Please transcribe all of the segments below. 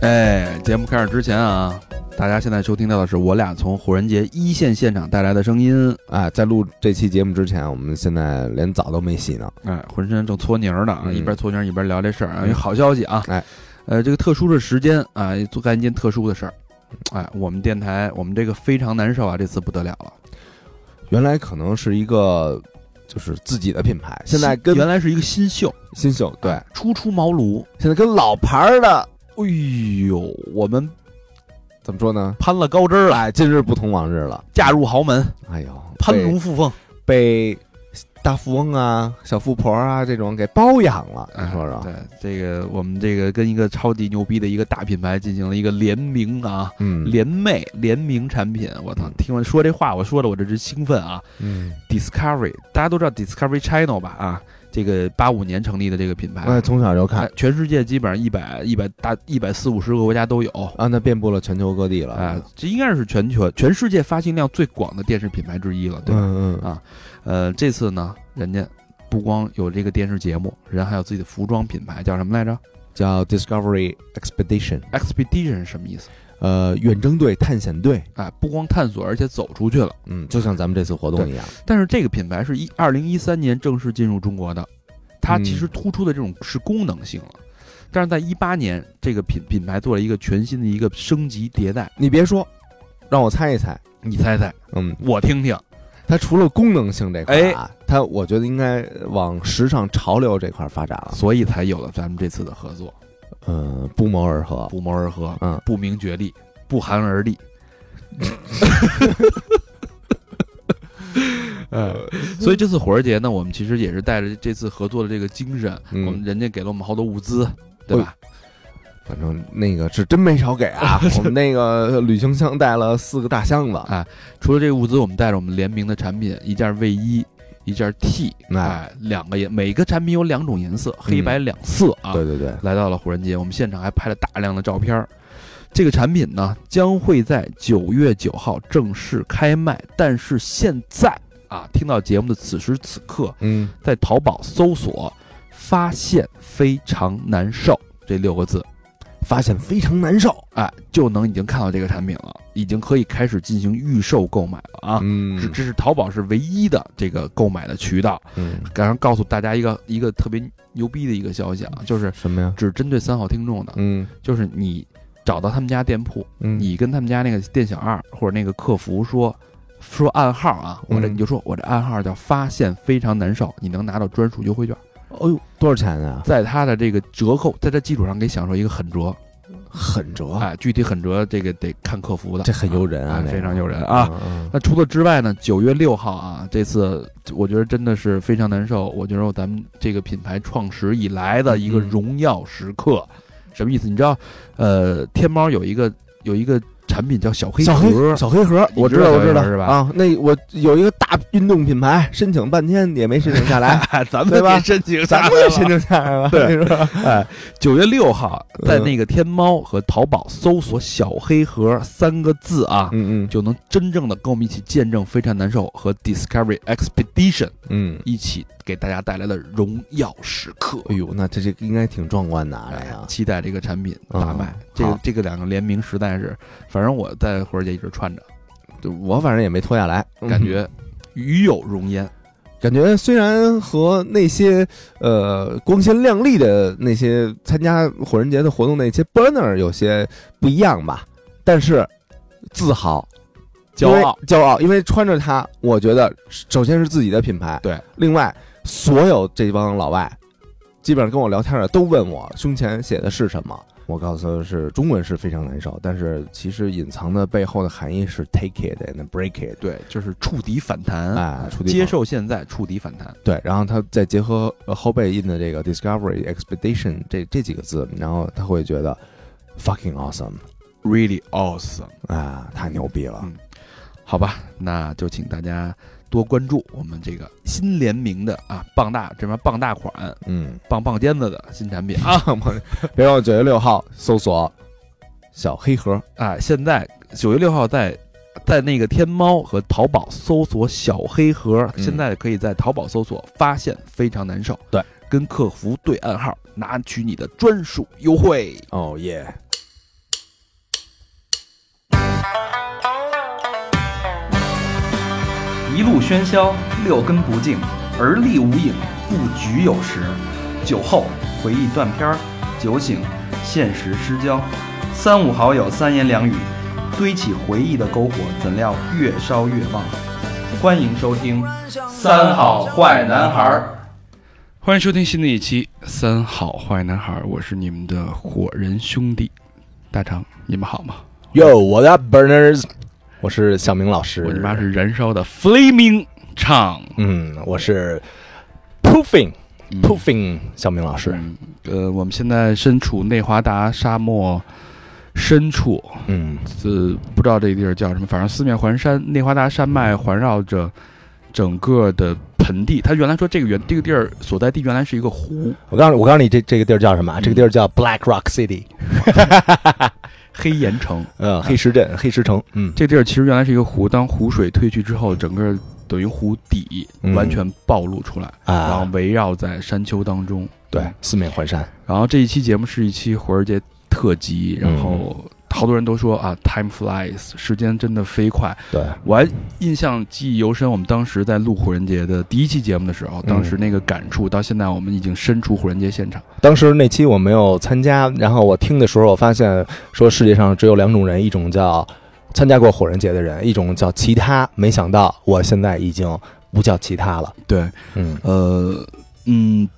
哎，节目开始之前啊，大家现在收听到的是我俩从火人节一线现场带来的声音。哎，在录这期节目之前，我们现在连澡都没洗呢。哎，浑身正搓泥儿呢，嗯一边搓泥儿一边聊这事儿啊。有好消息啊，哎，呃，这个特殊的时间啊，做干一件特殊的事儿。哎，我们电台，我们这个非常难受啊，这次不得了了。原来可能是一个就是自己的品牌，现在跟原来是一个新秀，新秀对，初出茅庐。啊现在跟老牌儿的哎呦，我们怎么说呢？攀了高枝儿了，哎，今日不同往日了，嫁入豪门，哎呦，攀被龙附凤。被大富翁啊、小富婆啊这种给包养了，哎你说说？对这个，我们这个跟一个超级牛逼的一个大品牌进行了一个联名啊，嗯联袂联名产品，我操！听完说这话，我说的我这直兴奋啊嗯， ！Discovery，大家都知道 Discovery Channel 吧？啊，这个八五年成立的这个品牌，哎，从小就看哎全世界基本上一百一百大一百四五十个国家都有。啊，那遍布了全球各地了。啊，这应该是全球全世界发行量最广的电视品牌之一了，对吧？嗯啊呃，这次呢，人家不光有这个电视节目，人还有自己的服装品牌，叫什么来着叫 Discovery Expedition， ？Expedition 是什么意思？呃，远征队、探险队，哎，不光探索，而且走出去了。嗯，就像咱们这次活动一样，但是这个品牌是一二零一三年正式进入中国的，它其实突出的这种是功能性了。但是在一八年，这个品品牌做了一个全新的一个升级迭代。你别说，让我猜一猜，你猜猜，嗯，我听听。它除了功能性这块啊，哎它我觉得应该往时尚潮流这块发展了，所以才有了咱们这次的合作，嗯，不谋而合，不谋而合，嗯，不明觉厉，不寒而 栗。呃，所以这次火儿节呢，我们其实也是带着这次合作的这个精神，嗯我们人家给了我们好多物资，对吧？反正那个是真没少给 啊，我们那个旅行箱带了四个大箱子，除了这个物资，我们带着我们联名的产品，一件卫衣，一件 T，哎哎，两个颜，每个产品有两种颜色，黑白两色啊。对对对，来到了火人节，我们现场还拍了大量的照片儿。这个产品呢，将会在九月九号正式开卖，但是现在啊，听到节目的此时此刻，嗯，在淘宝搜索“发现非常难受”这六个字，发现非常难受哎，就能已经看到这个产品了，已经可以开始进行预售购买了啊。嗯这这是淘宝是唯一的这个购买的渠道。嗯，然后告诉大家一个一个特别牛逼的一个消息啊，就是什么呀？只针对三号听众的，嗯就是你找到他们家店铺，嗯，你跟他们家那个店小二或者那个客服说。说暗号啊，我这嗯你就说我这暗号叫发现非常难受，你能拿到专属优惠券，哦呦，多少钱啊？在它的这个折扣，在这基础上给享受一个狠折，狠折，哎，具体狠折这个得看客服的，这很诱人啊哎这个非常诱人啊。嗯，嗯那除此之外呢？九月六号啊，这次我觉得真的是非常难受。我觉得咱们这个品牌创始以来的一个嗯荣耀时刻，什么意思？你知道，呃，天猫有一个有一个产品叫小黑小黑盒，小黑盒，你我知知道道，我知道小黑盒是吧啊，那我有一个大运动品牌，申请半天也没申请下 来，哎，咱对们吧也申请下 咱来们也了，申请下来了，对是吧？啊哎，九月六号，嗯在那个天猫和淘宝搜索“小黑盒”三个字啊，嗯嗯就能真正的跟我们一起见证《非常难受》和 Discovery Expedition 嗯，一起给大家带来的荣耀时刻。哎呦，那这这应该挺壮观的啊，这哎个，期待这个产品大卖。嗯这个好这个两个联名实在是，反正我在火儿姐一直穿着，我反正也没脱下来，嗯感觉与有荣焉。感觉虽然和那些呃光鲜亮丽的那些参加火人节的活动那些 banner 有些不一样吧，但是自豪。骄因为傲，骄傲，因为穿着它，我觉得首先是自己的品牌，对。另外，所有这帮老外，基本上跟我聊天的都问我胸前写的是什么。我告诉他是中文是非常难受，但是其实隐藏的背后的含义是 take it and break it。对，就是触底反弹哎触底嗯反接受现在，触底反弹。对，然后他再结合呃后背印的这个 discovery expedition 这这几个字，然后他会觉得 fucking awesome， Really awesome，啊，太牛逼了。嗯好吧，那就请大家多关注我们这个新联名的啊，棒大这边棒大款、嗯，棒棒尖子的新产品啊别忘九月六号搜索小黑盒，啊！现在九月六号在在那个天猫和淘宝搜索“小黑盒”，嗯现在可以在淘宝搜索“发现非常难受”，对，跟客服对暗号，拿取你的专属优惠。哦耶！一路喧嚣，六根不净，而立无影，布局有时。酒后回忆断片儿，酒醒现实失焦。三五好友三言两语，堆起回忆的篝火，怎料越烧越旺。欢迎收听《三好坏男孩儿欢迎收听新的一期《三好坏男孩》，我是你们的火人兄弟大长，你们好吗？哟，我的 burners，我是小明老师。我他妈是燃烧的 flaming 唱，嗯，我是 proofing 嗯 proofing 小明老师。嗯呃，我们现在身处内华达沙漠深处，嗯呃，不知道这地儿叫什么，反正四面环山，内华达山脉环绕着整个的盆地。他原来说这个原这个地儿所在地原来是一个湖，我告诉你，我告诉你这这个地儿叫什么啊？嗯这个地儿叫 Black Rock City，黑岩城。嗯，黑石镇、黑石城。嗯，这地儿其实原来是一个湖，当湖水退去之后，整个等于湖底嗯完全暴露出来，然后啊，围绕在山丘当中。对，四面环山。然后这一期节目是一期火儿节特辑，然后好多人都说啊，time flies，时间真的飞快。对，我还印象记忆犹深，我们当时在录火人节的第一期节目的时候，当时那个感触，到现在我们已经身处火人节现场。当时那期我没有参加，然后我听的时候，我发现说世界上只有两种人，一种叫参加过火人节的人，一种叫其他。没想到我现在已经不叫其他了。对，嗯呃，嗯，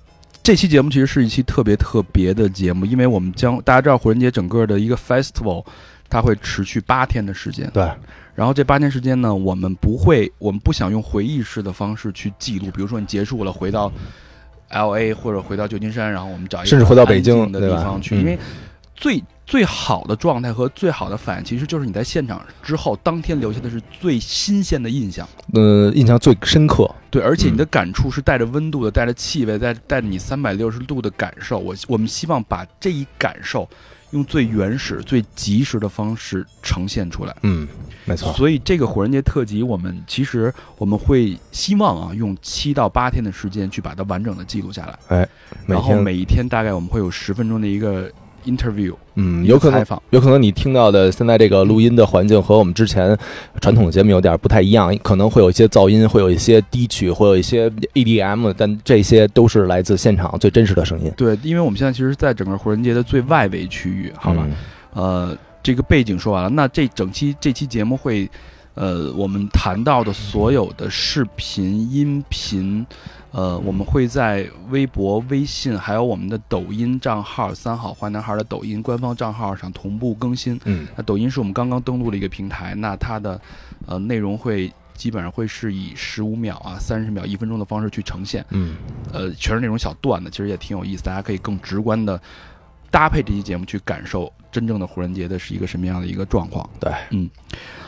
这期节目其实是一期特别特别的节目，因为我们将大家知道火人节整个的一个 festival，它会持续八天的时间，。对，然后这八天时间呢，我们不会，我们不想用回忆式的方式去记录，比如说你结束了，回到 L A 或者回到旧金山，然后我们找一个甚至回到北京安静的地对吧方去，嗯因为最最好的状态和最好的反应，其实就是你在现场之后当天留下的是最新鲜的印象。呃，印象最深刻。对，而嗯且你的感触是带着温度的，带着气味，带带着你三百六十度的感受。我我们希望把这一感受用最原始、最及时的方式呈现出来。嗯，没错。所以这个火人节特辑，我们其实我们会希望啊，用七到八天的时间去把它完整的记录下来，每然后天每一天大概我们会有十分钟的一个 interview，嗯，有可一个能采访，有可能你听到的现在这个录音的环境和我们之前传统的节目有点不太一样，可能会有一些噪音，会有一些低曲，会有一些 EDM，但这些都是来自现场最真实的声音，对，因为我们现在其实，在整个火人节的最外围区域，好吧，呃，这个背景说完了，那这整期这期节目会，呃，我们谈到的所有的视频、音频，呃，我们会在微博、微信，还有我们的抖音账号“三好坏男孩”的抖音官方账号上同步更新。嗯？嗯，那抖音是我们刚刚登录的一个平台，那它的呃内容会基本上会是以十五秒啊、三十秒、一分钟的方式去呈现，嗯，呃，全是那种小段子，其实也挺有意思，大家可以更直观的搭配这期节目去感受真正的胡人节的是一个什么样的一个状况。对，嗯，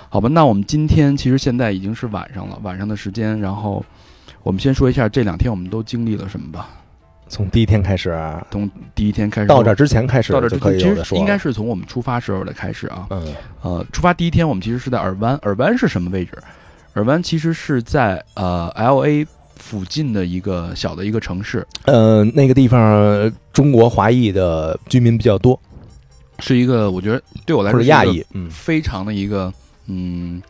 好吧，那我们今天其实现在已经是晚上了，晚上的时间，然后我们先说一下这两天我们都经历了什么吧。从第一天开始啊从第一天开始到这儿之前开始到这就可以其有的实说了，应该是从我们出发时候的开始啊。嗯呃，出发第一天我们其实是在尔湾，尔湾是什么位置？尔湾其实是在呃 L A 附近的一个小的一个城市，呃那个地方中国华裔的居民比较多，是一个我觉得对我来或说者是亚一个裔，嗯非常的一个嗯。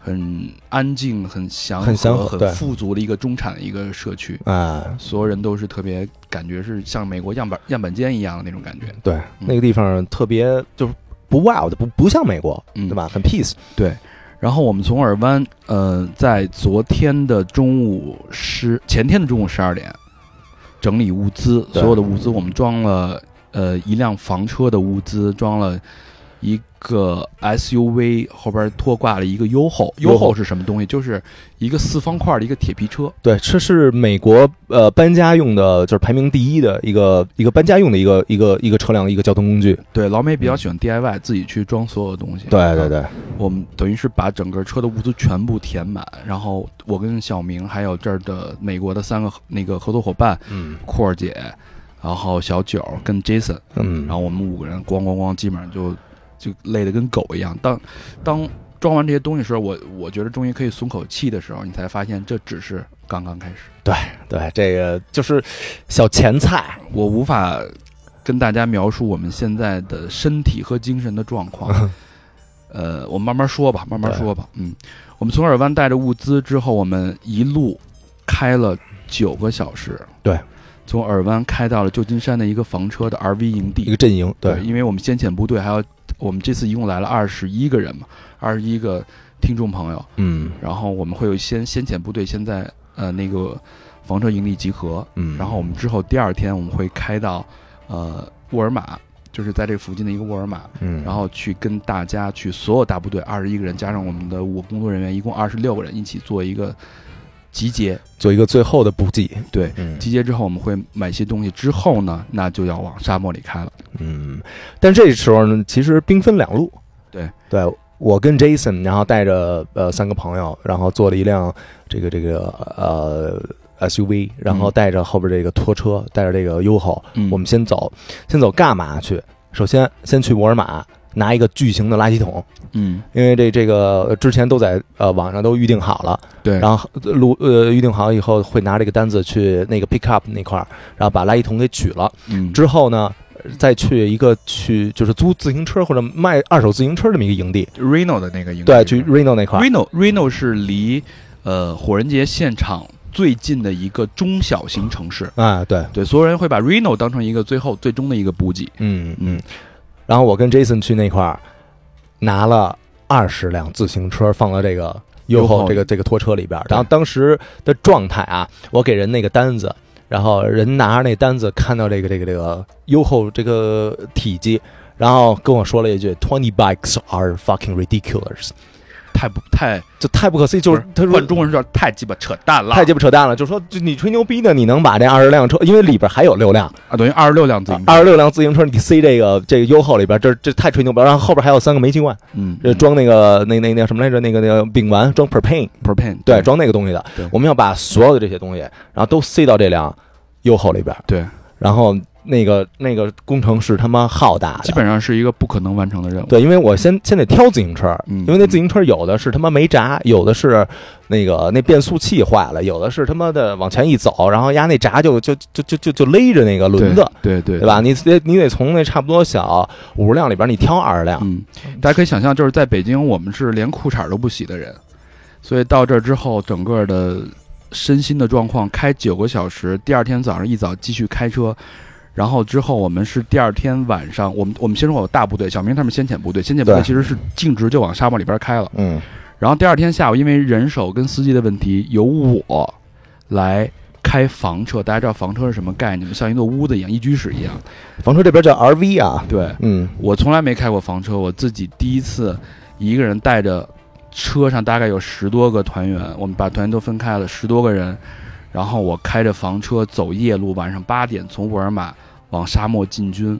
很安静、很祥很祥和对很富足的一个中产的一个社区，啊，所有人都是特别感觉是像美国样板样板间一样的那种感觉，对，那个地方特别就是不 wild，不不像美国，嗯，对？吧？很 peace，对，然后我们从尔湾，呃，在昨天的中午十，前天的中午十二点，整理物资，对所有的物资我们装了，呃，一辆房车的物资，装了一个 SUV，后边拖挂了一个 U 后，U 后是什么东西？就是一个四方块的一个铁皮车，对，这是美国呃搬家用的，就是排名第一的一个一个搬家用的一个一个一个车辆一个交通工具。对，老美比较喜欢 DIY，自己去装所有的东西，嗯对对对，我们等于是把整个车的物资全部填满，然后我跟小明还有这儿的美国的三个合那个合作伙伴嗯阔儿姐，然后小九儿跟 Jason，嗯，然后我们五个人咣咣咣，基本上就就累得跟狗一样。当当装完这些东西的时候，我我觉得终于可以松口气的时候，你才发现这只是刚刚开始。对，这个就是小前菜，我无法跟大家描述我们现在的身体和精神的状况。呃，我们慢慢说吧，慢慢说吧。嗯，我们从尔湾带着物资之后，我们一路开了九个小时。对，从尔湾开到了旧金山的一个房车的 RV 营一地个。阵营。对，，因为我们先遣部队还有我们这次一共来了二十一个人嘛，二十一个听众朋友。嗯然后我们会有先先遣部队先在呃那个房车营地集合，嗯，然后我们之后第二天我们会开到呃沃尔玛，就是在这附近的一个沃尔玛，嗯，然后去跟大家去所有大部队二十一个人加上我们的五个工作人员，一共二十六个人一起做一个集结。做一个最后的补给。对，嗯集结之后我们会买些东西，之后呢那就要往沙漠里开了。嗯，但这时候呢，其实兵分两路。对对，我跟 Jason，然后带着呃三个朋友，然后坐了一辆这个这个呃 SUV，然后带着后边这个拖车，带着这个 UHO，嗯我们先走，先走干嘛去？首先先去沃尔玛拿一个巨型的垃圾桶，嗯因为这这个呃之前都在呃网上都预定好了，对，然后呃录呃预定好以后会拿这个单子去那个 pick up 那块儿，然后把垃圾桶给取了。嗯之后呢，呃再去一个去就是租自行车或者卖二手自行车这么一个营地， Reno 的那个营地对，去 Reno 那块儿， Reno Reno 是离呃火人节现场最近的一个中小型城市。啊，对，对，所有人会把 Reno 当成一个最后最终的一个补给。嗯嗯嗯。然后我跟 Jason 去那块儿拿了二十辆自行车放到这个 Yoho Yoho 这个这个拖车里边儿，对然后当时的状态啊，我给人那个单子。然后人拿着那单子，看到这个这个这个 Yoho 这个体积，然后跟我说了一句：“Twenty bikes are fucking ridiculous。太不太”就太不可思议，就是他说换中文叫太鸡巴扯淡了，太鸡巴扯淡了，就说就你吹牛逼呢，你能把这二十辆车，因为里边还有六辆，啊，等于二十六辆自行车，二十六辆自行车，你塞这个这个优后里边，这这太吹牛逼了。然后后边还有三个煤气罐，嗯，这装那个那那那什么来着，那个那个丙烷装 propane， propane，对，装那个东西的对。我们要把所有的这些东西，然后都塞到这辆优后里边，对，然后那个那个工程是他妈浩大的，基本上是一个不可能完成的任务。对，因为我先先得挑自行车，嗯因为那自行车有的是他妈没闸，有的是那个那变速器坏了，有的是他妈的往前一走，然后压那闸就就就就就就勒着那个对，轮子，对对对？吧？你得你得从那差不多小五十辆里边你挑二十辆，嗯，大家可以想象，就是在北京，我们是连裤衩都不洗的人，所以到这儿之后，整个的身心的状况，开九个小时，第二天早上一早继续开车，然后之后我们是第二天晚上，我们我们先说我大部队，小明他们先遣部队，先遣部队对其实是径直就往沙漠里边开了，嗯，然后第二天下午，因为人手跟司机的问题，由我来。开房车，大家知道房车是什么概念吗？像一座屋子一样，一居室一样。房车这边叫 RV 啊，对，嗯我从来没开过房车，我自己第一次一个人带着车上大概有十多个团员，我们把团员都分开了，十多个人，然后我开着房车走夜路，晚上八点从沃尔玛往沙漠进军，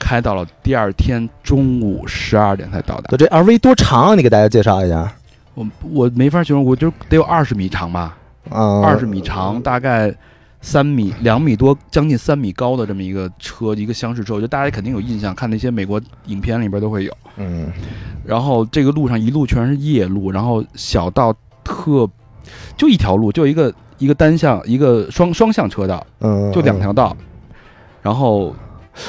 开到了第二天中午十二点才到达。对，这 RV 多长啊？你给大家介绍一下我我没法形容，我就得有二十米长吧，啊，二十米长，大概。三米、两米多，将近三米高的这么一个车，一个厢式车，我觉得大家肯定有印象，看那些美国影片里边都会有。嗯，然后这个路上一路全是夜路，然后小到特，就一条路，就一个一个单向，一个双双向车道，嗯嗯，嗯就两条道。然后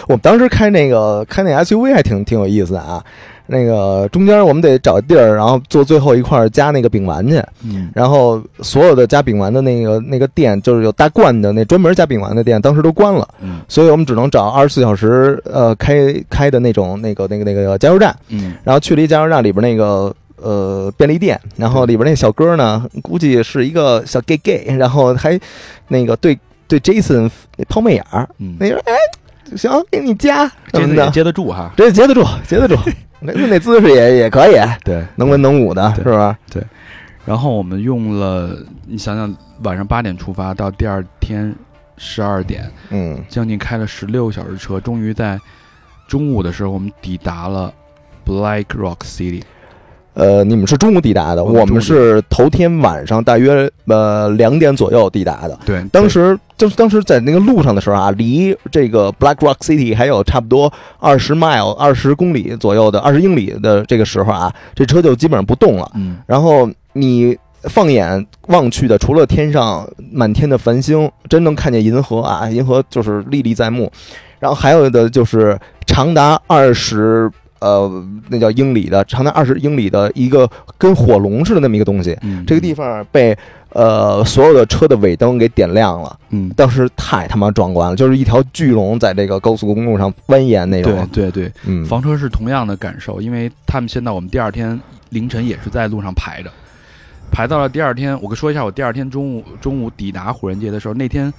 我们当时开那个开那 SUV 还挺挺有意思的啊。那个中间我们得找地儿，然后坐最后一块儿加那个丙烷去，嗯，然后所有的加丙烷的那个那个店，就是有大罐的那专门加丙烷的店，当时都关了，嗯所以我们只能找二十四小时呃开开的那种那个那个那个加油站，嗯然后去了一加油站里边那个呃便利店，然后里边那小哥呢，估计是一个小 gay gay，然后还那个对对 Jason 抛媚眼儿，嗯，那人哎行给你加什这么个也的，接得住哈。这接得 住，接得住，那那姿势也也可以，对，能文能武的对是吧？然后我们用了，你想想，晚上八点出发到第二天十二点，嗯将近开了十六小时车，终于在中午的时候我们抵达了 Black Rock City。呃，你们是中午抵达的，我们我中午们是头天晚上大约呃两点左右抵达的。对，当时就是当时在那个路上的时候啊，离这个 Black Rock City 还有差不多二十 mile 二十公里左右的二十英里的这个时候啊，这车就基本上不动了。嗯，然后你放眼望去的，除了天上满天的繁星，真能看见银河啊，银河就是历历在目。然后还有的就是长达二十呃，那叫英里的，长达二十英里的一个跟火龙似的那么一个东西，嗯这个地，方被呃所有的车的尾灯给点亮了，嗯，当时太他妈壮观了，就是一条巨龙在这个高速公路上蜿蜒那对种，对对，嗯，房车是同样的感受，因为他们先到我们第二天凌晨也是在路上排着，排到了第二天。我跟说一下，我第二天中午中午抵达火人节的时候，那天，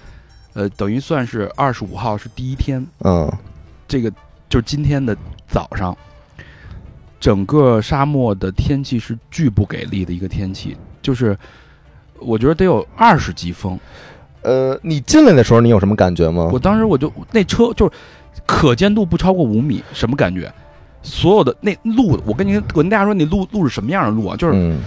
呃，等于算是二十五号是第一天，嗯这个就是今天的早上，整个沙漠的天气是巨不给力的一个天气，就是我觉得得有二十级风。呃，你进来的时候你有什么感觉吗我？当时我就那车就是可见度不超过五米，什么感觉？所有的那路，我跟您我跟大家说，那路路是什么样的路啊？就是嗯。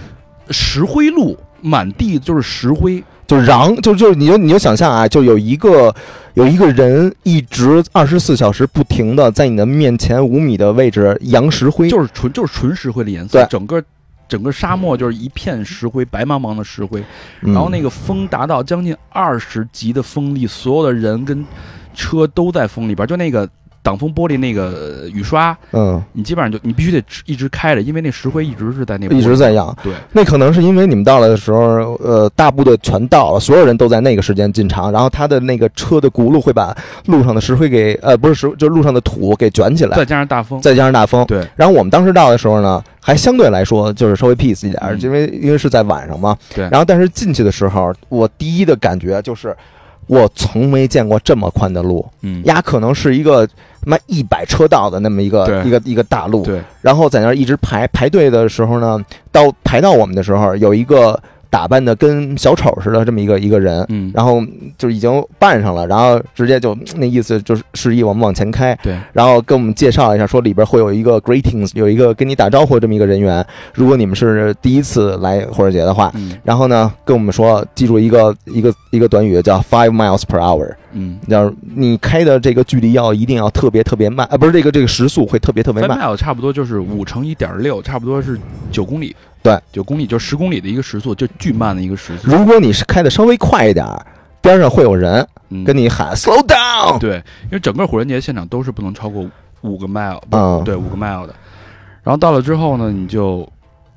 石灰路，满地就是石灰。就瓤，就就你就你就想象啊，就有一个有一个人一直二十四小时不停的在你的面前五米的位置扬石灰，就是纯就是纯石灰的颜色，嗯对整个整个沙漠就是一片石灰，白茫茫的石灰。然后那个个风达到将近二十级的风力，所有的人跟车都在风里边，就那个挡风玻璃那个呃雨刷，嗯你基本上就你必须得一直开着，因为那石灰一直是在那玻璃一直在扬，对那可能是因为你们到了的时候，呃，大部队全到了，所有人都在那个时间进场，然后他的那个车的轱辘会把路上的石灰给呃不是石，就是路上的土给卷起来再，加上大风，再加上大风，对然后我们当时到的时候呢，还相对来说就是稍微 peace 一点儿，嗯因为因为是在晚上嘛。对然后但是进去的时候，我第一的感觉就是，我从没见过这么宽的路，嗯，呀，可能是一个他妈一百车道的那么一个对一个一个大路。对，然后在那儿一直排排队的时候呢，到排到我们的时候，有一个打扮的跟小丑似的这么一个一个人，嗯，然后就已经扮上了，然后直接就嗯那意思就是示意我们往前开。对，然后跟我们介绍一下，说里边会有一个 greetings，有一个跟你打招呼这么一个人员。如果你们是第一次来火车节的话，嗯然后呢，跟我们说记住一个一个一个短语叫 five miles per hour，嗯要是你开的这个距离要一定要特别特别慢啊，不是这个这个时速会特别特别，five 慢， mile 差不多就是五乘一点六，差不多是九公里，对，九公里就十公里的一个时速，就巨慢的一个时速，如果你是开的稍微快一点儿，边上会有人嗯跟你喊 slow down，对，因为整个火人节现场都是不能超过五个 mile，不、嗯对，五个 mile 的。然后到了之后呢，你就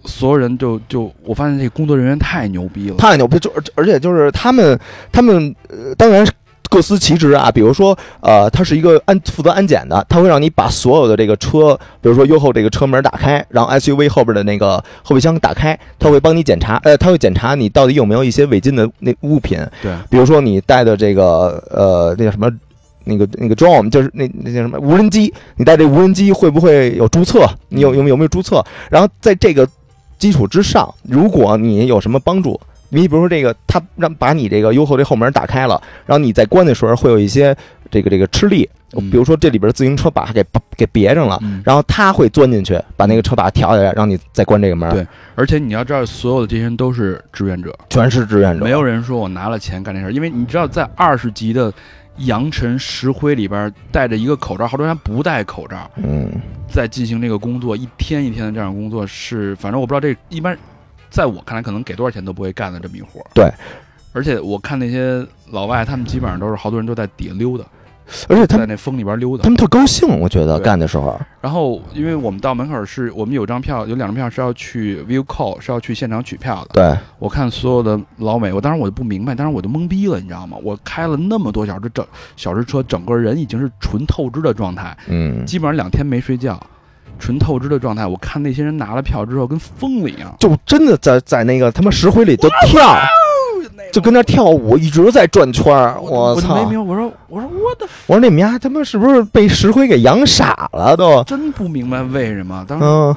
所有人就就我发现这工作人员太牛逼了，太牛逼！就而而且就是他们，他们、呃、当然是各司其职啊。比如说，呃，他是一个安负责安检的，他会让你把所有的这个车，比如说优后这个车门打开，然后 SUV 后边的那个后备箱打开，他会帮你检查，呃，他会检查你到底有没有一些违禁的那物品，对，比如说你带的这个呃那叫什么。那个那个 drone 就是那那叫什么无人机，你带这无人机会不会有注册？你有有没有有没有注册？然后在这个基础之上，如果你有什么帮助，你比如说这个他让把你这个优后这后门打开了，然后你在关的时候会有一些这个这个吃力，嗯比如说这里边自行车把给给别上了，嗯，然后他会钻进去把那个车把调下来，让你再关这个门。对而且你要知道，所有的这些人都是志愿者，全是志愿者，没有人说我拿了钱干这事儿，因为你知道，在二十级的扬尘石灰里边戴着一个口罩，好多人还不戴口罩，嗯在进行这个工作，一天一天的这样工作是，反正我不知道这一般，在我看来可能给多少钱都不会干的这么一活儿。对，而且我看那些老外，他们基本上都是好多人都在底下溜达，而且他在们那风里边溜他达。们特高兴，我觉得对干的时候，然后因为我们到门口是我们有张票，有两张票是要去 view call，是要去现场取票的。对，我看所有的老美，我当时我就不明白，当时我就懵逼了，你知道吗？我开了那么多小时整小时车，整个人已经是纯透支的状态。嗯，基本上两天没睡觉，纯透支的状态。我看那些人拿了票之后跟疯了一样，就真的在在那个他妈石灰里就跳，就跟那跳舞，一直在转圈儿。我就操！没明白，我说我说我的我说你们家他妈是不是被石灰给养傻了都？真不明白为什么。当时，嗯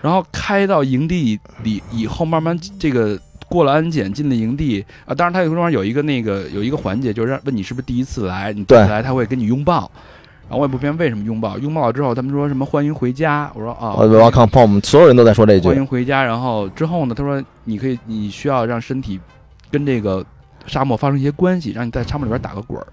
然后开到营地里以后，慢慢这个。过了安检，进了营地啊！当然，他有中间有一个那个有一个环节，就是让问你是不是第一次来，你第一对次来他会跟你拥抱，然后我也不明白为什么拥抱，拥抱了之后他们说什么欢迎回家，我说啊，我 welcome home，所有人都在说这欢句。迎回家。然后之后呢，他说你可以，你需要让身体跟这个沙漠发生一些关系，让你在沙漠里边打个滚儿。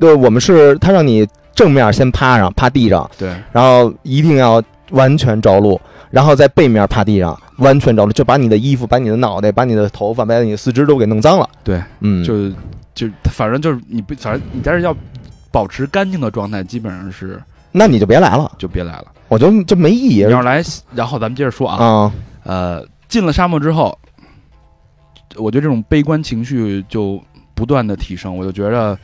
对，我们是他让你正面先趴上，趴地上，对，然后一定要完全着陆，然后在背面趴地上，完全着陆，就把你的衣服、把你的脑袋、把你的头发、把你的四肢都给弄脏了。对，嗯，就就反正就是你不，反正你但是要保持干净的状态，基本上是那你就别来了，就别来了。我觉得这没意义。你要来，然后咱们接着说啊，啊，呃，进了沙漠之后，我觉得这种悲观情绪就不断的提升，我就觉着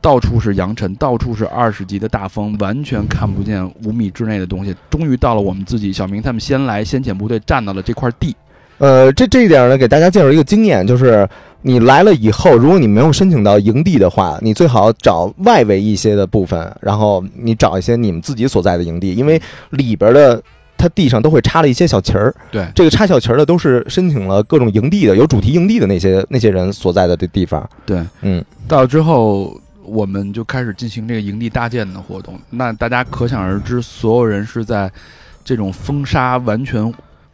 到处是扬尘，到处是二十级的大风，完全看不见五米之内的东西。终于到了我们自己，小明他们先来先遣部队站到了这块地，呃，这这一点呢，给大家介绍一个经验，就是你来了以后，如果你没有申请到营地的话，你最好找外围一些的部分，然后你找一些你们自己所在的营地，因为里边的它地上都会插了一些小旗儿。对这个插小旗儿的都是申请了各种营地的，有主题营地的那些那些人所在的这地方。对，嗯，到之后。我们就开始进行这个营地搭建的活动，那大家可想而知，所有人是在这种风沙完全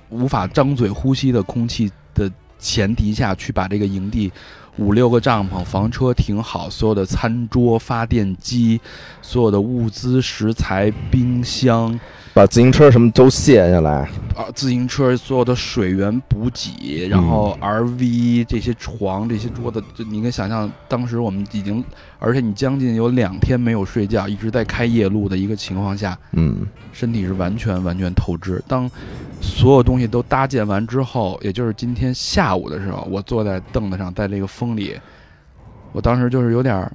无法张嘴呼吸的空气的前提下去把这个营地五六个帐篷、房车停好，所有的餐桌、发电机、所有的物资、食材、冰箱把自行车什么都卸下来。啊、自行车、所有的水源补给，然后 RV 这些床、这些桌子，就你可以想象，当时我们已经，而且你将近有两天没有睡觉，一直在开夜路的一个情况下，嗯，身体是完全完全透支。当所有东西都搭建完之后，也就是今天下午的时候，我坐在凳子上，在这个风里，我当时就是有点儿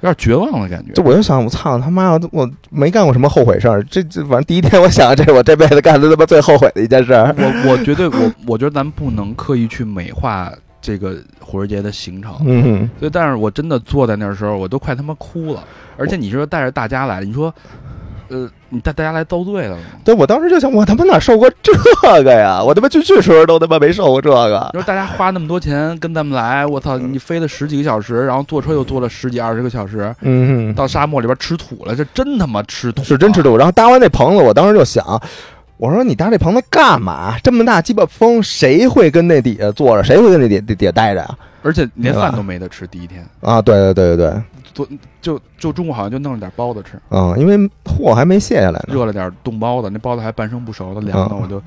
有点绝望的感觉就。我就想，我操他妈，我我没干过什么后悔事儿。这这，反正第一天我想，这是我这辈子干的他妈最后悔的一件事儿。我我觉得我我觉得咱们不能刻意去美化这个火儿节的行程。嗯。所以，但是我真的坐在那儿的时候，我都快他妈哭了。而且你说带着大家来，你说，呃，你带大家来遭罪了吗？对，我当时就想，我他妈哪受过这个呀？我他妈去去时候都他妈没受过这个你。说大家花那么多钱跟咱们来，我操，嗯你飞了十几个小时，然后坐车又坐了十几二十个小时，嗯，到沙漠里边吃土了，这真他妈吃土、啊是真吃。土。然后搭完那棚子，我当时就想，我说你搭这棚子干嘛？这么大鸡巴风，谁会跟那底下坐着？谁会跟那底底底下待着呀？而且连对吧饭都没得吃。第一天，啊，对对对对对，就就中午好像就弄了点包子吃，嗯，因为货还没卸下来呢。热了点冻包子，那包子还半生不熟的，凉的，嗯我就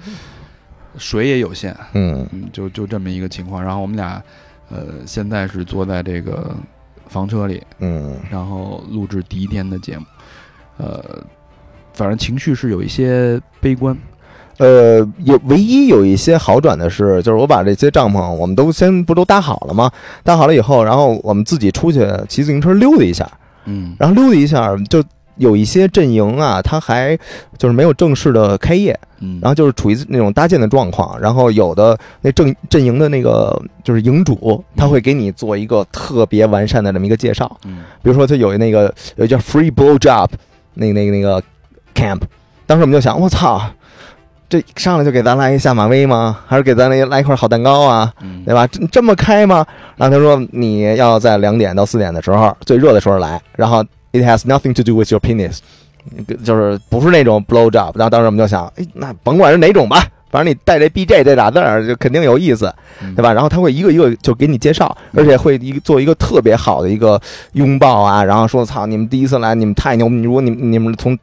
水也有限，嗯，嗯，就就这么一个情况。然后我们俩，呃，现在是坐在这个房车里，嗯，然后录制第一天的节目，呃，反正情绪是有一些悲观，呃，有唯一有一些好转的是，就是我把这些帐篷我们都先不都搭好了吗？搭好了以后，然后我们自己出去骑自行车溜达一下，嗯，然后溜达一下，就有一些阵营啊，它还就是没有正式的开业，嗯，然后就是处于那种搭建的状况。然后有的那阵阵营的那个就是营主，他会给你做一个特别完善的这么一个介绍，嗯比如说他有那个有一叫 Free Blow Job 那个那个那个 camp，当时我们就想，我操。这上来就给咱来一下马威吗？还是给咱来来一块好蛋糕啊？嗯对吧？这这么开吗？然后他说你要在两点到四点的时候，最热的时候来。然后 it has nothing to do with your penis，就是不是那种 blow job。然后当时我们就想，哎，那甭管是哪种吧，反正你带这 BJ 这俩字儿就肯定有意思，嗯对吧？然后他会一个一个就给你介绍，而且会一个做一个特别好的一个拥抱啊，然后说操，你们第一次来，你们太牛，逼！如果你们你们从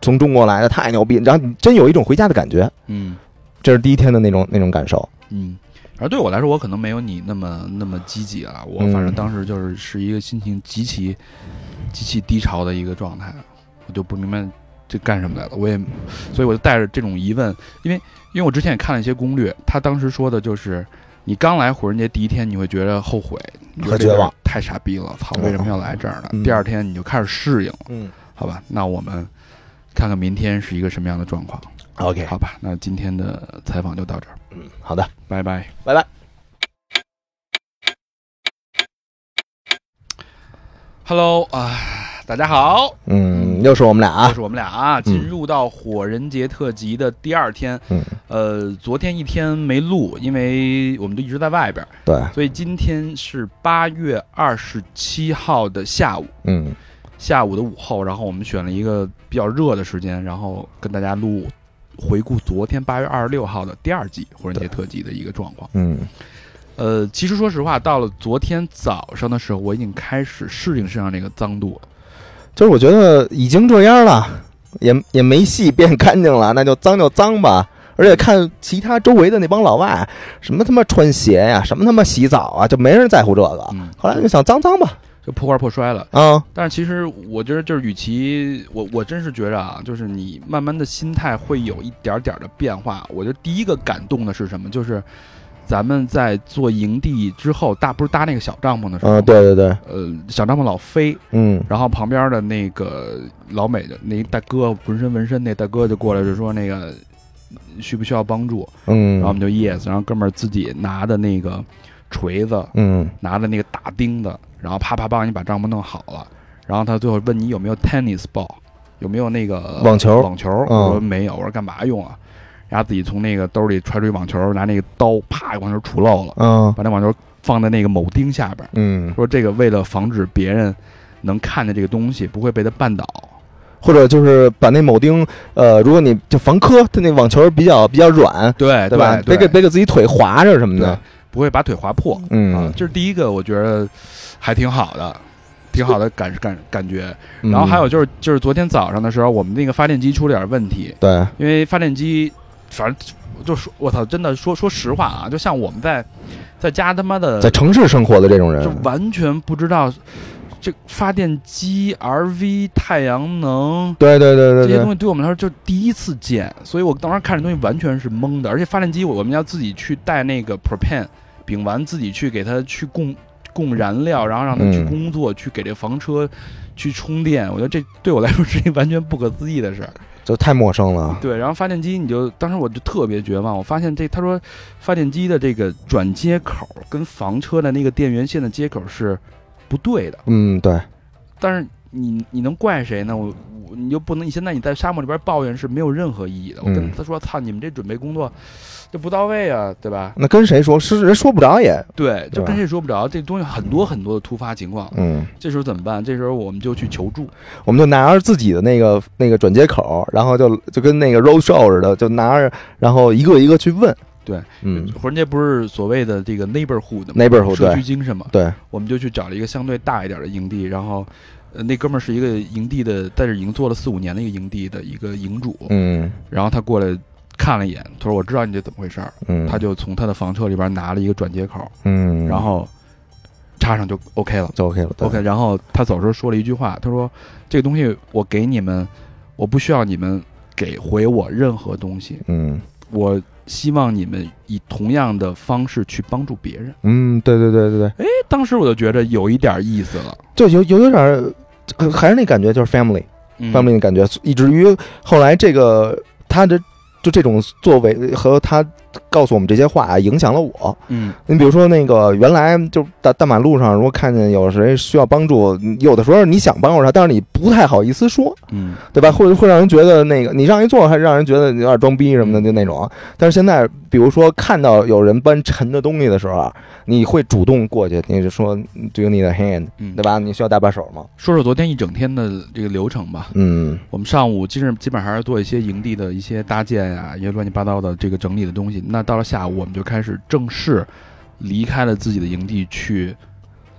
从中国来的太牛逼，然后你真有一种回家的感觉，嗯这是第一天的那种那种感受。嗯。而对我来说，我可能没有你那么那么积极了。我嗯反正当时就是是一个心情极其极其低潮的一个状态，我就不明白这干什么来了。我也，所以我就带着这种疑问，因为因为我之前也看了一些攻略，他当时说的就是，你刚来火人节第一天，你会觉得后悔，你觉得和这绝地儿望太傻逼了，操，为什么要来这儿呢？嗯第二天你就开始适应了，嗯好吧？那我们看看明天是一个什么样的状况， ，OK，嗯好吧？那今天的采访就到这儿，好的。拜拜。拜拜。 Hello 啊，大家好，嗯，又是我们俩又啊，是我们俩啊，进入到火人节特辑的第二天。嗯，呃，昨天一天没录，因为我们就一直在外边儿，对，所以今天是八月二十七号的下午。嗯，下午的午后，然后我们选了一个比较热的时间，然后跟大家录回顾昨天八月二十六号的第二季《火人节特辑》的一个状况。嗯呃，其实说实话，到了昨天早上的时候，我已经开始适应身上这个脏度了。就是我觉得已经这样了，也也没戏变干净了，那就脏就脏吧。而且看其他周围的那帮老外，什么他妈穿鞋呀、什么他妈洗澡啊，就没人在乎这个。嗯，后来就想脏脏吧，就破罐破摔了。啊，但是其实我觉得，就是与其我我真是觉着啊，就是你慢慢的心态会有一点点的变化。我觉得第一个感动的是什么？就是咱们在做营地之后，搭不是搭那个小帐篷的时候，嗯，，对对对，呃，小帐篷老飞，嗯，然后旁边的那个老美的那大哥，浑身纹身那大哥就过来就说那个需不需要帮助？嗯，然后我们就 yes，然后哥们儿自己拿的那个锤子，嗯拿的那个大钉子，然后啪啪帮你把帐篷弄好了，然后他最后问你有没有 tennis ball，有没有那个网球嗯网球，我说没有，我说干嘛用啊？然后自己从那个兜里揣出一网球，拿那个刀啪网球杵漏了，嗯把那网球放在那个铆钉下边，嗯，说这个为了防止别人能看见这个东西不会被他绊倒，或者就是把那铆钉，呃，如果你就防磕，它那网球比较比较软，对哎对吧？别对给别给自己腿划着什么对的，，不会把腿划破。啊嗯，，这是第一个，我觉得还挺好的，挺好的感感感觉。然嗯后还有就是就是昨天早上的时候，我们那个发电机出了点问题，对，因为发电机反正就说我操，真的说说实话啊，就像我们在在家他妈的在城市生活的这种人就，完全不知道这发电机、RV、太阳能。对对对这些对东对，西对我们来说就是第一次见，所以我当时看这东西完全是懵的。而且发电机，我们要自己去带那个 propane 丙烷，自己去给它去供供燃料，然后让它去嗯工作，去给这房车去充电。我觉得这对我来说是一完全不可思议的事儿。就太陌生了，对，然后发电机，你就当时我就特别绝望，我发现这他说发电机的这个转接口跟房车的那个电源线的接口是不对的。嗯，对，但是你你能怪谁呢？我我你就不能，你现在你在沙漠里边抱怨是没有任何意义的。我跟嗯他说：“操，你们这准备工作就不到位啊，对吧那跟谁说？是人说不着也，？”对，就对跟谁说不着，这东西很多很多的突发情况，嗯，这时候怎么办？这时候我们就去求助。我们就拿着自己的那个那个转接口，然后就就跟那个 road show 似的，就拿着，然后一个一个去问，对，嗯，火人街不是所谓的这个 neighborhood 嘛 neighborhood 社区对精神嘛，对，我们就去找了一个相对大一点的营地，然后。呃，那哥们儿是一个营地的，在这已经做了四五年的一个营地的一个营主，嗯然后他过来看了一眼，他说：“我知道你这怎么回事儿。”嗯，他就从他的房车里边拿了一个转接口，嗯，然后插上就 OK 了。就 OK 了对 OK，然后他走的时候说了一句话，他说：“这个东西我给你们，我不需要你们给回我任何东西，嗯我希望你们以同样的方式去帮助别人。嗯，对对对对对，”哎，当时我就觉得有一点意思了。就有有有点儿，呃还是那感觉，就是 family。嗯方面的感觉，以至于后来这个他的就这种作为和他告诉我们这些话啊，影响了我。嗯你比如说那个原来就大大马路上，如果看见有谁需要帮助，有的时候你想帮助他，但是你不太好意思说，嗯，对吧？会会让人觉得那个你让一做，还让人觉得你有点装逼什么的，嗯就那种。但是现在，比如说看到有人搬沉的东西的时候啊，你会主动过去，你就说 Do you need a hand？嗯对吧？你需要搭把手吗？说说昨天一整天的这个流程吧。嗯我们上午基本基本还是做一些营地的一些搭建呀、一些乱七八糟的这个整理的东西。那到了下午，我们就开始正式离开了自己的营地，去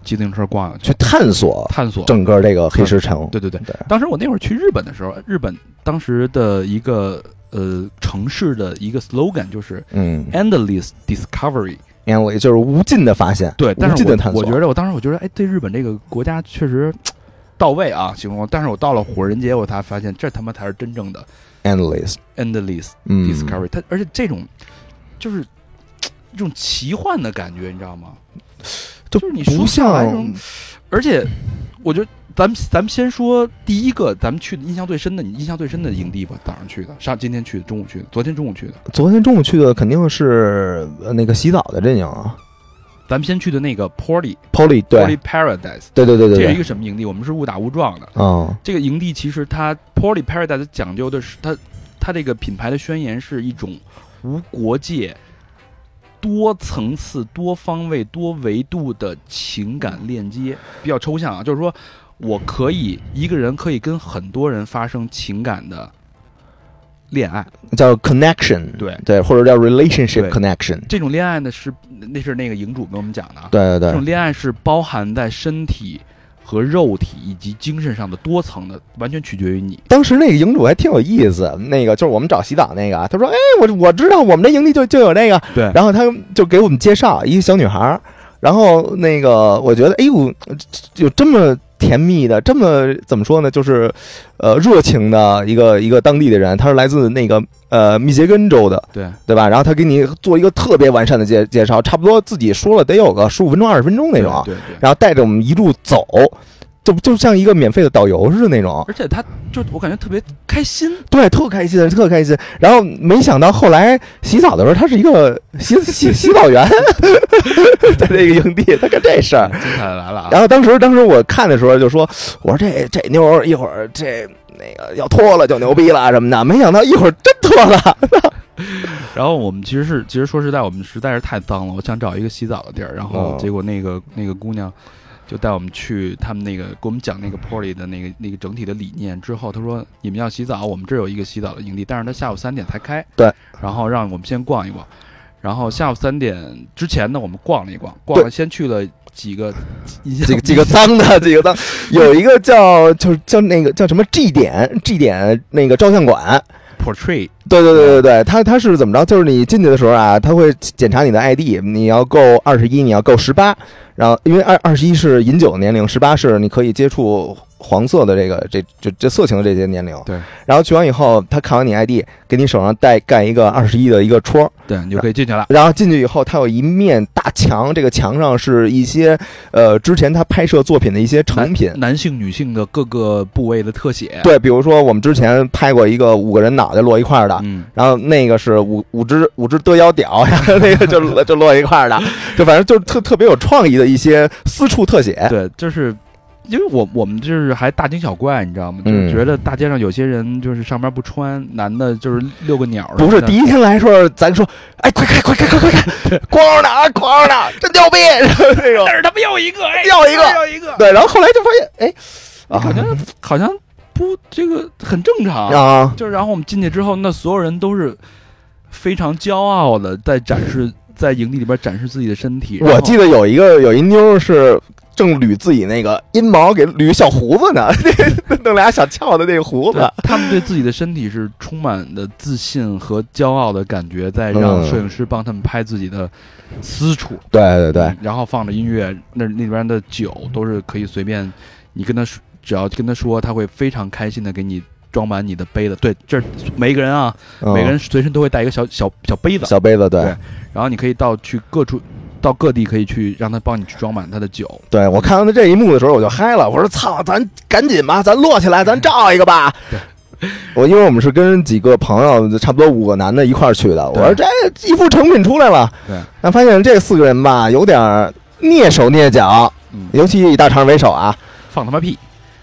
骑自行车逛去探索探索。整个这个黑石城。对对对，对，当时我那会儿去日本的时候，日本当时的一个呃城市的一个 slogan 就是嗯 endless discovery。 ，anyway，就是嗯无尽的发现，对，但无是尽我的探索。我觉得我当时我觉得，哎，对日本这个国家确实到位啊，形容。但是我到了火人节，我才发现这他妈才是真正的 endless， endless 嗯 Discovery，、它而且这种就是嘖一种奇幻的感觉，你知道吗？就就是你说不不上来这像种，而且我觉得咱们咱们先说第一个，咱们去的印象最深的，你印象最深的营地吧，早上去的，上今天去的，中午去的，昨天中午去的，昨天中午去的肯定是呃那个洗澡的阵营啊咱们先去的那个 Polly ，Polly 对 Polly Paradise，对对对对这是一对，个什么营地？我们是误打误撞的。嗯这个营地其实它 Polly Paradise 讲究的是它它这个品牌的宣言是一种无国界、多层次、多方位、多维度的情感链接，比较抽象啊，就是说。我可以一个人可以跟很多人发生情感的恋爱，叫 connection，对对，或者叫 relationship 对 connection，这种恋爱呢是那是那个营主跟我们讲的啊，对对这种对，恋爱是包含在身体和肉体以及精神上的多层的，完全取决于你。当时那个营主还挺有意思，那个就是我们找洗澡那个啊，他说，哎，我我知道我们这营地就就有那个，对，然后他就给我们介绍一个小女孩儿，然后那个我觉得，哎呦，有这么甜蜜的，这么怎么说呢，就是呃热情的一个一个当地的人，他是来自那个呃密歇根州的，对对吧？然后他给你做一个特别完善的介介绍，差不多自己说了得有个十五分钟、二十分钟那种，啊对对。对然后带着我们一路走，就就像一个免费的导游似的那种。而且他就我感觉特别开心，对，特开心，特开心。然后没想到后来洗澡的时候，他是一个洗洗洗澡员， 在这个营地，他干这事儿。精彩的来了啊！然后当时，当时我看的时候就说：“我说这这妞儿一会儿这那个要脱了就牛逼了什么的。”没想到一会儿真脱了。然后我们其实是，其实说实在，我们实在是太脏了，我想找一个洗澡的地儿，然后嗯结果那个那个姑娘就带我们去他们那个给我们讲那个 p o l y 的那个那个整体的理念之后，她说你们要洗澡，我们这儿有一个洗澡的营地，但是她下午三点才开，对，然后让我们先逛一逛，然后下午三点之前呢，我们逛了一逛，逛了先去了几个印象几个几个脏的，几个脏，有一个叫就是叫那个叫什么 G 点 G 点那个照相馆。 portray 对对对对对，他他是怎么着？就是你进去的时候啊，他会检查你的 ID，你要够二十一，你要够十八，然后因为二二十一是饮酒年龄，十八是你可以接触黄色的这个这这这色情的这些年龄。对，然后去完以后，他看完你 ID，给你手上带盖一个二十一的一个戳，对，你就可以进去了。然后进去以后，它有一面大墙，这个墙上是一些呃之前他拍摄作品的一些成品。男性、女性的各个部位的特写，，对，比如说我们之前拍过一个五个人脑袋摞一块儿的，嗯，然后那个是五五只五只德腰屌， 然后那个就就摞一块儿的，就反正就是特特别有创意的一些私处特写。对，就是因为我我们就是还大惊小怪，你知道吗？就嗯是觉得大街上有些人就是上班不穿，男的就是遛个鸟儿什不么的，是第一天来说，咱说，哎，快看，快看，快看快看， 光着哪儿，光着哪儿，真牛逼， 然后那种。但是他们又一个，哎，又一个又一个，对，然后后来就发现，哎，好啊像好像不这个很正常。啊，就是然后我们进去之后，那所有人都是非常骄傲的在展示。在营地里边展示自己的身体，然我后记得有一个有一妞儿是正捋自己那个阴毛，给捋小胡子呢， 弄俩小翘的那个胡对子。 他们对自己的身体是充满的自信和骄傲的感觉，在让嗯摄影师帮他们拍自己的私处。对对对嗯，然后放着音乐，那那里边的酒都是可以随便，你跟他说，只要跟他说，他会非常开心的给你装满你的杯子。对，这儿每个人啊，嗯每个人随身都会带一个小小小杯子，小杯子，对对然后你可以到去各处，到各地可以去让他帮你去装满他的酒。对，我看到这一幕的时候，我就嗨了，我说操，咱赶紧吧，咱摞起来，咱照一个吧。我因为我们是跟几个朋友，差不多五个男的一块儿去的，我对说这一副成品出来了，对，但发现这四个人吧，有点儿蹑手蹑脚，嗯，尤其以大肠为首啊。放他妈屁！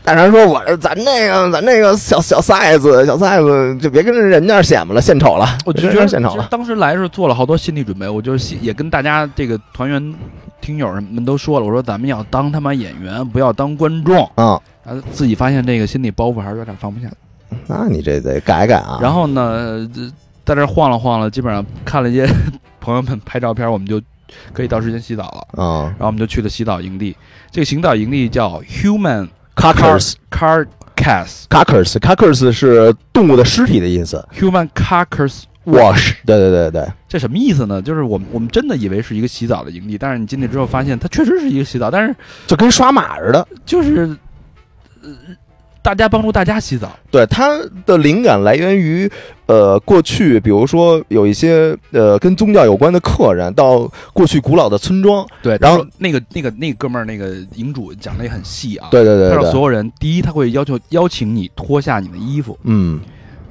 大肠说：“我咱那个，咱那个小小 size，小 size 就别跟人家显摆了，献丑了，我就觉别跟得人献丑其实了。当时来的时候做了好多心理准备，我就是心也跟大家这个团员、听友们都说了，我说咱们要当他妈演员，不要当观众。嗯，然后自己发现这个心理包袱还是有点放不下。那你这得改改啊。然后呢，呃在这儿晃了晃了，基本上看了一些朋友们拍照片，我们就可以到时间洗澡了。嗯然后我们就去了洗澡营地，这个洗澡营地叫 Human ，carcass Carcass carcass carcass 是动物的尸体的意思。 Human Carcass Wash， wash，对对对对这什么意思呢？就是我们我们真的以为是一个洗澡的营地，但是你进去之后发现它确实是一个洗澡，但是就跟刷马似的。就是呃大家帮助大家洗澡，对，它的灵感来源于，呃，过去比如说有一些呃跟宗教有关的客人到过去古老的村庄，对然后那个那个那个哥们儿那个营主讲的也很细啊，对对他对让对所对，有人第一他会要求邀请你脱下你的衣服。嗯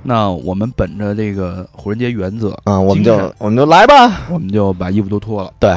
那我们本着这个火人节原则，啊，我们就精神我们就来吧，我们就把衣服都脱了。对，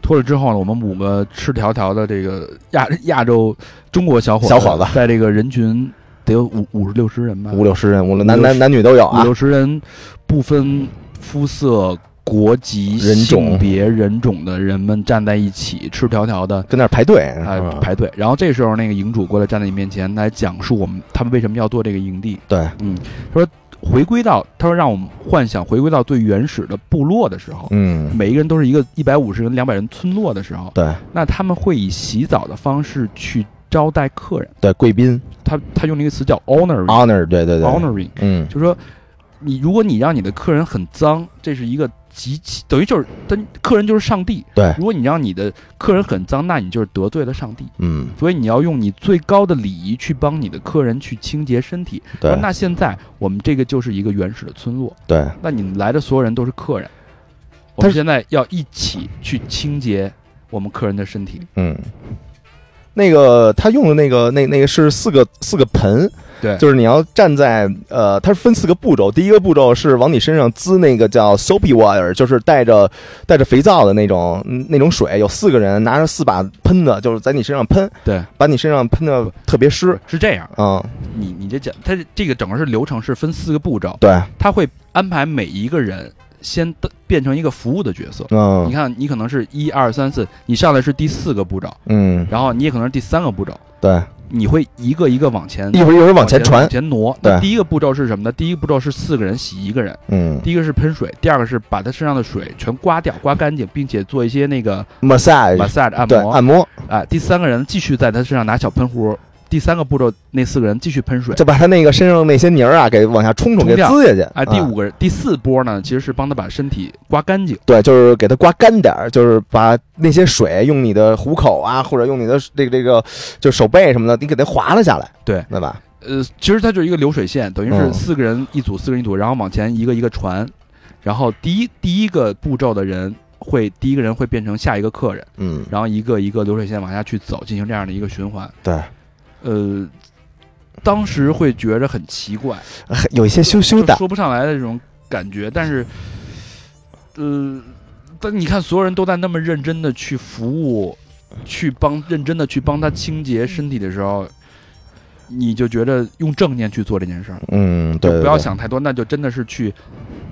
脱了之后呢，我们五个赤条条的这个亚亚洲中国小伙小伙子在这个人群得有五五十六十人吧，五六十人，无论五男六男十男女都有五啊六，十人，不分肤色、国籍、人种性别、人种的人们站在一起，赤条条的跟那儿排队，嗯哎是吧排队。然后这时候，那个营主过来站在你面前，来讲述我们他们为什么要做这个营地。对，嗯，他说回归到，他说让我们幻想回归到最原始的部落的时候，嗯，每一个人都是一个一百五十人、两百人村落的时候，对那他们会以洗澡的方式去招待客人。对，贵宾他他用了一个词叫 honoring，honoring，、 honor，对哦对对 honoring，嗯，就说你如果你让你的客人很脏，这是一个极其等于就是跟客人就是上帝。对如果你让你的客人很脏，那你就是得罪了上帝。嗯，所以你要用你最高的礼仪去帮你的客人去清洁身体。对那现在我们这个就是一个原始的村落，对，那你们来的所有人都是客人，我但们是现在要一起去清洁我们客人的身体。嗯。那个他用的那个那那个是四个四个盆，对就是你要站在呃，它是分四个步骤。第一个步骤是往你身上滋那个叫 soapy water，就是带着带着肥皂的那种嗯那种水。有四个人拿着四把喷子，就是在你身上喷，对，把你身上喷的特别湿。是这样，嗯，你你这讲，它这这个整个是流程是分四个步骤，对，他会安排每一个人先的变成一个服务的角色。你嗯看，你可能是一二三四，你上来是第四个步骤，嗯，然后你也可能是第三个步骤，对，你会一个一个往前一会儿一会儿往前传往，前挪。那对第一个步骤是什么呢？第一个步骤是四个人洗一个人，嗯第一个是喷水，第二个是把他身上的水全刮掉，刮干净，并且做一些那个，massage， massage 按哎对，摩。按摩，哎，第三个人继续在他身上拿小喷壶。第三个步骤，那四个人继续喷水。就把他那个身上那些泥儿啊给往下冲冲，冲给掉滋下去。嗯哎，第五个人，第四波呢，其实是帮他把身体刮干净。对，就是给它刮干点儿，就是把那些水用你的虎口啊，或者用你的这个这个，就手背什么的，你给它划拉下来，对对吧？呃，其实它就是一个流水线，等于是嗯四个人一组，四个人一组，然后往前一个一个传。然后第一第一个步骤的人会，第一个人会变成下一个客人，嗯，然后一个一个流水线往下去走，进行这样的一个循环。对，呃，当时会觉着很奇怪，还有一些羞羞就的，说不上来的这种感觉，但是，呃，但你看所有人都在那么认真的去服务，去帮认真的去帮他清洁身体的时候，你就觉得用正念去做这件事儿，嗯，对，就对不要。对想太多，那就真的是去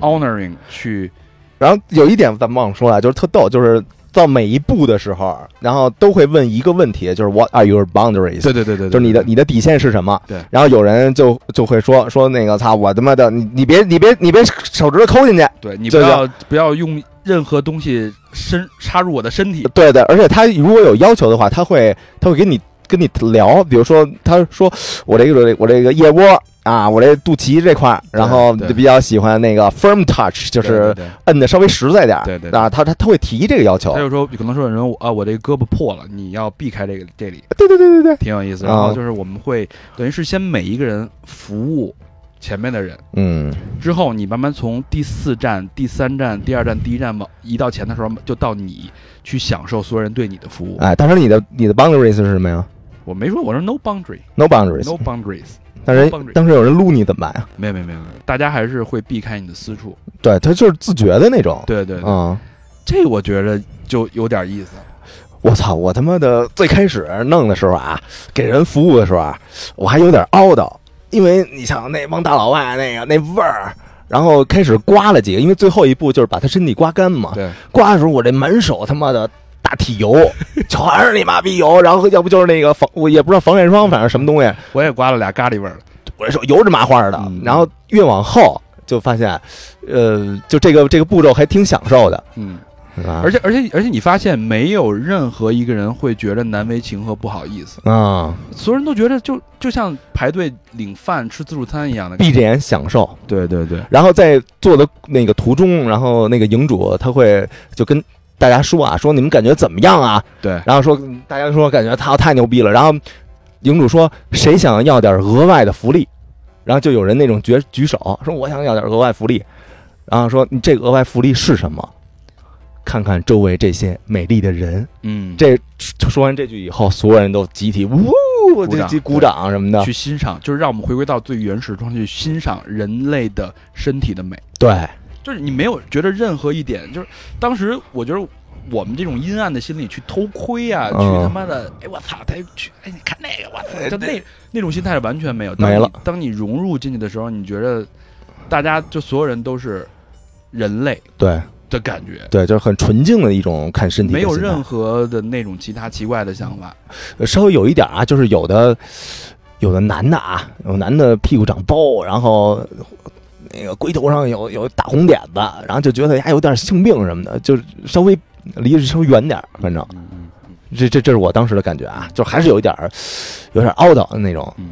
honoring 去然后有一点咱忘了说了，就是特逗，就是到每一步的时候，然后都会问一个问题，就是 What are your boundaries？对对对对，对就是你的你的底线是什么？对然后有人就就会说说那个操我他妈的，你你别你别你别手指头抠进去，啊对你不这叫要不要用任何东西深插入我的身体，对对，而且他如果有要求的话，他会他会跟你跟你聊，比如说他说我这个我这个腋窝啊，我这肚脐这块儿，然后对比较喜欢那个 firm touch，就就是摁的稍微实在点儿，对对对啊，他他他会提这个要求他，就说，可能说有人啊，我这个胳膊破了，你要避开这个这里，对对对对对，挺有意思。啊然后就是我们会等于是先每一个人服务前面的人，嗯，之后你慢慢从第四站、第三站、第二站、第一站往移到前的时候，就到你去享受所有人对你的服务。哎，当时你的你的 boundaries 是什么呀我没说，我说 no boundary，no ？No boundaries， boundaries，但是 no boundary 当时有人撸你怎么办呀？ 没有没有没有，没有大家还是会避开你的私处。对他就是自觉的那种，对对对，嗯。这我觉着就有点意思。我操！我他妈的最开始弄的时候啊，给人服务的时候啊，我还有点凹叨，因为你想那帮大老外那个那味儿，然后开始刮了几个，因为最后一步就是把他身体刮干嘛。对，刮的时候我这满手他妈的大体油， 全是你妈逼油，然后要不就是那个防，我也不知道防晒霜，反正什么东西，我也刮了俩咖喱味儿的。我这手油是麻花的嗯。然后越往后就发现，呃，就这个这个步骤还挺享受的，嗯，啊而且而且而且，你发现没有任何一个人会觉得难为情和不好意思。啊，所有人都觉得就就像排队领饭吃自助餐一样的。闭着眼享受。对对对，然后在做的那个途中，然后那个营主他会就跟大家说啊，说你们感觉怎么样啊？对然后说大家说感觉他太牛逼了。然后营主说谁想要点额外的福利？然后就有人那种举举手说我想要点额外福利。然后说你这个额外福利是什么？看看周围这些美丽的人。嗯，这说完这句以后，所有人都集体呜，鼓掌就鼓掌什么的。去欣赏，就是让我们回归到最原始状态，去欣赏人类的身体的美。对，就是你没有觉得任何一点，就是当时我觉得我们这种阴暗的心理去偷窥啊，嗯去他妈的，哎我操，他去，哎你看那个，我操，就那那种心态完全没有。当没你了。当你融入进去的时候，你觉得大家就所有人都是人类，对，的感觉，对，就是很纯净的一种看身体的没心态，有任何的那种其他奇怪的想法。呃稍微有一点啊，就是有的有的男的啊，有男的屁股长包，然后那个龟头上有有大红点子，然后就觉得呀有点性病什么的，就是稍微离着稍微远点儿，反正嗯嗯这这这是我当时的感觉啊，就还是有一点儿有点凹的那种，嗯。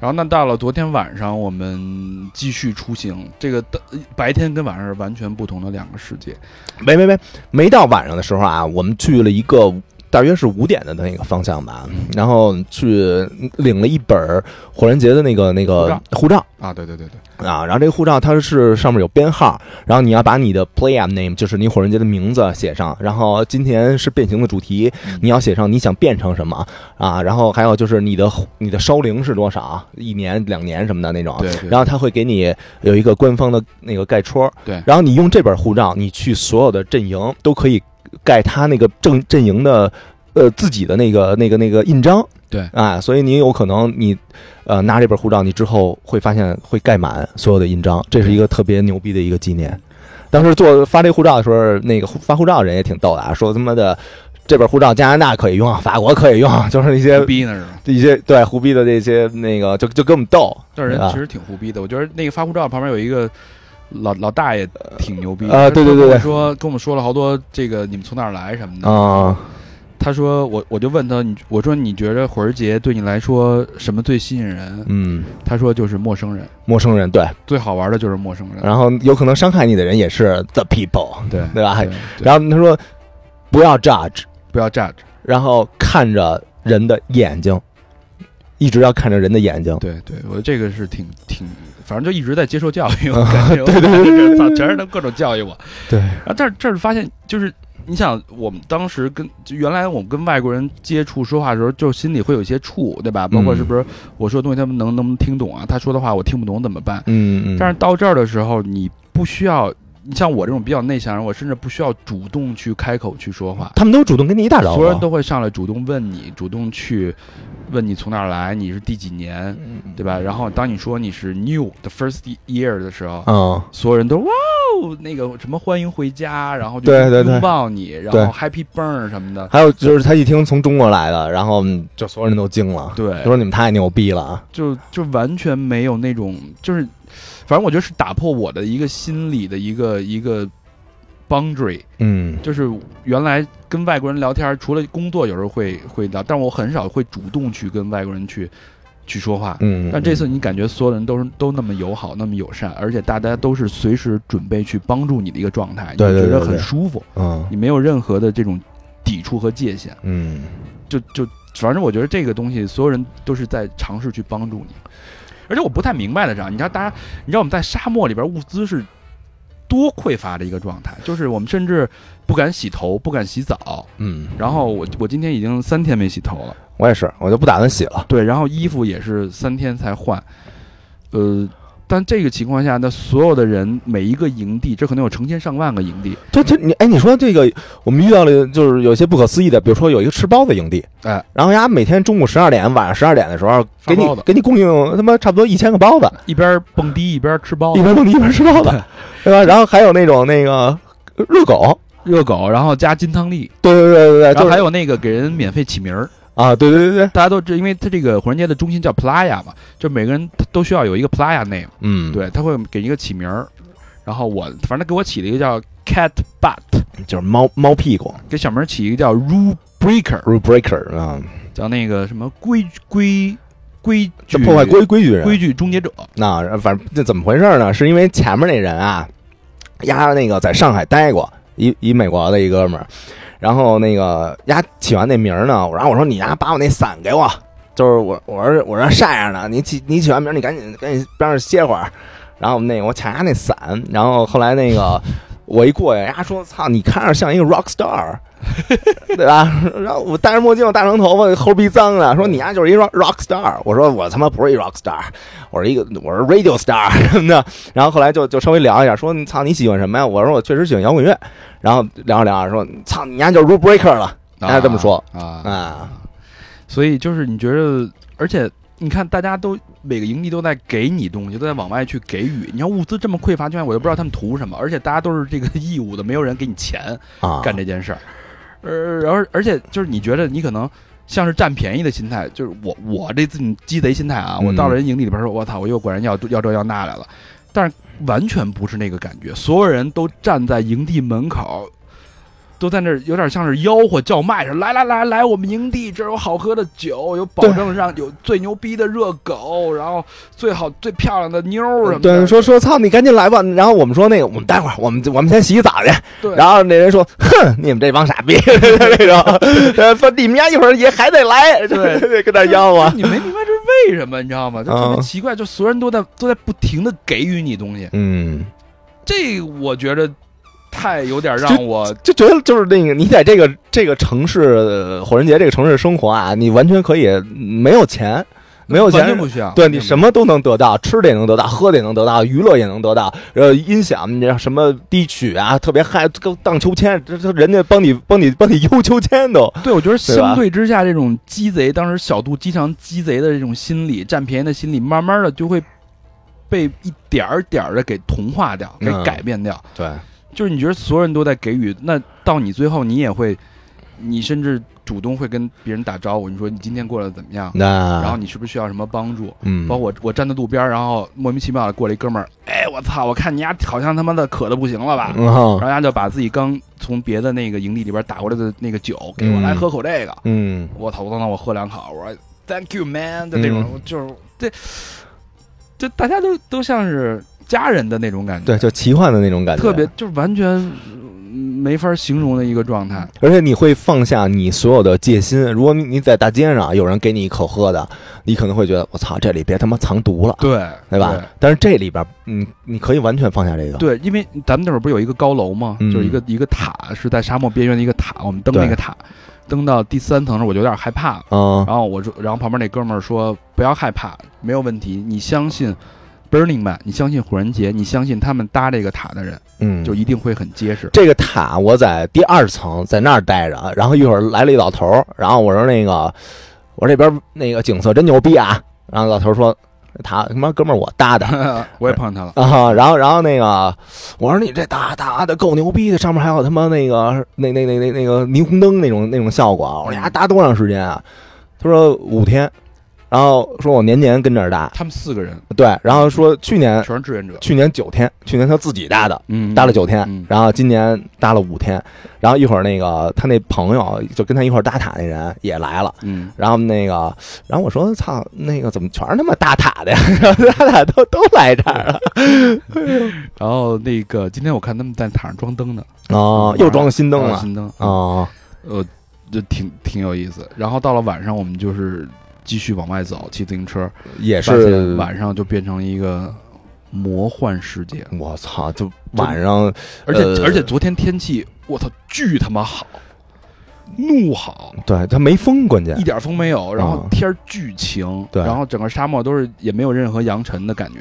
然后那到了昨天晚上，我们继续出行，这个的白天跟晚上是完全不同的两个世界。没没没，没到晚上的时候啊，我们去了一个大约是五点的那个方向吧，嗯然后去领了一本儿火人节的那个那个护照啊，对对对对，啊，然后这个护照它是上面有编号，然后你要把你的 play app name，就是你火人节的名字写上，然后今天是变形的主题，你要写上你想变成什么啊，然后还有就是你的你的烧龄是多少，一年两年什么的那种，对对然后他会给你有一个官方的那个盖戳，对然后你用这本护照，你去所有的阵营都可以盖他那个阵阵营的呃自己的那个那个那个印章，对啊，所以你有可能你呃拿这本护照，你之后会发现会盖满所有的印章，这是一个特别牛逼的一个纪念。当时做发这护照的时候，那个发护照的人也挺逗的啊，说他妈的这本护照加拿大可以用，啊法国可以用，就是一些胡逼那是。一些对胡逼的这些那个，就就跟我们逗。但是人啊其实挺胡逼的，我觉得那个发护照旁边有一个老老大爷挺牛逼的呃他对对说跟我对对说跟我们说了好多这个你们从哪儿来什么的。啊、他说我我就问他，你我说你觉得火儿节对你来说什么最吸引人？嗯，他说就是陌生人，陌生人对，最好玩的就是陌生人。然后有可能伤害你的人也是 the people，对对吧？对对然后他说不要 judge，不要 judge，然后看着人的眼睛，一直要看着人的眼睛。对对，我觉得这个是挺挺，反正就一直在接受教育，我感觉对对对，操，全是他各种教育我。对，然后这儿这儿发现就是。你想，我们当时跟就原来我们跟外国人接触说话的时候，就心里会有一些怵，对吧？包括嗯是不是我说的东西他们能能不能听懂啊？他说的话我听不懂怎么办？嗯嗯，但是到这儿的时候，你不需要，你像我这种比较内向人，我甚至不需要主动去开口去说话，他们都主动跟你一打招呼，所有人都会上来主动问你，主动去问你从哪儿来，你是第几年，嗯对吧？然后当你说你是 new 的 first year 的时候，嗯所有人都哇哦，那个什么欢迎回家，然后就对对对拥抱你，然对后 happy burn 什么的，还有就是他一听从中国来的，然后嗯就所有人都惊了，对就，说你们太牛逼了啊！就就完全没有那种，就是反正我觉得是打破我的一个心理的一个一个 boundary。嗯就是原来跟外国人聊天，除了工作有时候会会聊，但我很少会主动去跟外国人去去说话。嗯，但这次你感觉所有人都是都那么友好，那么友善，而且大家都是随时准备去帮助你的一个状态，你对就对觉对得对很对舒服，嗯你没有任何的这种抵触和界限，嗯。就就反正我觉得这个东西，所有人都是在尝试去帮助你。而且我不太明白的是啊，你知道大家，你知道我们在沙漠里边物资是多匮乏的一个状态，就是我们甚至不敢洗头，不敢洗澡。嗯，然后我我今天已经三天没洗头了，我也是，我就不打算洗了。对，然后衣服也是三天才换，呃，但这个情况下，那所有的人每一个营地，这可能有成千上万个营地，对，就你哎，你说这个，我们遇到了就是有些不可思议的，比如说有一个吃包子营地，哎，然后人家每天中午十二点、晚上十二点的时候，给你发包子哦给你供应他妈差不多一千个包子，一边蹦迪一边吃包一子、边蹦迪一边吃包子，对吧？然后还有那种那个呃热狗，热狗，然后加金汤力，对对对对对，然哎就后是还有那个给人免费起名儿，啊，对对对对，大家都知，因为它这个火人街的中心叫 Playa 嘛，就每个人都需要有一个 Playa name，嗯，，对，他会给一个起名儿，然后我反正他给我起了一个叫 Cat Butt，就是猫猫屁股给小明起一个叫 Rule Breaker， ，rule breaker 啊，叫那个什么规规规矩就破坏规规矩人规矩终结者，那反正这怎么回事呢？是因为前面那人啊，丫那个在上海待过，一一美国的一哥们儿，然后那个丫起完那名儿呢，然后我说你丫把我那伞给我，就是我我说我说晒着呢，你起你起完名儿你赶紧赶紧边上歇会儿，然后那个我抢丫那伞，然后后来那个我一过去，丫说操你看着像一个 rock star。对吧？ 然后我戴着墨镜，大长头发，后鼻脏的，说你丫就是一 rock rock star。我说我他妈不是一 rock star，我是一个我是 radio star 什么的，然后后来就就稍微聊一下，说你操你喜欢什么呀？我说我确实喜欢摇滚乐，然后聊着聊着说操你丫就是 rule 啊 breaker 了，大家这么说啊，啊，所以就是你觉得，而且你看大家都每个营地都在给你东西，都在往外去给予。你要物资这么匮乏情况下，我又不知道他们图什么，而且大家都是这个义务的，没有人给你钱啊，干这件事儿。呃，而而且就是你觉得你可能像是占便宜的心态，就是我我这自己鸡贼心态啊，我嗯到了人营地里边说，我操，我又管人要要这要那来了，但是完全不是那个感觉，所有人都站在营地门口。都在那儿有点像是吆喝叫卖似的，来来来来，我们营地这儿有好喝的酒，有保证让有最牛逼的热狗，然后最好最漂亮的妞儿什么的。对，说说操，你赶紧来吧。然后我们说那个，我们待会儿，我们我们先洗洗澡去。对然后那人说，哼，你们这帮傻逼， 那种，呃说你们家一会儿也还得来， 对对，跟那吆喝。 你没明白这是为什么，你知道吗？就特嗯别奇怪，就所有人都在都在不停的给予你东西，嗯，这我觉得太有点让我就觉得就是那个，你在这个这个城市呃火人节这个城市生活啊，你完全可以没有钱，没有完钱全不需要。对你什么么都能得到，吃的也能得到，喝的也能得到，娱乐也能得到，呃，音响你知道什么低曲啊，特别嗨，都荡秋千，这这人家帮你帮你帮你悠秋千都，对，我觉得对吧相对之下，这种鸡贼，当时小度经常鸡贼的这种心理，占便宜的心理，慢慢的就会被一点儿点儿的给同化掉，给嗯改变掉。对，就是你觉得所有人都在给予，那到你最后，你也会，你甚至主动会跟别人打招呼，你说你今天过得怎么样？那然后你是不是需要什么帮助？嗯，包括我我站在路边儿，然后莫名其妙的过来一哥们儿，哎，我操，我看你丫好像他妈的渴的不行了吧？然后然后丫就把自己刚从别的那个营地里边打过来的那个酒给我嗯来喝口这个，嗯我操，我当当我喝两口，我说 Thank you man 的那种，嗯就是这这大家都都像是家人的那种感觉，对，就奇幻的那种感觉，特别就是完全没法形容的一个状态。嗯而且你会放下你所有的戒心。如果你你在大街上有人给你一口喝的，你可能会觉得我操，这里别他妈藏毒了，对，对吧？但是这里边，嗯，你可以完全放下这个。啊对，因为咱们那会儿不是有一个高楼吗？嗯就是一个一个塔，是在沙漠边缘的一个塔。我们登那个塔，登到第三层的时候我就有点害怕了。嗯，然后我说，然后旁边那哥们儿说：“不要害怕，没有问题。你相信 Burning Man，你相信火人节，你相信他们搭这个塔的人，嗯，就一定会很结 实。这个塔我在第二层，在那儿待着，然后一会儿来了一老头儿，然后我说那个，我说这边那个景色真牛逼啊，然后老头儿说塔他妈哥们儿我搭的我也碰上他了，啊，然后然后那个我说你这搭搭的够牛逼的，上面还有他妈那个那那那那那个霓虹灯那种那种效果，我嗯说呀搭多长时间啊？他说五天，然后说我年年跟这儿搭，他们四个人对，然后说去年全是志愿者，去年九天，去年他自己搭的，嗯，哎搭了九天嗯，然后今年搭了五天，然后一会儿那个他那朋友就跟他一块儿搭塔那人也来了，嗯，然后那个，然后我说操，那个怎么全是他妈搭塔的呀？ 然后搭塔都都来这儿了然后那个今天我看他们在塔上装灯呢，哦，又装新灯装了了啊新灯，哦，呃，就挺挺有意思。然后到了晚上，我们就是继续往外走，骑自行车，也发现是，晚上就变成了一个魔幻世界。我操，就晚上而且、呃而且昨天天气，我操，巨他妈好，怒好，对他没风，关键一点风没有，然后啊天儿巨晴，对然后整个沙漠都是也没有任何扬尘的感觉，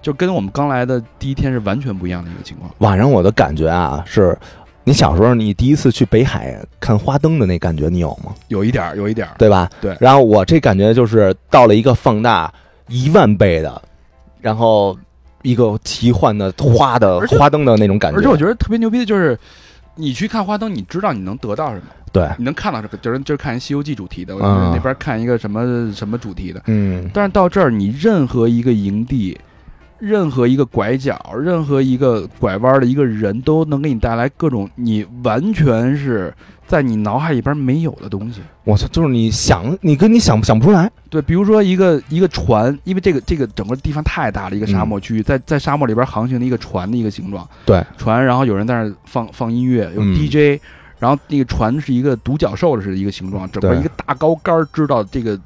就跟我们刚来的第一天是完全不一样的一个情况。晚上我的感觉啊是。你小时候，你第一次去北海看花灯的那感觉，你有吗？有一点儿，有一点儿，对吧？对然后我这感觉就是到了一个放大一万倍的，然后一个奇幻的花的而且花灯的那种感觉。而且我觉得特别牛逼的就是。你去看花灯，你知道你能得到什么？对，你能看到这个，就是就是看《西游记》主题的，我啊那边看一个什么什么主题的。嗯，但是到这儿，你任何一个营地，任何一个拐角，任何一个拐弯的一个人都能给你带来各种你完全是在你脑海里边没有的东西。我操，就是你想，你跟你想想不出来。对，比如说一个一个船，因为这个这个整个地方太大了，一个沙漠区域，在在沙漠里边航行的一个船的一个形状，嗯对，船，然后有人在那儿放放音乐，有嗯 DJ，、然后那个船是一个独角兽的是一个形状，整个对一个大高杆儿知道这个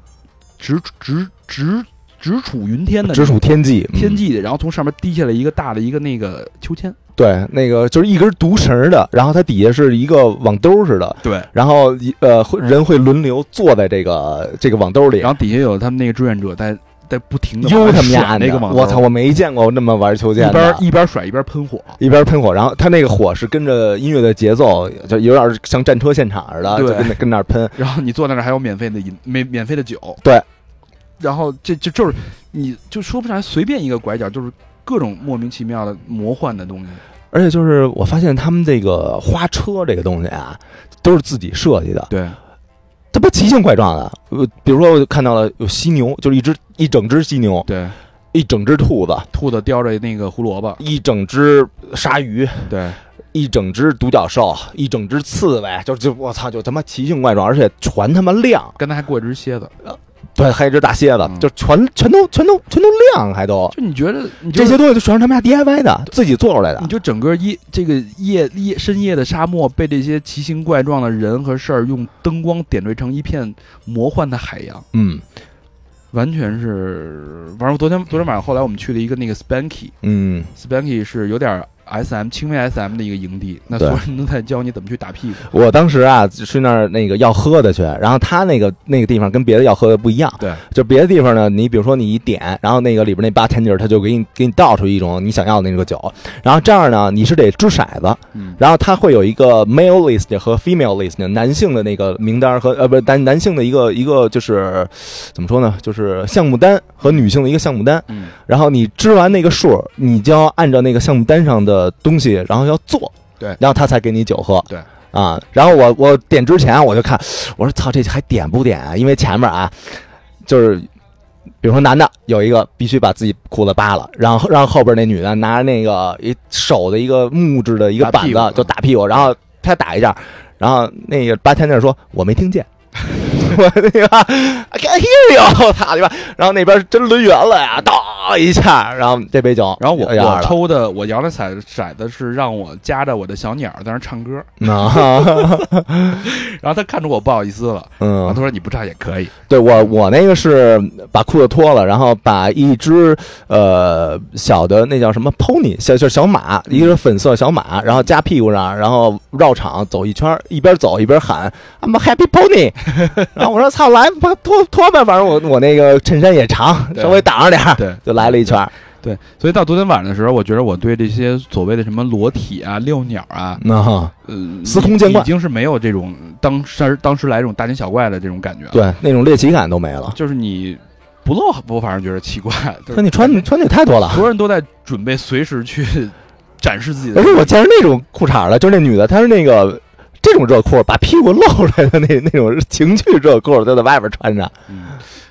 直直直直处云天的那直种属天际，嗯天际的，然后从上面滴下来一个大的一个那个秋千，对，那个就是一根独绳儿的，然后它底下是一个网兜儿似的，对，然后一呃会人会轮流坐在这个这个网兜里然，后底下有他们那个志愿者在在不停的悠他们家那个网兜我操，我没见过那么玩秋千一的。边一边甩一边喷火，一边喷火，然后他那个火是跟着音乐的节奏，就有点像战车现场似的，对就跟那跟那儿喷。然后你坐在那儿还有免费的饮免免费的酒，对，然后这这就是你就说不上来，随便一个拐角就是各种莫名其妙的魔幻的东西。而且就是我发现他们这个花车这个东西啊，都是自己设计的，对，他妈奇形怪状的。呃，比如说我就看到了有犀牛，就是一只一整只犀牛，对，一整只兔子，兔子叼着那个胡萝卜，一整只鲨鱼，对，一整只独角兽，一整只刺猬，就就我操，就他妈奇形怪状，而且全他妈亮。刚才还过一只蝎子，对，还有一只大蝎子，嗯就全全都全都全都亮，还都就你觉得你就这些东西都全是他们家 DIY 的，自己做出来的你。就整个夜这个夜夜深夜的沙漠被这些奇形怪状的人和事儿用灯光点缀成一片魔幻的海洋，嗯完全是。反正昨天昨天晚上后来我们去了一个那个 Spanky，Spanky 嗯，是有点 SM 轻微 SM 的一个营地，那所对有人都在教你怎么去打 屁股。我当时啊去那儿那个要喝的去，然后他那个那个地方跟别的要喝的不一样，对，就别的地方呢，你比如说你一点，然后那个里边那 bartender 他就给你给你倒出一种你想要的那个酒，然后这样呢你是得掷骰子，嗯，然后他会有一个 male list 和 female list，男性的那个名单和呃不是男男性的一个一个就是怎么说呢，就是项目单和女性的一个项目单，嗯，然后你支完那个数，你就要按照那个项目单上的东西，然后要做，对然后他才给你酒喝，对。啊，然后我我点之前啊我就看，我说操，这还点不点啊？因为前面啊，就是比如说男的有一个必须把自己裤子扒了，然后让后边那女的拿那个一手的一个木质的一个打板屁子股就打屁股，然后他打一下，然后那个八天那说我没听见。我那个 I can't hear you，我哎操你妈！然后那边真抡圆了呀，当一下，然后这杯酒，然后我哎呀我抽的我摇的骰骰子是让我夹着我的小鸟在那儿唱歌， 啊，然后他看出我不好意思了，然后嗯他，说你不唱也可以，对我我那个是把裤子脱了，然后把一只呃小的那叫什么 pony 小就是小马，一个粉色小马，然后夹屁股上，然后绕场走一圈，一边走一边喊 I'm a happy pony，然 后我说操来吧脱脱吧，反正我我那个衬衫也长，对稍微挡着点儿，对， 就来了一圈，对，所以到昨天晚上的时候，我觉得我对这些所谓的什么裸体啊、遛鸟啊，那、呃，嗯司空见惯已经是没有这种当时当时来这种大惊小怪的这种感觉了。，对啊那种猎奇感都没了。就是你不露，我反正觉得奇怪。就那是你穿你穿的也太多了。所有人都在准备随时去 展示自己而的且。我见着那种裤衩了，就是那女的，她是那个这种热裤，把屁股露出来的那 那种情趣热裤，都在外边穿着。嗯，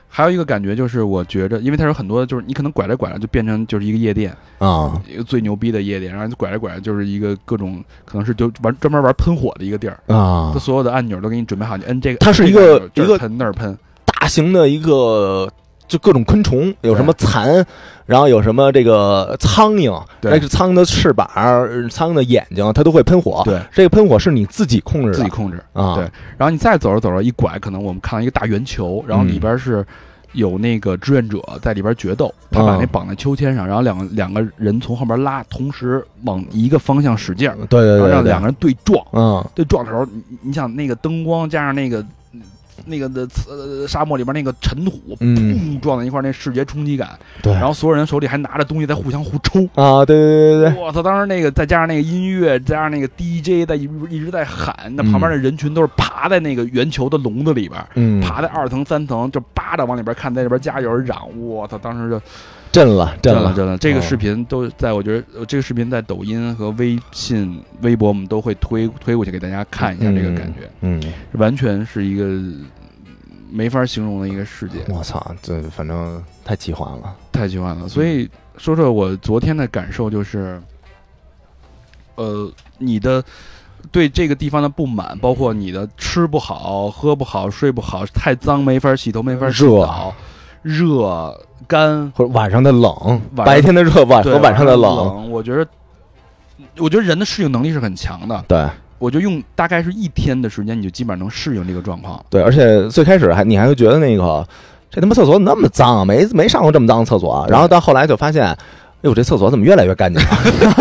还有一个感觉就是，我觉着，因为它有很多，就是你可能拐着拐着就变成就是一个夜店，啊、一个最牛逼的夜店，然后就拐着拐着就是一个各种可能是就玩专门玩喷火的一个地儿，啊它，所有的按钮都给你准备好，你摁这个，它是这一按个钮这儿一个喷那儿喷。大型的一个就各种昆虫，有什么蚕，然后有什么这个苍蝇，对那是苍蝇的翅膀、呃苍蝇的眼睛，它都会喷火。对，这个喷啊火是你自己控制自的己控制。啊。对然后你再走着走着一拐，可能我们看到一个大圆球，然后里边是有那个志愿者在里边决斗，他把嗯那绑在秋千上，然后两个两个人从后边拉，同时往一个方向使劲儿，对对然后对让对，两个人对撞。嗯对撞的时候，你你想那个灯光加上那个那个的呃沙漠里边那个尘土。嗯哎砰撞在一块儿，那视觉冲击感，对。然后所有人手里还拿着东西在互相互抽，啊，对对对对对，我操！当时那个再加上那个音乐，加上那个 DJ 在一直一直在喊，那嗯旁边的人群都是爬在那个圆球的笼子里边，嗯，爬在二层三层，就扒着往里边看，在里边加油嚷，我操！当时就震了震了了，震了。这个哦视频都在我觉得，呃这个视频在抖音和微信、微博我们都会推推过去给大家看一下，这个感觉、嗯，完全是一个没法形容的一个世界，我操，这反正太奇幻了。太喜欢了。所以说说我昨天的感受就是，呃，你的对这个地方的不满，包括你的吃不好、喝不好、睡不好，太脏没法洗头，没法洗热澡，热干，或者晚上的冷，晚上白天的热，晚对哎和晚上的冷，冷，我觉得。我觉得人的适应能力是很强的，对我觉得用大概是一天的时间，你就基本上能适应这个状况。对，而且最开始还你还会觉得那个这他妈厕所怎么那么脏啊，没没上过这么脏的厕所啊，对然后到后来就发现。哎呦，这厕所怎么越来越干净了，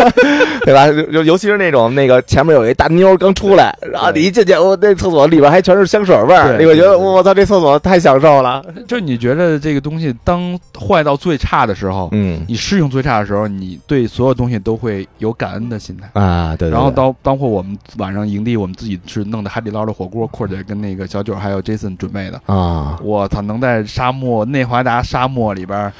对吧？就就尤其是那种那个前面有一大妞儿刚出来，然后你一进去，我、那厕所里边还全是香水味儿，对你会觉对对得我操，这厕所太享受了。就你觉得这个东西当坏到最差的时候，嗯你适应最差的时候，你对所有东西都会有感恩的心态。啊，对对对然后包包括我们晚上营地，我们自己是弄的海底捞的火锅，阔姐跟那个小九还有 Jason 准备的。啊，我操，能在沙漠内华达沙漠里边儿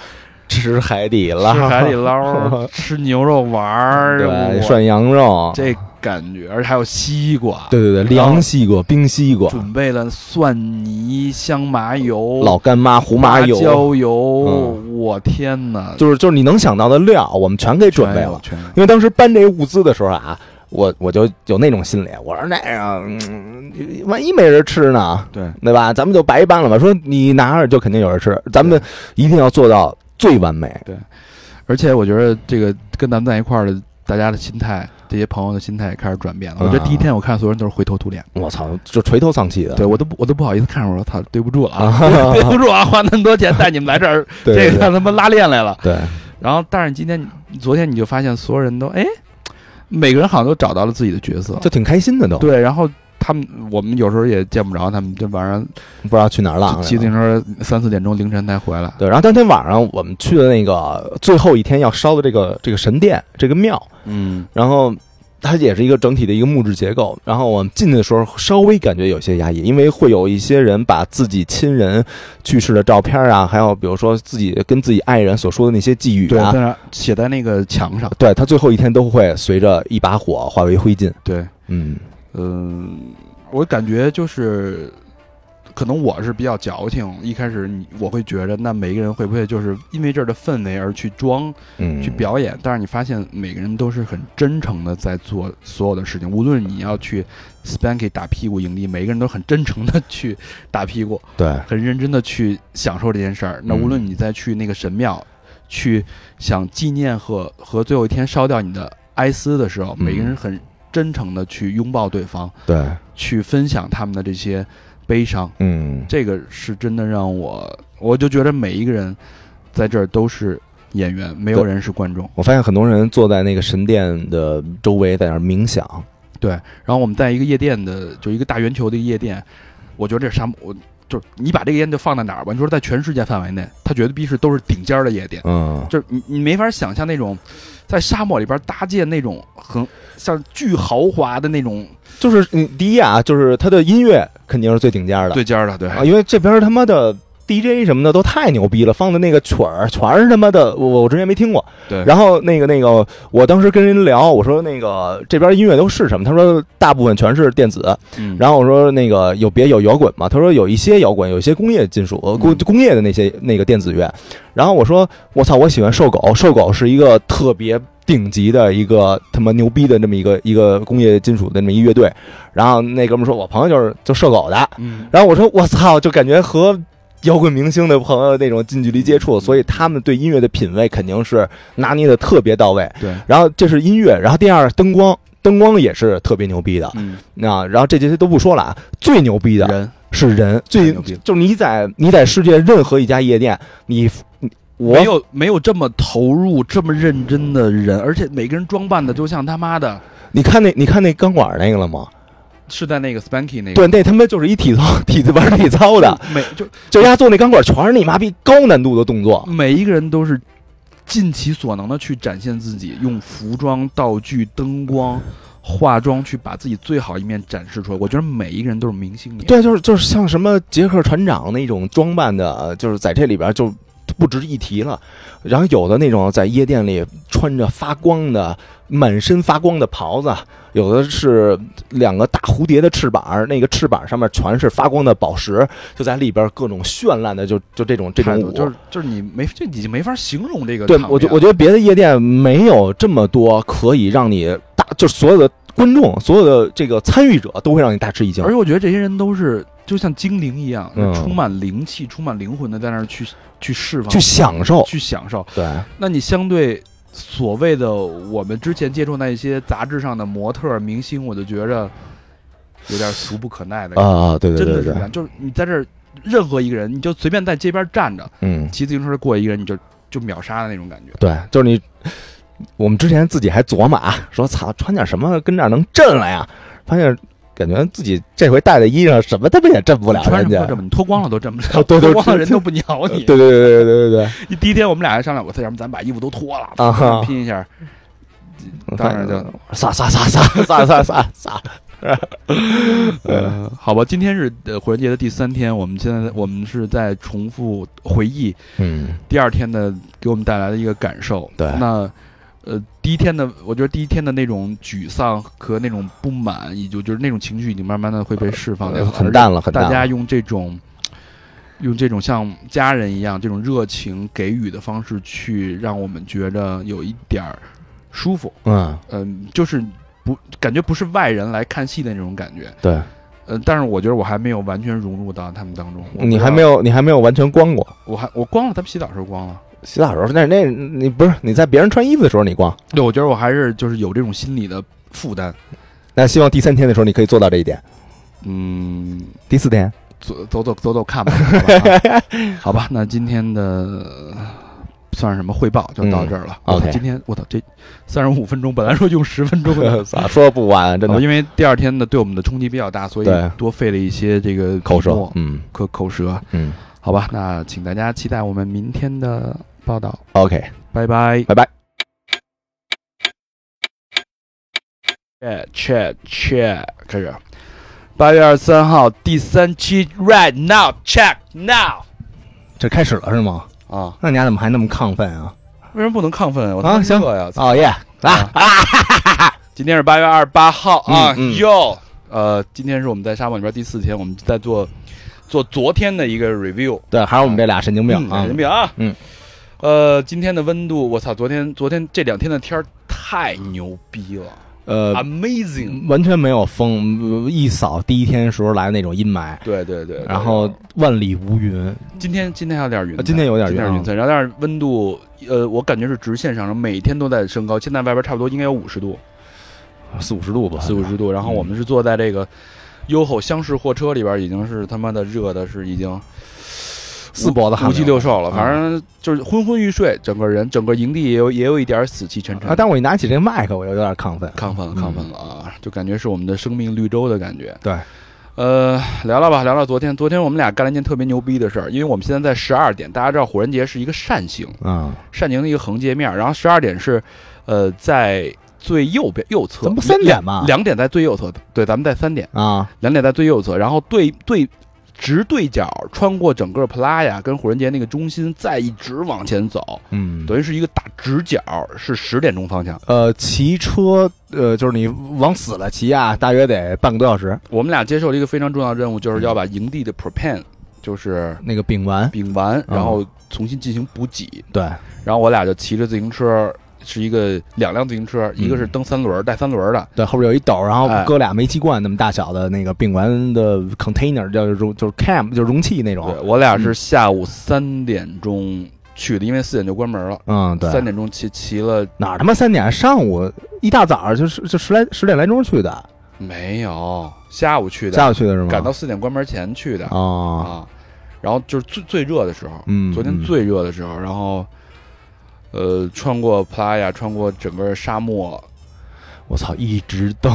吃海底吃捞， 海底捞、吃牛肉丸儿，对，我涮羊肉，这感觉，而且还有西瓜，啊对对对，然后凉西瓜、冰西瓜、准备了蒜泥、香麻油、老干妈、胡麻麻油，嗯椒油，我天哪，就是就是你能想到的料，我们全给准备全有了。全有因为当时搬这物资的时候啊，我我就有那种心理，我说那样，嗯万一没人吃呢，对，对吧？咱们就白搬了吧。说你拿着就肯定有人吃，咱们一定要做到最完美。而且我觉得这个跟咱们在一块儿的，大家的心态，这些朋友的心态也开始转变嗯了。我觉得第一天我看所有人都是灰头土脸，我操，就垂头丧气的。对我都不我都不好意思看着我说操，对不住了 啊，啊，对不住啊，花那么多钱带你们来这 儿，对这对个他妈拉练来了。对然后，但是今天昨天你就发现所有人都哎，每个人好像都找到了自己的角色，就挺开心的都，对，然后。他们我们有时候也见不着他们，这晚上不知道去哪儿浪骑去自了。行车三四点钟凌晨才回来。对，然后当天晚上我们去的那个最后一天要烧的这个这个神殿这个庙，嗯，然后它也是一个整体的一个木质结构。然后我们进去的时候稍微感觉有些压抑，因为会有一些人把自己亲人去世的照片啊，还有比如说自己跟自己爱人所说的那些寄语对，啊在，那写在那个墙上。对他最后一天都会随着一把火化为灰烬。对，嗯嗯，我感觉就是，可能我是比较矫情。一开始你我会觉得，那每个人会不会就是因为这儿的氛围而去装、嗯，去表演？但是你发现每个人都是很真诚的在做所有的事情，无论你要去 Spanky 打屁股营地，每个人都很真诚的去打屁股，对很认真的去享受这件事儿。那嗯无论你再去那个神庙，去想纪念和和最后一天烧掉你的哀思的时候，嗯每个人很真诚的去拥抱对方。对，去分享他们的这些悲伤，嗯这个是真的让我，我就觉得每一个人在这儿都是演员，没有人是观众。我发现很多人坐在那个神殿的周围，在那儿冥想。然后我们在一个夜店的，就一个大圆球的一个夜店，我觉得这沙漠，我就是你把这个烟就放在哪儿吧，你说在全世界范围内，他绝对必是都是顶尖儿的夜店。嗯，就是你你没法想象那种在沙漠里边搭建那种很像巨豪华的那种就是你第一啊，就是他的音乐肯定是最顶尖的，对尖儿的，对，啊，因为这边他妈的 DJ 什么的都太牛逼了，放的那个曲儿全是他妈的，我我之前没听过。对然后那个那个，我当时跟人聊，我说那个这边音乐都是什么？他说大部分全是电子。嗯然后我说那个有别有摇滚吗？他说有一些摇滚，有一些工业金属，呃工嗯工业的那些那个电子乐。然后我说我操，我喜欢瘦狗，瘦狗是一个特别。顶级的一个他妈牛逼的这么一个一个工业金属的这么一乐队，然后那哥们儿说，我朋友就是就瘦狗的，嗯然后我说我操，就感觉和摇滚明星的朋友那种近距离接触，所以他们对音乐的品味肯定是拿捏的特别到位。对，然后这是音乐，然后第二灯光，灯光也是特别牛逼的。嗯那、然后这些都不说了啊，最牛逼的人是人，太最嗯牛逼了就是你在你在世界任何一家夜店，你你我没有没有这么投入、这么认真的人，而且每个人装扮的就像他妈的你看那你看那钢管那个了吗？是在那个 Spanky 那个对，那他妈就是一体操体子玩体操的，每就就丫做那钢管全是你妈逼高难度的动作。每一个人都是尽其所能的去展现自己，用服装、道具、灯光、化妆去把自己最好一面展示出来。我觉得每一个人都是明星脸，对，就是就是像什么杰克船长那种装扮的，呃就是在这里边就不值一提了。然后有的那种在夜店里穿着发光的、满身发光的袍子，有的是两个大蝴蝶的翅膀，那个翅膀上面全是发光的宝石，就在里边各种绚烂的，就就这种这种态舞度，就是就是你没这已经没法形容这个对场，面我觉我觉得别的夜店没有这么多可以让你大，就是所有的观众、所有的这个参与者都会让你大吃一惊而。且我觉得这些人都是就像精灵一样，嗯充满灵气、充满灵魂的在那儿去去释放、去享受，去享受。对，那你相对所谓的我们之前接触那一些杂志上的模特儿明星，我就觉着有点俗不可耐的感觉，啊，对对真对的是对这，样。就是你在这儿，任何一个人，你就随便在街边站着，嗯，骑自行车过一个人，你就就秒杀的那种感觉。对，就是你，我们之前自己还琢磨啊，说操，穿点什么跟这儿能震了呀？发现感觉自己这回带的衣裳什么他妈也震不了穿人什家么。这么，你脱光了都这 么着，啊对对脱光了对人都不鸟对你。对对对对对对你 第一天我们俩还商量过，他要不咱把衣服都脱了，啊哈拼一下。对，当然就撒撒撒撒撒撒撒 撒，呃，好吧，今天是呃火人节的第三天，我们现在我们是在重复回忆嗯第二天的给我们带来的一个感受。对那呃，第一天的，我觉得第一天的那种沮丧和那种不满，以及就是那种情绪已经慢慢的会被释放掉了，呃很淡了，很而大淡家了。用这种。用这种像家人一样这种热情给予的方式，去让我们觉着有一点儿舒服。嗯，嗯、就是不感觉不是外人来看戏的那种感觉。对嗯、但是我觉得我还没有完全融入到他们当中。我不你知还道没，有你还没有完全光过。我还我光了他们洗澡时候光了。洗澡时候，那那你不是你在别人穿衣服的时候你光，对，我觉得我还是就是有这种心理的负担。那希望第三天的时候你可以做到这一点。嗯，第四天， 走走走走走看吧，好吧,、啊、好吧那今天的呃算是什么汇报就到这儿了。嗯我操 OK 今天我操这三十五分钟，本来说用十分 钟的。咋说不完，啊真好吧的因为第二天呢，对我们的冲击比较大，所以对多费了一些这个口笔舌墨，嗯和口舌。嗯好吧，那请大家期待我们明天的报道， ，OK，拜拜，拜拜。切切切，开始。八月二十三号第三期，right now check now 这开始了是吗？啊，那你俩怎么还那么亢奋啊？为什么不能亢奋？我啊行哥呀，哦耶啊！ 今天是八月二十八号啊嗯嗯哟，呃，今天是我们在沙漠里边第四天，我们在做做昨天的一个 review，对，还是我们这俩神经病嗯啊！神经病啊，嗯，呃，今天的温度，我操，昨天昨天这两天的天儿太牛逼了呃，啊，amazing，完全没有风，一扫第一天时候来的那种阴霾，对对对，对然后万里无云。今天今天还有点云啊彩，今天有点今云天啊有云彩，然后但是温度，呃，我感觉是直线上升，每天都在升高。现在外边差不多应该有五十度，嗯四五十度吧，四五十度。然后我们是坐在这个优厚厢式货车里边，已经是他妈的热的是已经四脖子汗五流脊六兽了，嗯反正就是昏昏欲睡，整个人整个营地也有也有一点死气沉沉啊！。但我一拿起这个麦克，我就有点亢奋。亢奋了，亢奋了啊！就感觉是我们的生命绿洲的感觉。对，呃，聊聊吧，聊聊昨天。昨天我们俩干了一件特别牛逼的事儿，因为我们现在在十二点，大家知道火人节是一个扇形，嗯，扇形的一个横截面，然后十二点是，呃，在最右边右侧，咱不三点吗？两点在最右侧，对，咱们在三点，啊，两点在最右侧，然后对对直对角穿过整个普拉雅跟火人节那个中心，再一直往前走，嗯，等于是一个大直角，是十点钟方向。呃，骑车，呃，就是你往死了骑啊，大约得半个多小时。我们俩接受了一个非常重要的任务，嗯就是要把营地的 propan 就是那个丙烷，丙烷，然后重新进行补给，对，然后我俩就骑着自行车。是一个两辆自行车，嗯一个是蹬三轮儿带三轮儿的，对，后边有一斗，然后哎搁俩煤气罐那么大小的那个丙烷的 container，叫容就是 cam，就是容器那对种。我俩是下午三点钟去的，因为四点就关门了。嗯，对，三点钟骑骑了哪儿他妈三点？上午一大早就是就十来十点来钟去的，没有？下午去的，下午去的是吗？赶到四点关门前去的、啊。哦，然后就是最最热的时候，嗯，昨天嗯最热的时候，然后呃，穿过普拉雅，穿过整个沙漠，我操，一直蹬，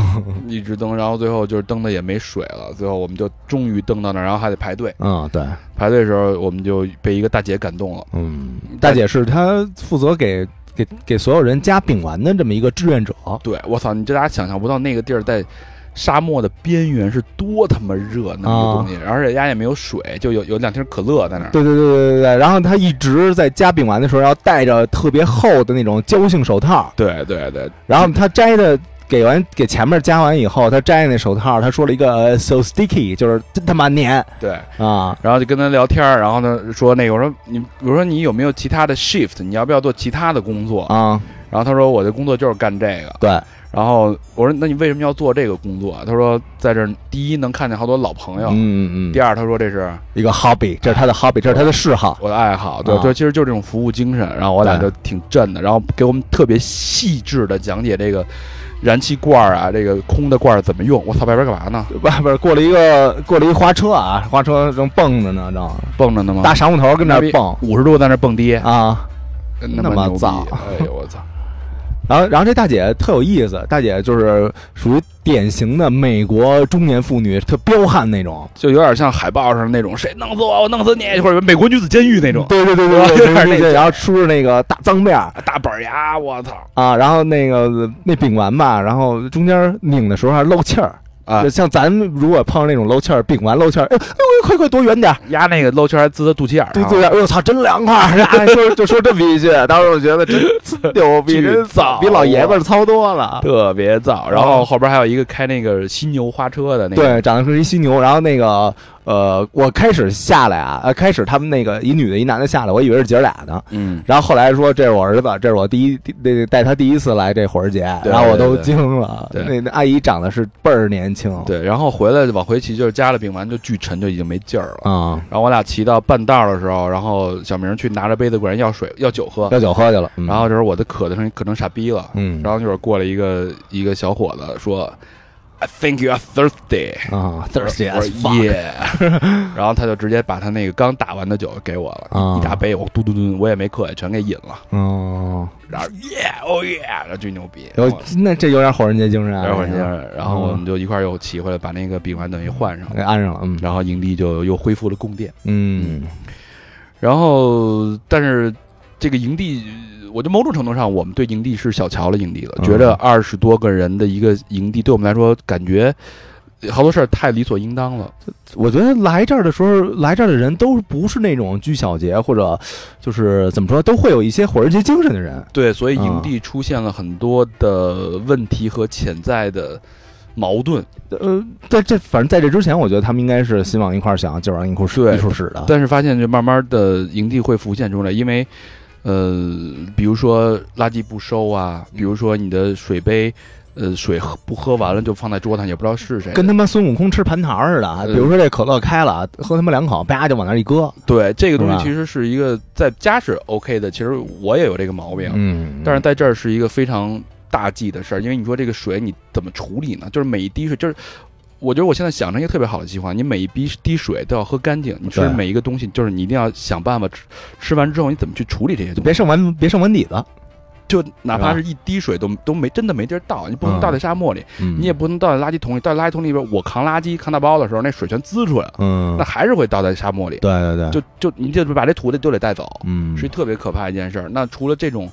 一直蹬，然后最后就是蹬的也没水了，最后我们就终于蹬到那儿，然后还得排队。嗯，对，排队的时候，我们就被一个大姐感动了。嗯，大姐是她负责给给给所有人加丙烷的这么一个志愿者，对，我操，你这大家想象不到那个地儿在沙漠的边缘是多他妈热那么一个东西，而且家也没有水，就有有两瓶可乐在那儿。啊对对对对对对，然后她一直在加丙烷的时候要戴着特别厚的那种胶性手套，对对对，然后她摘的。给完给前面加完以后，她摘那手套，她说了一个呃 “so sticky”，就是真他妈粘对，啊！然后就跟他聊天儿，然后呢说那个我说你我说你有没有其他的 shift，你要不要做其他的工作？啊，然后他说我的工作就是干这个。对，然后我说那你为什么要做这个工作？啊他说在这儿第一能看见好多老朋友，嗯嗯嗯第，二哦他说这是一个 hobby，这是他的 hobby，这是他的嗜好。我的爱好，对啊对，其实就是这种服务精神。然后我俩就对挺震的，然后给我们特别细致的讲解这个燃气罐儿啊，这个空的罐儿怎么用。我操，外边干嘛呢？外边过了一个过了一花车啊，花车正蹦着呢，正蹦着呢吗？大梢木头跟那儿蹦五十度在那儿蹦迪，啊，那那么牛逼早哎呦我操！然后，然后这大姐特有意思，大姐就是属于典型的美国中年妇女，特彪悍那种。就有点像海报上那种谁弄死我，我弄死你，或者美国女子监狱那种对对对对对对，哦有点那对然后梳着那个大脏辫儿大板牙，我操啊，然后那个那饼丸吧，然后中间拧的时候还漏气儿。啊就！像咱们如果碰上那种漏气儿，饼丸漏气儿，哎呦哎呦，快快躲远点儿，压那个露圈还滋他肚脐眼儿对上，对，哎呦操，真凉快儿，哎说就说这么一句，当时我觉得 真牛逼，巨真燥比老爷们儿糙多了。特别燥。然后后边还有一个开那个犀牛花车的那个，哦对，长得跟一犀牛。然后那个呃，我开始下来啊，呃，开始他们那个一女的，一男的下来，我以为是姐儿俩呢。嗯，然后后来说这是我儿子，这是我第一第那带他第一次来这火儿节，对然后我都惊了。对那那阿姨长得是倍儿年轻，对。然后回来往回骑，就是加了饼完就巨沉，就已经没劲儿了。啊，然后我俩骑到半道儿的时候，然后小明去拿着杯子管人要水要酒喝，要酒喝去了。嗯然后这时候我就渴的成渴成傻逼了，嗯，然后就是过来一个一个小伙子说，I think you are thirsty。啊，thirsty 我 as 说 fuck，耶， 然后他就直接把他那个刚打完的酒给我了，啊一大杯，我嘟嘟嘟，我也没客气，全给饮了，嗯，然后耶哦耶，然后巨牛逼，有那这有点火人节精神啊，然后这个然后我们就一块儿又骑回来，把那个丙烷等于换上，给安上了，嗯然后营地就又恢复了供电，嗯然后但是这个营地。我觉得某种程度上，我们对营地是小瞧了营地了，嗯觉得二十多个人的一个营地，对我们来说感觉好多事儿太理所应当了。我觉得来这儿的时候，来这儿的人都不是那种拘小节或者就是怎么说，都会有一些火人节精神的人。对，所以嗯营地出现了很多的问题和潜在的矛盾，呃，在这反正在这之前，我觉得他们应该是心往一块儿想，劲往一块儿对一处使的。但是发现就慢慢的营地会浮现出来，因为，呃，比如说垃圾不收啊，比如说你的水杯，呃，水喝不喝完了就放在桌上，也不知道是谁的，跟他妈孙悟空吃蟠桃似的啊，比如说这可乐开了，喝他妈两口，叭就往那儿一搁。对这个东是吧西其实是一个在家是 OK 的，其实我也有这个毛病，嗯但是在这儿是一个非常大忌的事儿，因为你说这个水你怎么处理呢？就是每一滴水，就是我觉得我现在想成一个特别好的计划，你每一滴滴水都要喝干净，你吃对每一个东西，就是你一定要想办法吃，吃完之后你怎么去处理这些就东别西，剩碗别剩碗底子，就哪怕是是一滴水都都没真的没地儿倒，你不嗯能倒在沙漠里，你你也不能倒在垃圾桶里，倒在垃圾桶里边我扛垃圾扛大包的时候，那水全滋出来了，嗯那，还是会倒在沙漠里，对对对，就就你就把这土的就得带走，嗯是特别可怕的一件事儿。那除了这种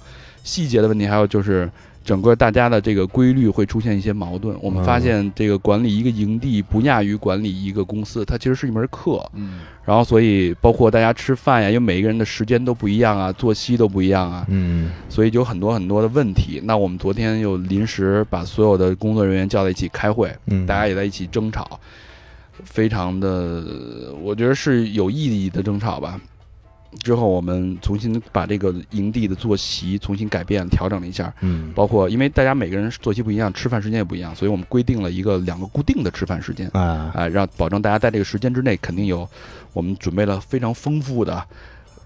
细节的问题，还有就是整个大家的这个规律会出现一些矛盾。我们发现这个管理一个营地不亚于管理一个公司，它其实是一门课。嗯然后，所以包括大家吃饭呀，因为每一个人的时间都不一样啊，作息都不一样啊，嗯所以就有很多很多的问题。那我们昨天又临时把所有的工作人员叫在一起开会，嗯，大家也在一起争吵，非常的，我觉得是有意义的争吵吧。之后我们重新把这个营地的作息重新改变调整了一下，嗯包括因为大家每个人作息不一样，吃饭时间也不一样，所以我们规定了一个两个固定的吃饭时间，啊哎，让保证大家在这个时间之内肯定有，我们准备了非常丰富的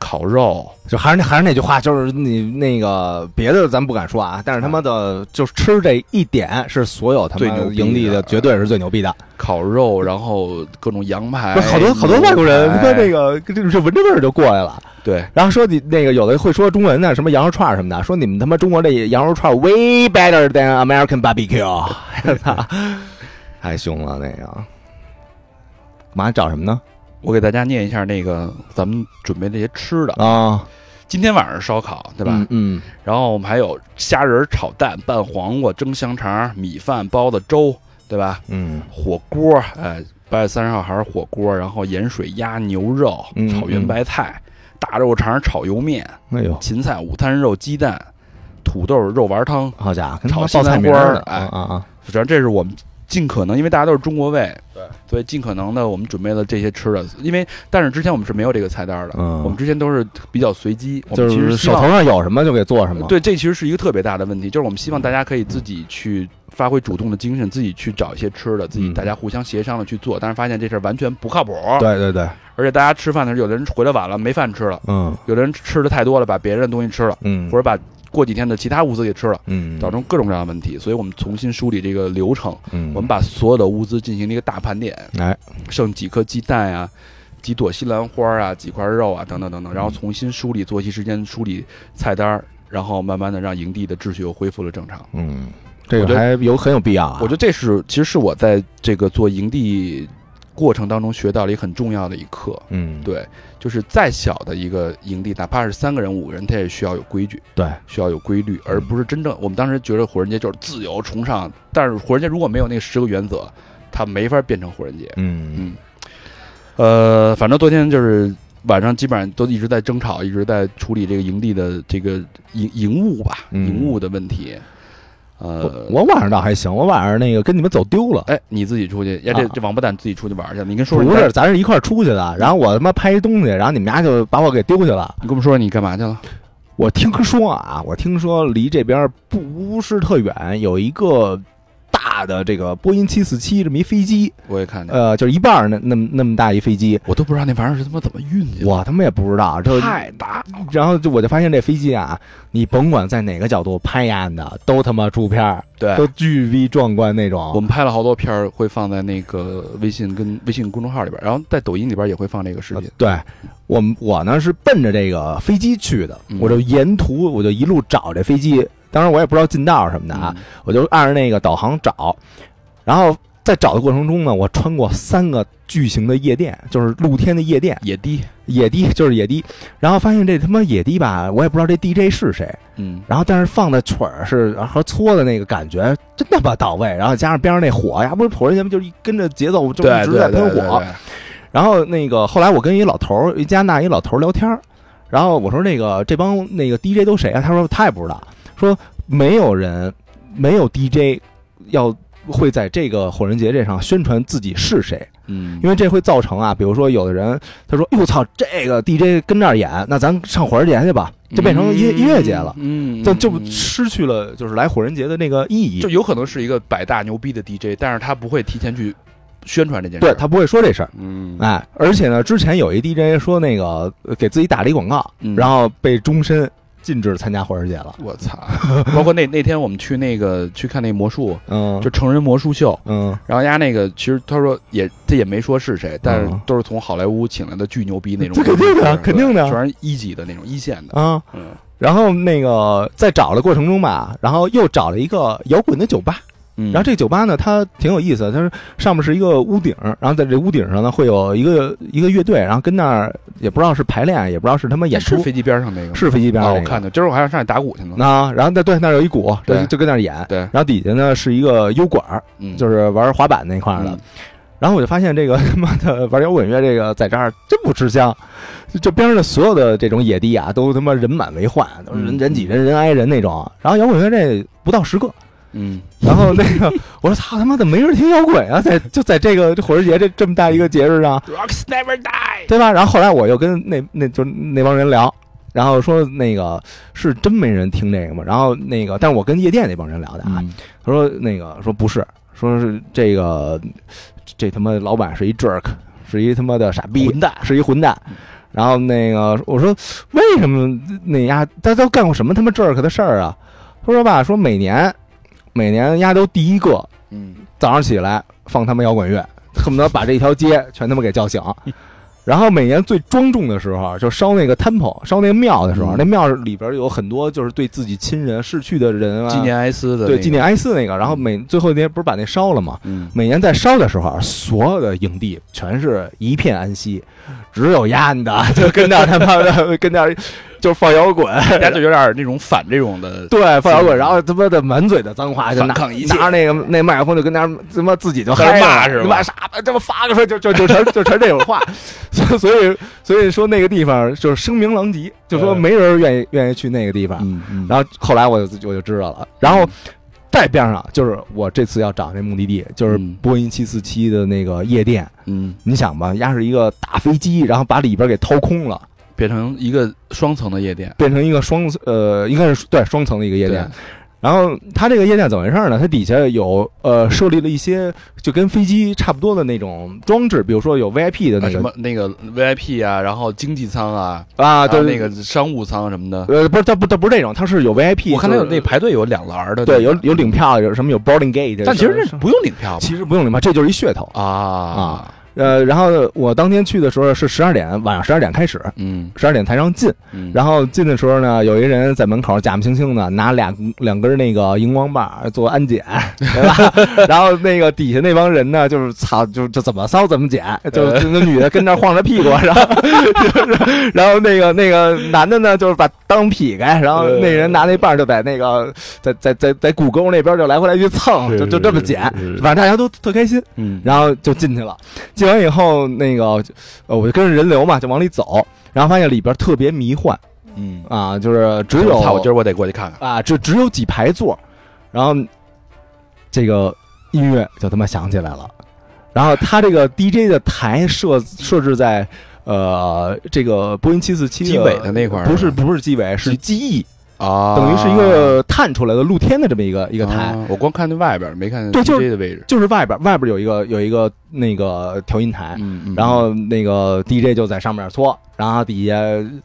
烤肉，就还是那还是那句话，就是你那个别的咱不敢说啊，但是他妈的就是吃这一点是所有他最妈牛逼的营地的绝对是最牛逼的。烤肉，然后各种羊排，不是好多好多外国人 牛排他妈那个就是闻着味儿就过来了，对然后说你那个有的会说中文的，什么羊肉串儿什么的，说你们他妈中国这羊肉串儿 way better than American barbecue，太 凶了那个。马上找什么呢？我给大家念一下那个咱们准备这些吃的，啊，今天晚上烧烤，对吧？嗯，然后我们还有虾仁儿炒蛋、拌黄瓜、蒸香肠、米饭、包子、粥，对吧？嗯火锅，哎，八月三十号还是火锅，然后盐水鸭、牛肉嗯、炒圆白菜、大肉肠、炒油面、嗯，哎呦，芹菜午餐肉、鸡蛋、土豆肉丸汤，好家伙，跟他妈炒西报菜兰名花儿儿的，哎啊啊啊，反正这是我们尽可能，因为大家都是中国胃，对，所以尽可能的我们准备了这些吃的，因为但是之前我们是没有这个菜单的，嗯我们之前都是比较随机，我就们其是实希手望头上有什么就给做什么，，对，这其实是一个特别大的问题，就是我们希望大家可以自己去发挥主动的精神，自己去找一些吃的，自己嗯大家互相协商的去做，但是发现这事儿完全不靠谱。，对对对，而且大家吃饭的时候，有的人回来晚了没饭吃了，嗯有的人吃的太多了把别人的东西吃了，嗯或者把过几天的其他物资给吃了，嗯，造成各种各样的问题。所以我们重新梳理这个流程，嗯，我们把所有的物资进行了一个大盘点，哎，剩几颗鸡蛋呀、啊几朵西兰花啊，几块肉啊，等等等等，然后重新梳理作息时间，梳理菜单儿，然后慢慢的让营地的秩序又恢复了正常。嗯，我这觉个得还有很有必要啊。我觉得这是其实是我在这个做营地过程当中学到了一个很重要的一课。嗯，对，就是再小的一个营地，哪怕是三个人、五个人，他也需要有规矩，对，需要有规律，而不是真正我们当时觉得火人节就是自由崇尚，但是火人节如果没有那十个原则，它没法变成火人节。嗯嗯，呃，反正昨天就是晚上基本上都一直在争吵，一直在处理这个营地的这个营营务吧，嗯营务的问题。呃，我晚上倒还行，我晚上那个跟你们走丢了。哎，你自己出去，呀，这这王八蛋自己出去玩去了，你跟说说你啊不干是，，咱是一块儿出去的，然后我他妈拍一东西，然后你们家就把我给丢去了。你跟我们说说你干嘛去了？我听说啊，我听说离这边不是特远有一个大的这个波音七四七这么一飞机，我也看见了，呃，就是一半儿那那么那么大一飞机，我都不知道那玩意儿是他妈怎么运去的。我他妈也不知道，这太大，然后就我就发现这飞机啊，你甭管在哪个角度拍呀的，都他妈出片儿，对都巨逼壮观那种。我们拍了好多片儿，会放在那个微信跟微信公众号里边儿，然后在抖音里边儿也会放这个视频。对，我们我呢是奔着这个飞机去的，嗯我就沿途我就一路找这飞机，当然我也不知道近道什么的嗯啊，我就按着那个导航找，然后在找的过程中呢，我穿过三个巨型的夜店，就是露天的夜店，野地，野地就是野地，然后发现这他妈野地吧，我也不知道这 DJ 是谁，嗯，然后但是放的曲儿是和搓的那个感觉真他妈到位，然后加上边上那火呀，不是火人节目就是一跟着节奏就一直在喷火，，然后那个后来我跟一老头儿，一加拿大一老头儿聊天儿，然后我说那个这帮那个 DJ 都谁啊？他说他也不知道，说没有人没有 DJ 要会在这个火人节这上宣传自己是谁，嗯，因为这会造成啊，比如说有的人他说我操这个 DJ 跟这儿演，那咱上火人节去吧，就变成音音乐节了。嗯，就就嗯失去了就是来火人节的那个意义就。有可能是一个百大牛逼的 DJ，但是他不会提前去宣传这件事。对，他不会说这事儿，嗯，哎，而且呢，之前有一 DJ 说那个呃给自己打了一广告，嗯然后被终身禁止参加火人节了。我操！ 包括那那天我们去那个去看那魔术，嗯，就成人魔术秀，嗯然后人家那个其实他说也他也没说是谁，但是嗯都是从好莱坞请来的巨牛逼那种这魔术师，肯定的肯定的对全是一级的那种一线的，啊，嗯然后那个在找的过程中吧，然后又找了一个摇滚的酒吧，嗯，然后这酒吧呢，它挺有意思，它是上面是一个屋顶，然后在这屋顶上呢会有一个一个乐队，然后跟那儿也不知道是排练，也不知道是他妈演是出，飞机边上那个吗是飞机边啊，上我那个看到，今儿我还要上去打鼓去呢，啊，然后在对那儿有一鼓，就对就跟那儿演，对然后底下呢是一个油管儿，嗯，就是是玩滑板那块儿的。然后我就发现这个 他妈的玩摇滚乐这个在这儿真不吃香，就就边上的所有的这种野地啊，都他妈人满为患，都是人嗯人挤人人挨人那种。然后摇滚乐这不到十个，嗯，然后那个 我说操他妈的没人听摇滚啊，在就在这个火人节这这么大一个节日上， Rocks never die，对吧？然后后来我又跟那那就那帮人聊，然后说那个是真没人听这个吗？然后那个，但是我跟夜店那帮人聊的嗯啊，他说那个说不是，说是这个这他妈老板是一 jerk，是一他妈的傻逼，混蛋嗯是一混蛋。然后那个我说为什么那丫他都干过什么他妈 jerk 的事儿啊？他说吧，说每年每年丫都第一个嗯，早上起来放他妈摇滚乐， 恨不得把这条街全他妈给叫 醒。然后每年最庄重的时候，就烧那个 temple，烧那个庙的时候，嗯那庙里边有很多就是对自己亲人逝去的人啊，纪念埃斯的对那个纪，念哀思那个，然后每最后一天不是把那烧了吗？嗯，每年在烧的时候，所有的营地全是一片安息，只有丫的就跟那儿他妈的跟那儿就是放摇滚， 大家就有点那种反这种的，嗯对，放摇滚，然后他妈的满嘴的脏话，就反拿抗一切拿着那个那麦克风就跟那儿他妈自己就在那嗨了骂是吧你妈傻吧，这么发个说就就就成就成这种话， 所以所以所以说那个地方就是声名狼藉，就说对没人愿意愿意去那个地方，嗯嗯，然后后来我就我就知道了，然后再边上就是我这次要找那目的地，就是嗯波音七四七的那个夜店。嗯，你想吧，压是一个大飞机，然后把里边给掏空了，变成一个双层的夜店，变成一个双呃，应该是对双层的一个夜店。然后它这个夜店怎么回事呢？它底下有呃设立了一些就跟飞机差不多的那种装置，比如说有 VIP 对，的那啊什个么那个 VIP 啊，然后经济舱啊，啊，啊对那个商务舱啊什么的，呃不是，它不它不是这种，它是有 VIP，我看他有就是那排队有两栏儿的，对有有领票，有什么有 boarding gate，但其实是这不用领票吧其实不用领票，这就是一噱头。啊啊，呃，然后我当天去的时候是十二点，晚上十二点开始，嗯，十二点才让进。嗯然后进的时候呢，有一人在门口假模惺惺的拿俩两根那个荧光棒做安检， 对吧？然后那个底下那帮人呢，就是操，就就怎么骚怎么捡，就就那女的跟那儿晃着屁股，然后 就是然后那个那个男的呢，就是把裆劈开，然后那人拿那棒就在那个在在在在骨沟那边就来回来去蹭，是就就是这么是捡，是反正大家都特开心。嗯，然后就进去了。进完以后，那个呃，我就跟着人流嘛，就往里走，然后发现里边特别迷幻嗯，啊，就是只有我操，我今儿我得过去看看。啊，就只有几排座，然后这个音乐就他妈响起来了。然后他这个 DJ 的台设设置在呃这个波音七四七机尾的那块儿不是不是机尾，是机翼，啊，等于是一个探出来的露天的这么一个一一个台。我光看那外边儿，没看对就是 DJ 的位置。就是外边外边有一个有一个那个调音台，嗯嗯，然后那个 DJ 就在上面搓，然后底下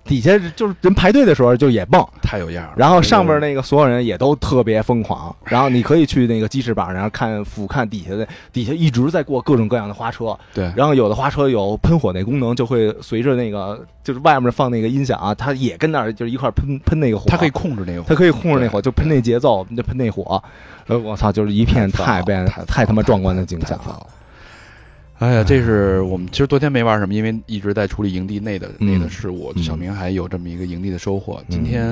底下就是人排队的时候就也蹦，太有样儿了。然后上面那个所有人也都特别疯狂，然后你可以去那个鸡翅膀那儿看俯瞰底下的，底下一直在过各种各样的花车，对，然后有的花车有喷火那功能，就会随着那个就是外面放那个音响啊，它也跟那儿就是一块儿喷喷那个火，他可以控制那个它可以控制那火，就喷那节奏，就喷那火，呃，我操，就是一片太变太太他妈壮观的景象了。了。哎呀，这是我们其实昨天没玩什么，因为一直在处理营地内的嗯内的事务。嗯小明还有这么一个营地的收获。今天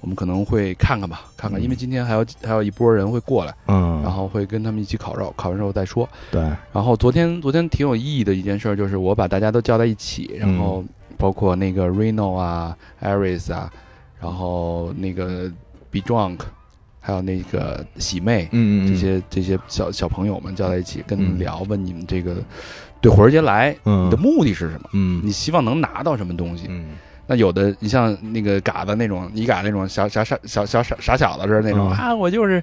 我们可能会看看吧，看看，嗯因为今天还有还有一波人会过来，嗯，然后会跟他们一起烤肉，烤完肉再说。对，然后昨天昨天挺有意义的一件事儿，就是我把大家都叫在一起，嗯然后包括那个 Reno 啊、Iris 啊，然后那个 Be Drunk，还有那个喜妹，嗯嗯，这些这些小小朋友们叫在一起，跟你嗯们聊，问你们这个对火儿节来，嗯你的目的是什么？嗯你希望能拿到什么东西？嗯那有的，你像那个嘎子那种，你嘎那种小小小小小傻傻小子似的那种、嗯啊，我就是，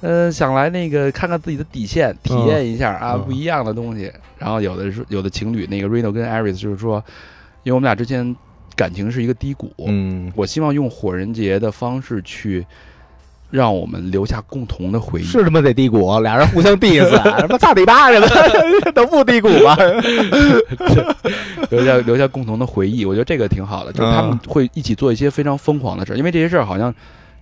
呃，想来那个看看自己的底线，体验一下啊、嗯不一样的东西。然后有的是有的情侣，那个 Reno 跟 Iris 就是说，因为我们俩之前感情是一个低谷，嗯，我希望用火人节的方式去让我们留下共同的回忆。是他妈得低谷，俩人互相 diss，什么擦地巴什 么，能不低谷啊吗？留下留下共同的回忆，我觉得这个挺好的，就是他们嗯会一起做一些非常疯狂的事儿，因为这些事儿好像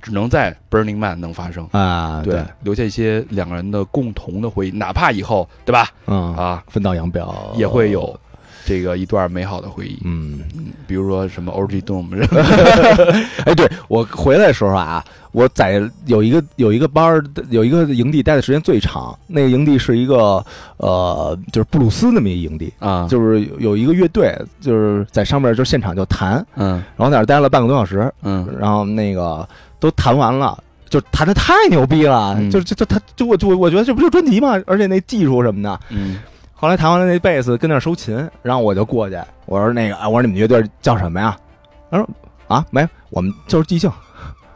只能在 Burning Man 能发生。啊，对，，留下一些两个人的共同的回忆，哪怕以后对吧？嗯，啊，分道扬镳也会有，这个一段美好的回忆，嗯，比如说什么 OG Doom，哎，对我回来的时候啊，我在有一个有一个班儿，有一个营地待的时间最长，那个营地是一个呃，就是布鲁斯那么一营地。 啊，就是有有一个乐队，就是在上面就现场就弹，嗯然后在那儿待了半个多小时，嗯然后那个都弹完了，就弹的太牛逼了，嗯就就就他就我就我觉得这不就专辑吗？而且那技术什么的，嗯后来弹完了那贝斯跟那儿收琴，然后我就过去，我说那个啊，我说你们乐队叫什么呀？他说啊没有，我们就是即兴，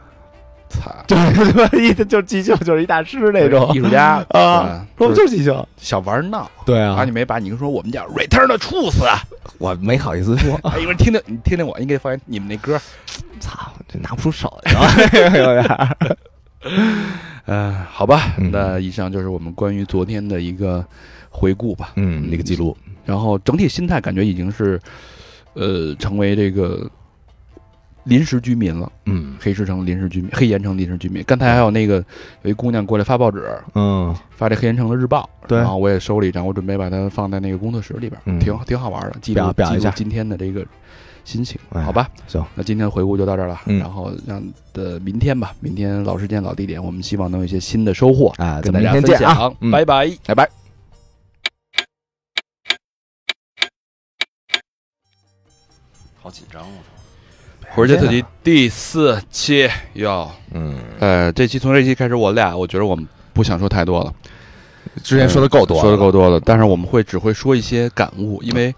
擦，就是他妈一就是即兴，就是一大师那种艺术家啊，对说我们就是就是即兴，小玩闹，对啊，啊你，没把你说我们叫 Return the Truth 啊，我没好意思说，哎，一会儿听听你听听我，你给放一你们那歌，操，这拿不出 手去，有点儿，嗯，好吧，嗯那以上就是我们关于昨天的一个回顾吧。嗯，那个记录，然后整体心态感觉已经是，呃，成为这个临时居民了，嗯黑石城临时居民，黑岩城临时居民。刚才还有那个有一姑娘过来发报纸，嗯发这黑岩城的日报，对然后我也收了一张，我准备把它放在那个工作室里边，嗯挺挺好玩的，记录表表记一录下今天的这个心情，哎好吧？行，那今天的回顾就到这儿了，嗯然后让的明天吧，明天老时间老地点，我们希望能有一些新的收获。啊，跟咱大家们明天分见享，啊，嗯拜拜。拜拜。好紧张，啊我操！啊火人节特辑第四期哟，嗯，呃，这期从这期开始，我俩我觉得我们不想说太多了，之前说的够多了，说的够多了，但是我们会只会说一些感悟，因为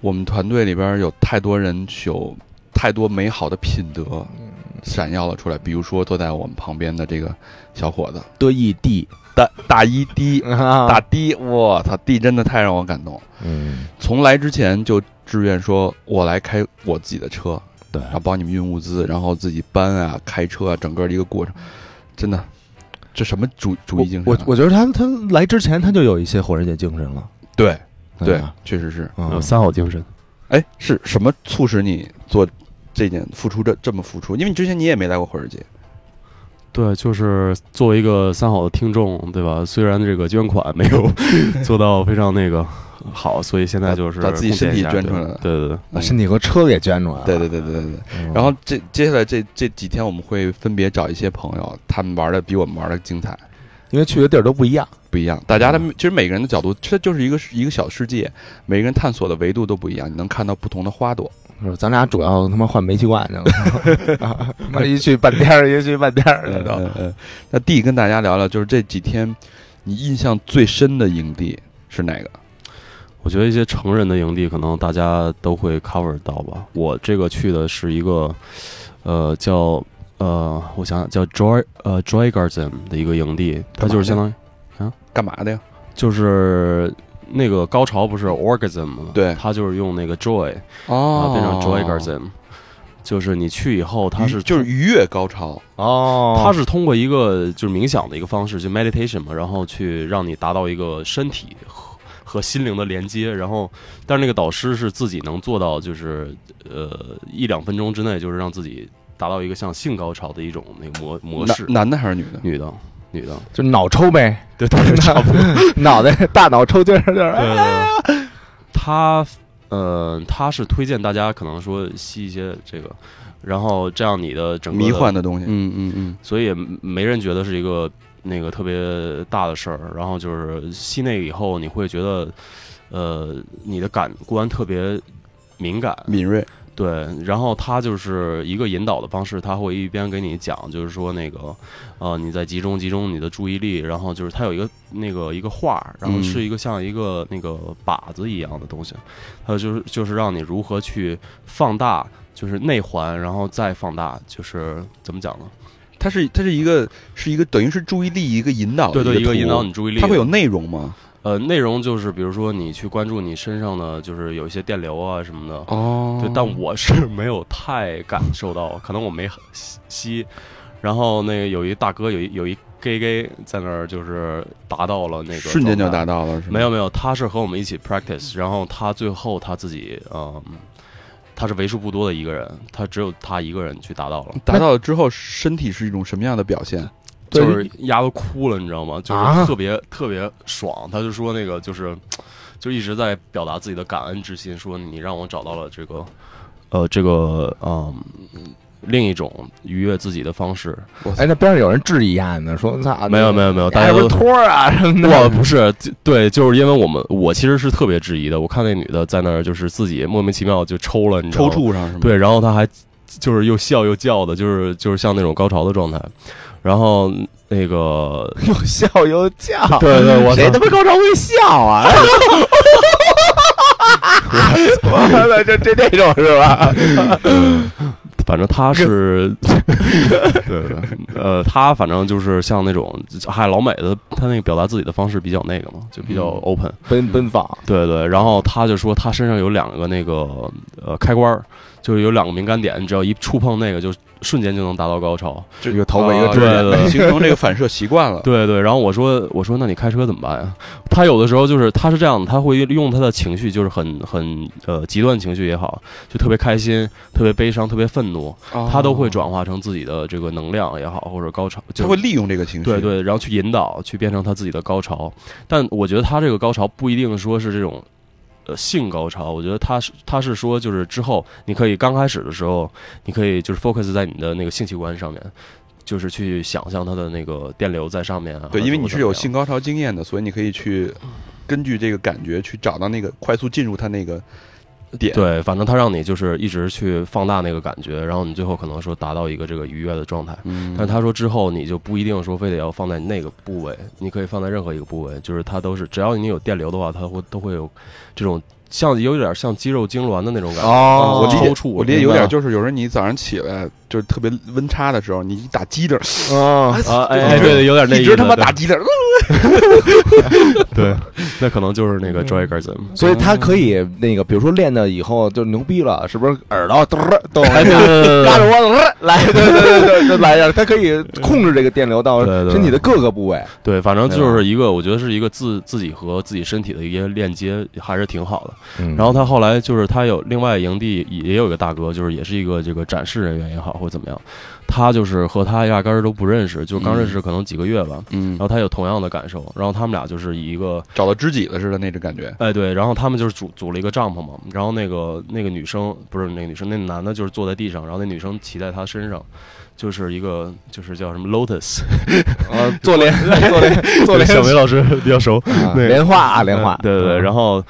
我们团队里边有太多人有太多美好的品德嗯闪耀了出来，比如说坐在我们旁边的这个小伙子得意地大大一滴嗯大大，滴，我操，滴真的太让我感动了。嗯，从来之前就志愿说，我来开我自己的车，对然后帮你们运物资，然后自己搬啊、开车啊，整个的一个过程，真的，这什么主主义精神啊、我我觉得他他来之前他就有一些火人节精神了，对对啊，确实是。嗯有三好精神。哎，是什么促使你做这件付出这这么付出？因为你之前你也没来过火人节，对，就是作为一个三好的听众，对吧？虽然这个捐款没 有做到非常那个好，所以现在就是把把自己贡献身体一下捐出对来了对对对，啊把身体和车给捐出来了。嗯对对对对对对。啊嗯然后这接下来这这几天我们会分别找一些朋友，他们玩的比我们玩的精彩。因为去的地儿都不一样。不一样，大家他嗯们其实每个人的角度，这就是一个一个小世界，每个人探索的维度都不一样，你能看到不同的花朵。就是咱俩主要他妈换煤气罐去了，啊妈一去半天儿，一去半天儿的都。嗯嗯，那 D 跟大家聊聊，就是这几天你印象最深的营地是哪个？我觉得一些成人的营地可能大家都会 cover 到吧。我这个去的是一个，呃，叫呃，我想想叫 Joy 呃 Joy Garden 的一个营地，它就是相当于干嘛的呀？就是那个高潮不是 orgasm 吗？对它就是用那个 joy，然哦后变成 joy garden，就是你去以后，它是就是愉悦高潮，哦，它是通过一个就是冥想的一个方式，就 meditation 嘛，然后去让你达到一个身体和和心灵的连接。然后，但是那个导师是自己能做到，就是呃一两分钟之内，就是让自己达到一个像性高潮的一种那个模模男式。男的还是女的？女的，女的，就脑抽呗，对，当时差不多。脑袋大脑抽筋儿就是。对对，对他呃，他是推荐大家可能说吸一些这个，然后这样你的整个的迷幻，的东西。嗯嗯嗯所以也没人觉得是一个那个特别大的事儿。然后就是吸那个以后，你会觉得呃，你的感官特别敏感，敏锐，对，然后他就是一个引导的方式，他会一边给你讲，就是说那个，呃，你在集中集中你的注意力，然后就是他有一个那个一个画儿，然后嗯是一个像一个那个靶子一样的东西，还有就是就是让你如何去放大，就是内环，然后再放大，就是怎么讲呢？它是它是一个是一个等于是注意力一个引导的对对，一个个图引导你注意力，它会有内容吗？呃内容，就是比如说你去关注你身上的，就是有一些电流啊什么的，哦对，但我是 没有太感受到，可能我没吸吸。然后那个有一大哥有一有一 gay gay 在那儿，就是达到了那个瞬间就状态达。到了，是吗？没有没有，他是和我们一起 practice，然后他最后他自己嗯，他是为数不多的一个人，他只有他一个人去达到了，达到了之后，身体是一种什么样的表现？对就是丫都哭了，你知道吗？就是啊特别、特别爽，他就说那个就是就一直在表达自己的感恩之心，说你让我找到了这个呃这个嗯另一种愉悦自己的方式。哎，那边上有人质疑啊呢，说操，没有没有没有，大还家不都是托儿啊什么的。我不是就对，就是因为我们我其实是特别质疑的，我看那女的在那儿就是自己莫名其妙就抽了，你知道抽吗？搐上是吗？对，然后他还就是又笑又叫的，就是就是像那种高潮的状态，然后。那个，又笑又叫，对对，我谁他妈高潮会笑啊？我操，就这这种是吧？反正他是， 对对，呃，他反正就是像那种，嗨，老美的他那个表达自己的方式比较那个嘛，就比较嗯 open，、奔奔放，对对。然后他就说他身上有两个那个呃开关儿，就是有两个敏感点，你只要一触碰那个，就瞬间就能达到高潮。这一个头发一个啊指甲对对形成这个反射习惯了。 对对。然后我说我说那你开车怎么办呀？他有的时候就是他是这样的，他会用他的情绪，就是很很呃极端情绪也好，就特别开心、特别悲伤、特别愤怒，哦他都会，转化成自己的这个能量也好，或者高潮，就他会利用这个情绪。对，对，然后去引导，去变成他自己的高潮。但我觉得他这个高潮不一定说是这种。呃，性高潮，我觉得他是他是说，就是之后你可以刚开始的时候，你可以就是 focus 在你的那个性器官上面，就是去想象它的那个电流在上面啊。对，或者因为你怎是么有样性高潮经验的，所以你可以去根据这个感觉去找到那个快速进入他那个点。，对，反正他让你就是一直去放大那个感觉，然后你最后可能说达到一个这个愉悦的状态。嗯但他说之后你就不一定说非得要放在那个部位，你可以放在任何一个部位，就是它都是只要你有电流的话，它会都会有这种像有点像肌肉痉挛的那种感觉。哦我理解抽搐我理解有明白点了就是有时候你早上起来就是特别温差的时候，你一打鸡的，哦，啊，哎哎，对对，有点那一意直思。他妈对打鸡的，对，那可能就是那个 Dragism，所以他可以那个，比如说练到以后就牛逼了，是不是耳朵嘟儿动一下， 嘎着窝子呃来，对对对对，就来一下，他可以控制这个电流到对对身体的各个部位。对，反正对就是一个，我觉得是一个自自己和自己身体的一个链接，还是挺好的。然嗯然后他后来就是他有另外营地也有一个大哥，就是也是一个这个展示人员也好或怎么样，他就是和他压根儿都不认识，就刚认识可能几个月吧。嗯然，后他有同样的感受，然后他们俩就是以一个找到知己了似的那种感觉。哎对，然后他们就是组组了一个帐篷嘛，然后那个那个女生不是那个女生，那男的就是坐在地上，然后那女生骑在他身上，就是一个就是叫什么 Lotus，呃，做莲，做莲，做莲， 小梅老师比较熟，啊对莲花啊，莲花嗯，对对对，然后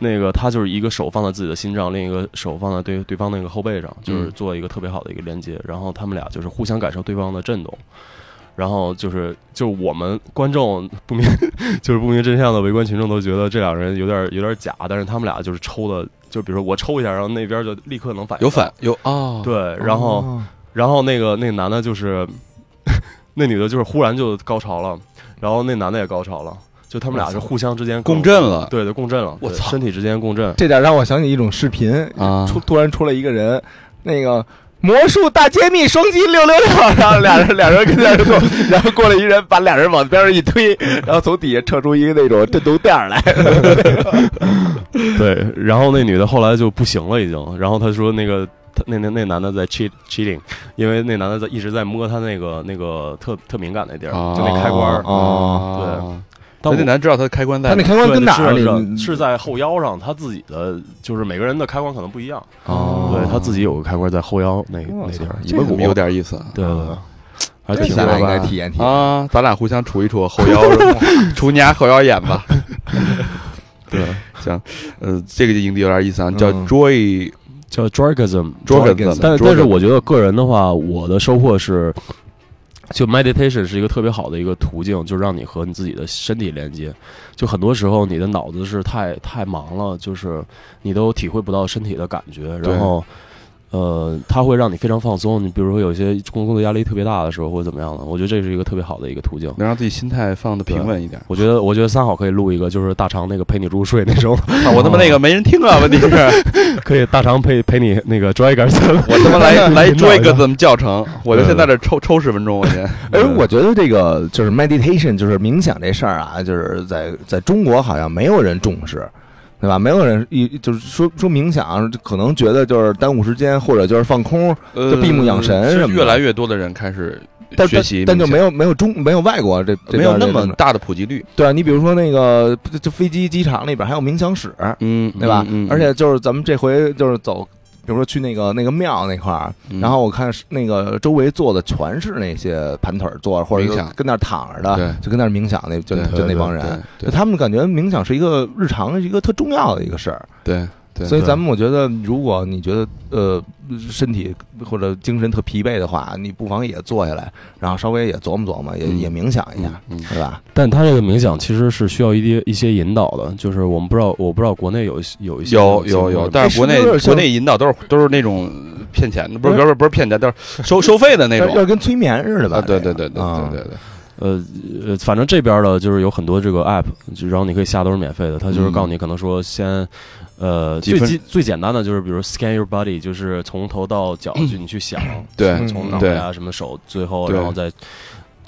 那个他就是一个手放在自己的心脏，另一个手放在对对方那个后背上，就是嗯做一个特别好的一个连接。然后他们俩就是互相感受对方的震动，然后就是就是我们观众不明 就是不明真相的围观群众都觉得这两人有点有点假，但是他们俩就是抽的，就比如说我抽一下，然后那边就立刻能反应有反有哦，对，然后、哦然后那个那男的就是 那女的就是忽然就高潮了，然后那男的也高潮了。就他们俩就互相之间共振了对对，共振了，我对操身体之间 共振，这点让我想起一种视频，啊出突然出来一个人，那个。魔术大揭秘双击六六 六，然后俩人俩人跟那儿做，然后过 来一人把俩人往边上一推，然后从底下撤出一个那种震动垫儿来。对。然后那女的后来就不行了，已经。然后她说那个。她那那那男的在 cheat cheating，因为那男的在一直在摸她那个那个特特敏感那地儿，就那开关儿。哦，对，但啊那我那男知道他的开关在他那哪开关跟哪儿？对是你是在后腰上，他自己的就是每个人的开关可能不一样。哦对他自己有个开关在后腰那我那地操儿，尾你们骨有点意思啊对对对，还这挺咱多俩的应该体验体验。啊！咱俩互相杵一杵后腰，杵你俩后腰眼吧。对，行，呃，这个营地有点意思啊，叫嗯 Joy 叫 Dragism。 Jorgensen，但但是我觉得个人的话，我的收获是，就 meditation 是一个特别好的一个途径，就让你和你自己的身体连接。就很多时候你的脑子是太太忙了，就是你都体会不到身体的感觉，对然后。呃，它会让你非常放松。你比如说，有些工作压力特别大的时候，或者怎么样的，我觉得这是一个特别好的一个途径。能让自己心态放的平稳一点。我觉得，我觉得三好可以录一个，就是大肠那个陪你入睡那种，操啊我他妈那个没人听啊！问 题是，可以大肠陪陪你那个 drag 我他妈 来来引导一下 Joy 怎么教程？我就先在这抽抽十分钟，我先。哎，我觉得这个就是 meditation，就是冥想这事儿啊，就是在在中国好像没有人重视，对吧？没有人一就是说说冥想，可能觉得就是耽误时间，或者就是放空， 呃就闭目养神是什么的越来越多的人开始但学习冥想，但但就没有没有中没有外国这这没有边那这么种大的普及率，对啊。你比如说那个就就飞机机场里边还有冥想室，嗯，对吧？嗯嗯而且就是咱们这回就是走，比如说去那个那个庙那块儿，嗯然后我看是那个周围坐的全是那些盘腿儿坐着或者冥就想跟那儿躺着的对，就跟那儿冥想那就对就那帮对人，就对他们感觉冥想是一个日常一个特重要的一个事儿，对对，所以对咱们我觉得，如果你觉得呃身体或者精神特疲惫的话，你不妨也坐下来，然后稍微也琢磨琢磨，也嗯也冥想一嗯下，嗯对吧？但他这个冥想其实是需要一些一些引导的，就是我们不知道，我不知道国内有一些有一些有有有，但是国内是不是有点像国内引导都是都是那种骗钱的，不是不是不是骗钱，都是收收费的那要种要跟催眠似的吧？啊，嗯对这对个对对啊。对对对，呃呃，反正这边的就是有很多这个 app，就然后你可以下都是免费的，它就是嗯告诉你可能说先。呃，几最分基最简单的就是，比如 scan your body，就是从头到脚就你去想，嗯对嗯从从脑对袋啊什么手，最后对然后再，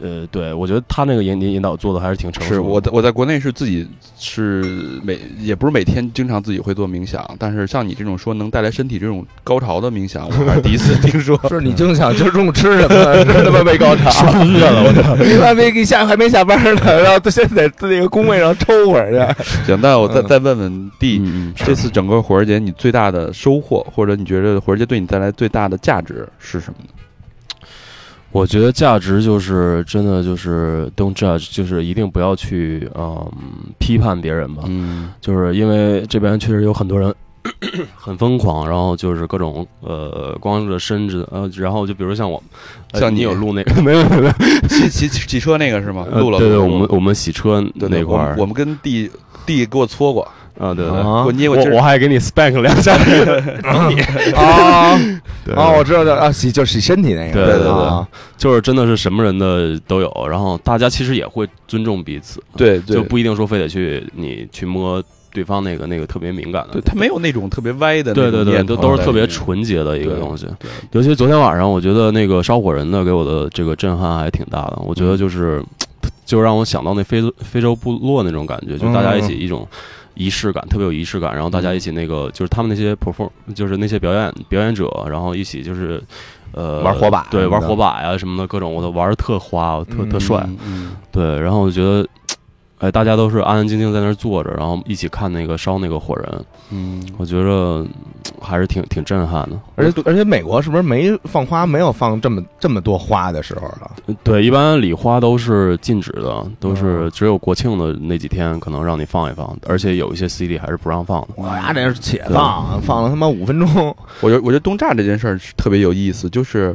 呃，对我觉得他那个引引引导做的还是挺成熟的。是我在我在国内是自己是每也不是每天经常自己会做冥想，但是像你这种说能带来身体这种高潮的冥想，我还是第一 次听说 是你净想今儿中午吃什么？ 真他妈没高潮，刷饿了，我操！你还没下还没下班呢，然后现在在那个工位上抽会 儿去。行， 那我再再问问弟，嗯嗯，这次整个火儿节你最大的收获，或者你觉得火儿节对你带来最大的价值是什么呢？我觉得价值就是真的就是 don't judge，就是一定不要去嗯批判别人吧，嗯就是因为这边确实有很 多人很疯狂，然后就是各种呃光着身子呃，然后就比如像我，呃像你有录 那个没有没有没有骑骑骑车那个是吗？呃录了，对对，录我了们我们洗车对那对块我们儿我，们跟弟弟给我搓过，啊，对对，啊我捏过我筋我儿，还给你 spank 两下， 啊对啊！我知道的啊，洗就是洗身体那个，对对对啊就是真的是什么人的都有，然后大家其实也会尊重彼此，对对就不一定说非得去你去摸对方那个那个特别敏感的，对，他没有那种特别歪的那对种对念头，对，都都是特别对纯洁的一个对东西。对尤其昨天晚上，我觉得那个烧火人的给我的这个震撼还挺大的。我觉嗯得就是，就让我想到那非非洲部落那种感觉，就大家一嗯起一种仪式感，特别有仪式感。然后大家一起那个，就是他们那些 perform，就是那些表演表演者，然后一起就是。呃，玩火把对，什么玩的火把呀什么的，各种我都玩的特花，我特嗯特帅，嗯嗯对。然后我觉得，哎，大家都是安安静静在那儿坐着，然后一起看那个烧那个火人，嗯，我觉着还是挺挺震撼的。而且而且美国是不是没放花，没有放这么这么多花的时候啊了？呃对，一般礼花都是禁止的，都是嗯只有国庆的那几天可能让你放一放，而且有一些 CD 还是不让放的。我呀，这是且放放了他妈五分钟，我觉得我觉得东栅这件事儿是特别有意思，就是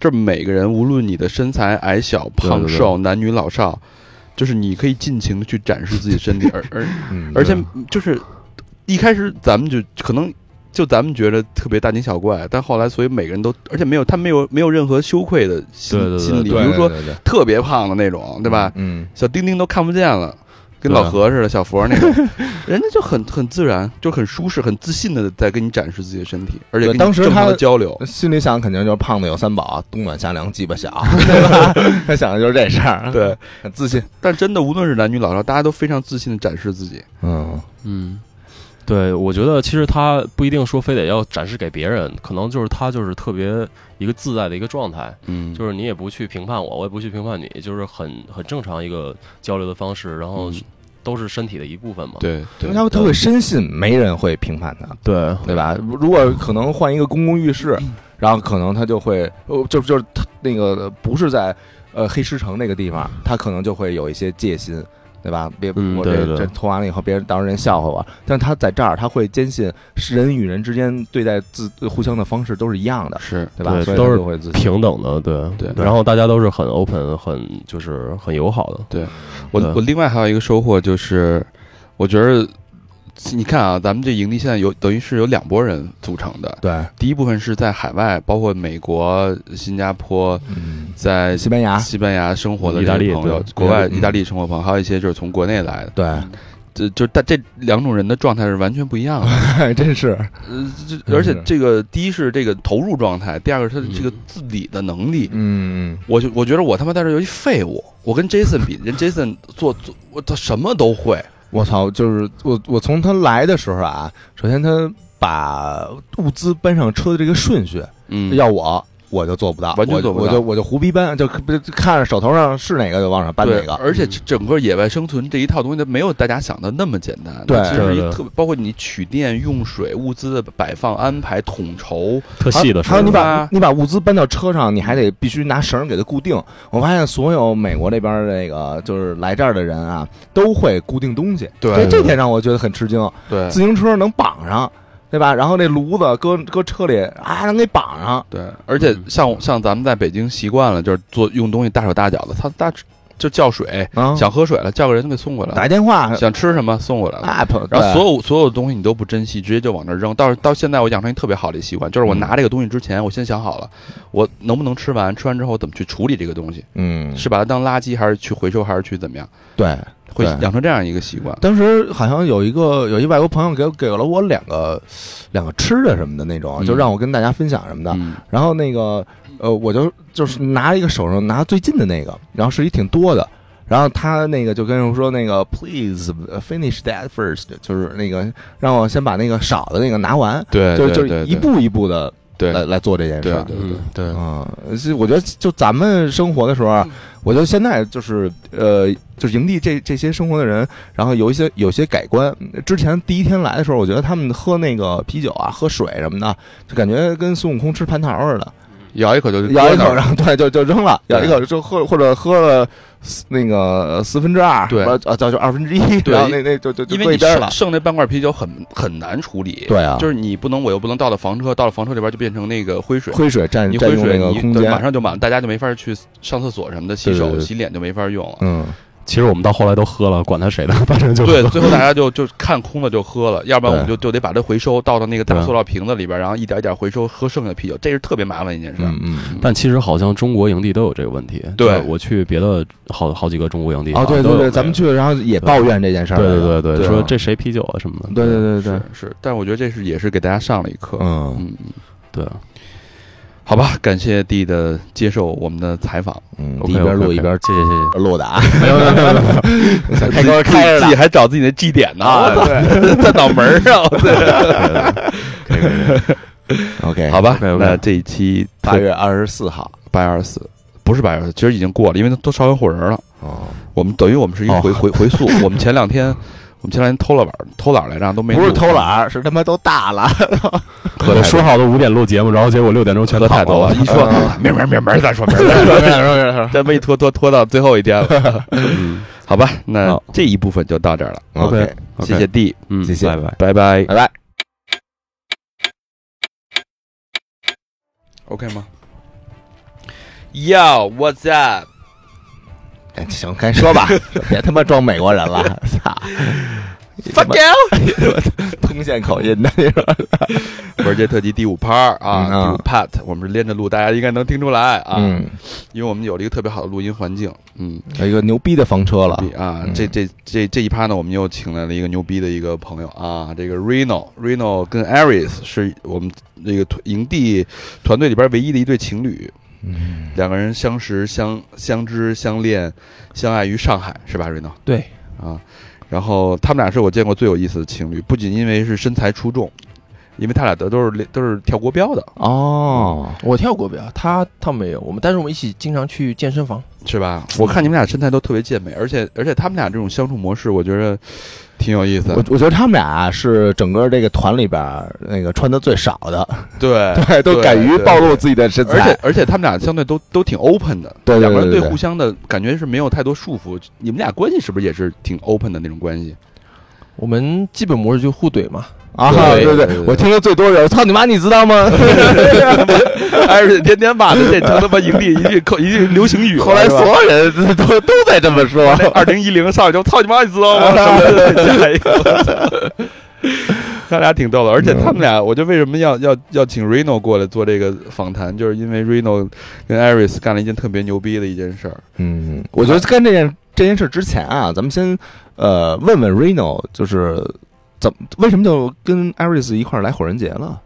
这每个人无论你的身材矮小、对胖对对瘦、男女老少，就是你可以尽情的去展示自己的身体，而 而嗯而且就是一开始咱们就可能。就咱们觉得特别大惊小怪，但后来所以每个人都，而且没有他没有没有任何羞愧的心对对对心理，对比如说对对对特别胖的那种，对吧？嗯，小丁丁都看不见了，跟对啊老何似的，小佛那种，人家就很很自然，就很舒适、很自信的在跟你展示自己的身体，而且对跟你当时正常他的交 流。心里想肯定就是胖子有三宝，冬暖夏凉鸡 巴小，对吧？他想的就是这事儿，，对，很自信，但真的无论是男女老少，大家都非常自信的展示自己。嗯，嗯，对，我觉得其实他不一定说非得要展示给别人，可能就是他就是特别一个自在的一个状态，嗯就是你也不去评判我，我也不去评判你，就是很很正常一个交流的方式，然后嗯都是身体的一部分嘛。对因对为他他会深信没人会评判他，对对吧？如果可能换一个公共浴室，然后可能他就会，呃，就就是他那个不是在呃黑石城那个地方，他可能就会有一些戒心，对吧？别嗯我对这对这脱完了以后，别人到时候人笑话我。但是他在这儿，他会坚信是人与人之间对待自呃互相的方式都是一样的，是对吧？对所以都他是就会自信。平等的，对对对然后大家都是很 open，很就是很友好的。我对我另外还有一个收获就是，我觉得你看啊，咱们这营地现在有等于是有两拨人组成的，对，第一部分是在海外，包括美国、新加坡，嗯，在西班牙，西班牙生活的这些意大利朋友对，国外嗯意大利生活朋友，还有一些就是从国内来的，对，这就但这两种人的状态是完全不一样的。 真是，呃，这嗯而且这个第一是这个投入状态，第二个是他的嗯这个自理的能力。嗯，我就我觉得我他妈在这儿有一废物，我跟 Jason 比，人 Jason 做做我他什么都会，我操，就是我我从他来的时候啊，首先他把物资搬上车的这个顺序，嗯要我我就做不到，完全做不到我就我就我就胡逼搬，就就就看着手头上是哪个就往上搬哪对，个。而且整个野外生存这一套东西，它没有大家想的那么简单。对它其实是对对一特别包括你取电、用水、物资的摆放、安排、统筹，特细的时还候有你把吧你把物资搬到车上，你还得必须拿绳儿给它固定。我发现所有美国这边儿这个就是来这儿的人啊，都会固定东西，对这这点让我觉得很吃惊。对自行车能绑上，对吧？然后那炉子搁搁车里啊，能给绑上。对，而且嗯像像咱们在北京习惯了，就是做用东西大手大脚的，他大就叫水，啊，想喝水了叫个人给送过来打，电话想吃什么送过来了。 app，然后所有有所有东西你都不珍惜，直接就往那儿扔。到到现在，我养成一特别好的一习惯，就是我嗯拿这个东西之前，我先想好了，我能不能吃完，吃完之后怎么去处理这个东西，嗯是把它当垃圾，还是去回收，还是去怎么样，对。会对养成这样一个习惯。当时好像有一个有一外国朋友给给了我两个两个吃的什么的那种，嗯就让我跟大家分享什么的。嗯然后那个呃，我就就是拿一个手上拿最近的那个，然后是一挺多的。然后他那个就跟我说那个 please finish that first，就是那个让我先把那个少的那个拿完，对，就对就对是一步一步的对来对来做这件事儿对。对嗯，对，啊，是我觉得就咱们生活的时候啊，我觉得现在就是呃，就是营地这这些生活的人，然后有一些有些改观。之前第一天来的时候，我觉得他们喝那个啤酒啊、喝水什么的，就感觉跟孙悟空吃蟠桃似的，咬一口就咬搁一那口，儿然后对，就就扔了，对咬一口就喝，或者喝了四那个四分之二，对啊，就就二分之一，对然后那那就就就因为搁一你边剩了，剩那半罐啤酒很很难处理，对啊，就是你不能，我又不能到了房车，到了房车里边就变成那个灰水，灰水占你占灰用水那个你空对马间，上就满，大家就没法去上厕所什么的，洗对对手对洗脸就没法用了。嗯，其实我们到后来都喝了，管他谁的， 反正就对，喝最后大家就 就看空了就喝了，要不然我们就就得把它回收倒到那个大对塑料瓶子里边，然后一点一点回收喝剩下的啤酒，这是特别麻烦一件事儿。嗯嗯，但其实好像中国营地都有这个问题。对就是我去别的好好几个中国营地哦，对好像对啊都有对，咱们去了，然后也抱怨这件事儿，对对对对对，说这谁啤酒啊什么的。对对对对，是是，但我觉得这是也是给大家上了一课。嗯嗯，对，好吧，感谢 D 的接受我们的采 访，嗯， OK，一边录 OK，OK，一边谢谢谢谢。录的啊，自开己关自己自己开着呢，还找自己的 G 点呢，啊 啊对，站脑门儿上。可以可以可以 OK，好 吧， OK，OK 那这一期八月二十四号，八月二十四，不是八月二十四，其实已经过了，因为都烧完火人了。哦，我们等于我们是一个哦回 回回溯，我们前两天。我们前两天偷了懒，偷懒来着，都没不是录偷，懒儿，是他妈都大了，喝 我太说多好的五点录节目，然后结果六点钟全喝太躺多了。了。一 说明儿明儿明儿明儿再说，明儿 再说，这被拖拖拖到最后一天了。 嗯好吧，那好这一部分就到这儿了， OK， OK 谢谢 D，嗯，谢谢拜拜。拜拜拜拜。 ，OK 吗？Yo，What's up？哎行，该说吧，别他妈装美国人了，操 Fuck you！通县口音的，你说我是这特辑第五 part 啊，嗯啊第五 part，我们是连着录，大家应该能听出来 啊，嗯，因为我们有了一个特别好的录音环境，嗯，有一个牛逼的房车了，啊，嗯这这这这一趴呢，我们又请来了一个牛逼的一个朋友啊，这个 Reno Reno 跟 Aris 是我们这个团营地团队里边唯一的一对情侣，嗯，两个人相识、相相知、相恋、相爱于上海，是吧，Reno？对啊，然后他们俩是我见过最有意思的情侣，不仅因为是身材出众，因为他俩都都是都是跳国标的，哦，我跳国标，他他没有，我们但是我们一起经常去健身房。是吧？我看你们俩身材都特别健美，而且而且他们俩这种相处模式，我觉得挺有意思我的。我觉得他们俩啊是整个这个团里边儿那个穿的最少的，对 对，都敢于暴露自己的身而材且，而且他们俩相对都都挺 open 的，对对对两个人对对互相的感觉是没有太多束缚。你们俩关系是不是也是挺 open 的那种关系？ 我们基本模式就互怼嘛，啊，对对对对我听的最多的，操你妈，你知道吗？哎，天天骂的这成他妈营地一句口一句流行语了。后来是吧所有人都都在这么说，二零一零上去就操你妈，你知道吗？什么的，下一个。他俩挺逗的，而嗯且他们俩，我就为什么要要要请 Reno 过来做这个访谈，就是因为 Reno 跟 Iris 干了一件特别牛逼的一件事儿。 嗯，我觉得干这件这件事之前啊，咱们先呃问问 Reno，就是怎么为什么就跟 Iris 一块儿来火人节了？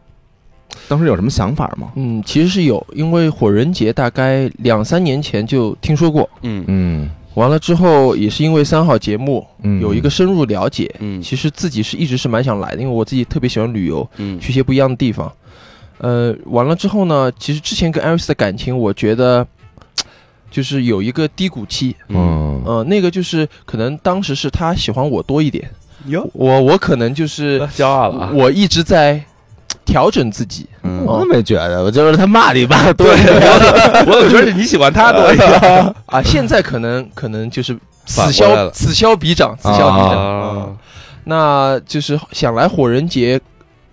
当时有什么想法吗？嗯，其实是有，因为火人节大概两三年前就听说过，嗯嗯完了之后也是因为三好节目嗯有一个深入了解，嗯其实自己是一直是蛮想来的，因为我自己特别喜欢旅游，嗯去一些不一样的地方。呃，完了之后呢，其实之前跟艾瑞斯的感情，我觉得就是有一个低谷期，嗯呃，那个就是可能当时是他喜欢我多一点，哟，我我可能就是骄傲了啊！我一直在调整自己，嗯我都没觉得，我就是他骂你骂的多。我我怎么觉得你喜欢他多一点？ 啊，现在可能可能就是反此过来消了此消彼长，此消彼长。啊那就是想来火人节，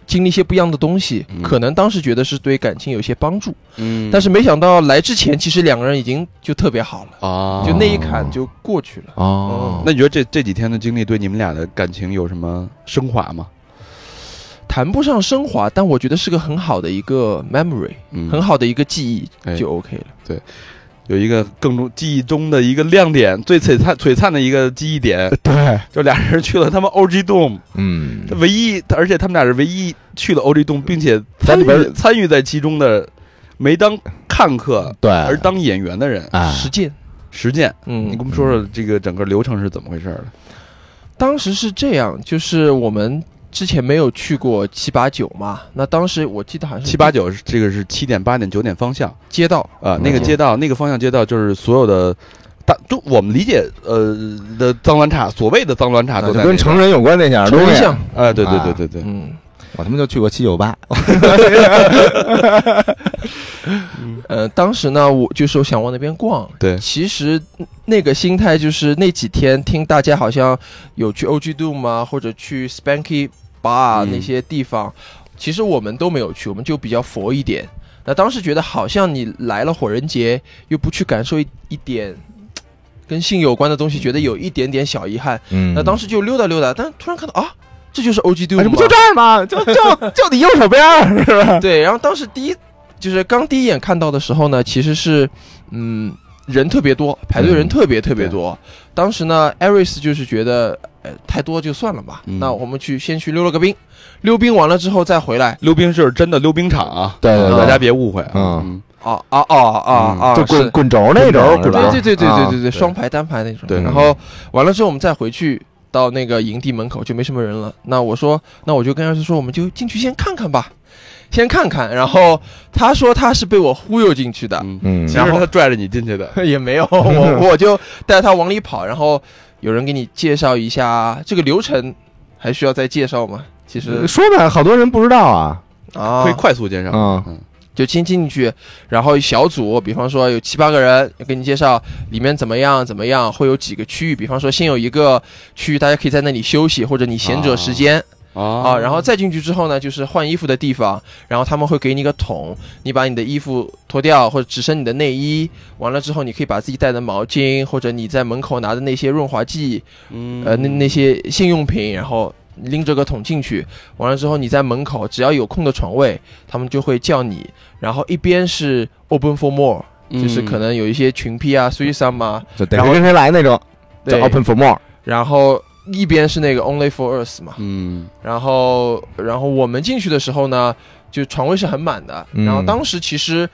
经历一些不一样的东西，嗯可能当时觉得是对感情有一些帮助，嗯但是没想到来之前，其实两个人已经就特别好了，啊，就那一坎就过去了。哦那你觉得这这几天的经历对你们俩的感情有什么升华吗？谈不上升华，但我觉得是个很好的一个 memory，、嗯很好的一个记哎忆，就 OK 了。有一个更中记忆中的一个亮点，最璀璨璀璨的一个记忆点， 对，就俩人去了他们 OG Dome，嗯，唯一，而且他们俩是唯一去了 OG Dome，并且参在里与边参与在其中的，没当看客对，而当演员的人，啊，实践，实践。哎你嗯给我，们说说这个整个流程是怎么回事儿的？当时是这样，就是我们之前没有去过七八九嘛，那当时我记得好像是七八九是这个是七点八点九点方向街道，啊、那个街道那个方向街道就是所有的。大就我们理解，呃的脏乱差，所谓的脏乱差都就在跟那个成人有关那点儿成东人西。像，哎，对对对对对，嗯。我他妈就去过七九八，呃，当时呢，我就是想往那边逛。对其实嗯那个心态就是那几天听大家好像有去 OG Doom 啊，或者去 Spanky Bar 啊、嗯那些地方，其实我们都没有去，我们就比较佛一点。那当时觉得好像你来了火人节，又不去感受一一点跟性有关的东西觉得有一点点小遗憾，嗯那当时就溜达溜达，但是突然看到啊，这就是 O G Doom，、哎这不就这儿吗？就 就就你右手边儿是不 是？对，然后当时第一就是刚第一眼看到的时候呢，其实是嗯人特别多，排队人特别特别嗯多。当时呢，Aris 就是觉得呃太多就算了吧，嗯那我们去先去溜了个冰，溜冰完了之后再回来。溜冰是真的溜冰场啊，对对对大家别误会啊。嗯嗯，哦哦哦哦哦，就滚是。滚轴那种滚轴是吧，对对对对啊对对对，双排单排那种。对然后完了之后我们再回去到那个营地门口就没什么人了。那我说，那我就跟儿子说，我们就进去先看看吧，先看看。然后他说他是被我忽悠进去的，嗯嗯其然实后他拽着你进去的， 也没有，我我就带他往里跑，然后有人给你介绍一下这个流程，还需要再介绍吗？其实呃说呗，好多人不知道啊，啊可以，快速介绍。嗯就先进去，然后小组，比方说有七八个人，给你介绍里面怎么样怎么样，会有几个区域，比方说先有一个区域大家可以在那里休息，或者你闲者时间啊啊然后再进去之后呢，就是换衣服的地方，然后他们会给你一个桶，你把你的衣服脱掉，或者只剩你的内衣，完了之后你可以把自己带的毛巾，或者你在门口拿的那些润滑剂，嗯呃，那那些性用品，然后拎着个桶进去，完了之后你在门口，只要有空的床位，他们就会叫你。然后一边是 open for more，、就是嗯可能有一些群 P 啊、threesome 啊，就逮然后谁跟谁来那种，叫对 open for more，然后一边是那个 only for us 嘛。嗯然后，然后我们进去的时候呢，就床位是很满的。嗯然后当时其实。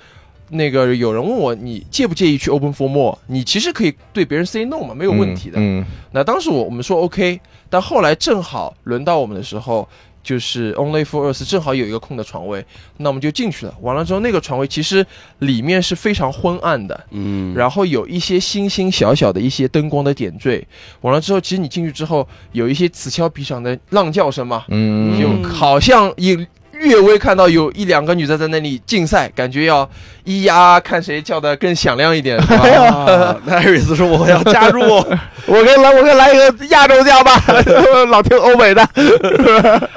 那个有人问我，你介不介意去 Open for More？你其实可以对别人 say no 嘛，没没有问题的。嗯，那当时我我们说 OK，但后来正好轮到我们的时候，就是 Only for Us 正好有一个空的床位，那我们就进去了。完了之后，那个床位其实里面是非常昏暗的，嗯，然后有一些星星小小的一些灯光的点缀。完了之后，其实你进去之后，有一些此消彼长的浪叫声嘛，嗯，就好像也略微看到有一两个女的在那里竞赛，感觉要咿呀看谁叫的更响亮一点，是 吧？啊， 那艾瑞斯说我要加入，我给来，我给来一个亚洲调吧， 老听欧美的，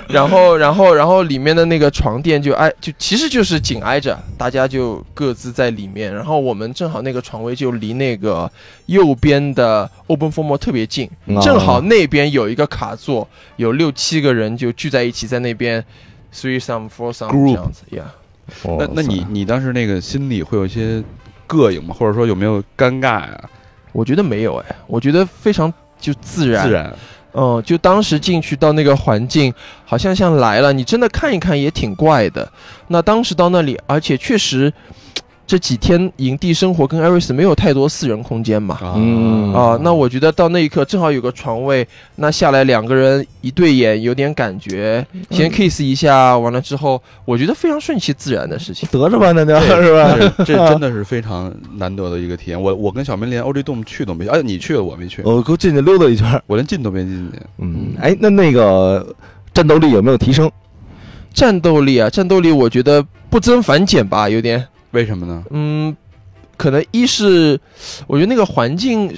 然后，然后，然后里面的那个床垫就挨，就其实就是紧挨着，大家就各自在里面。然后我们正好那个床位就离那个右边的 open f o r m 特别近，嗯正好那边有一个卡座，有六七个人就聚在一起在那边 three some four some Group 这样子，yeah。那那哦你你当时那个心里会有一些膈应吗？或者说有没有尴尬呀？我觉得没有哎，我觉得非常就自然，自然，嗯，就当时进去到那个环境，好像像来了，你真的看一看也挺怪的。那当时到那里，而且确实这几天营地生活跟艾瑞斯没有太多私人空间嘛。嗯啊、那我觉得到那一刻正好有个床位，那下来两个人一对眼，有点感觉，先 kiss 一下，完了之后，我觉得非常顺其自然的事情。 得着吧，那就对是吧，这这真的是非常难得的一个体验。我我跟小明连 OJ 洞去都没去，哎，你去了我没去，我都进去溜达一圈儿，我连进都没进去。嗯，哎，那那个战斗力有没有提升？战斗力啊，战斗力，我觉得不增反减吧，有点，为什么呢？嗯，可能一是我觉得那个环境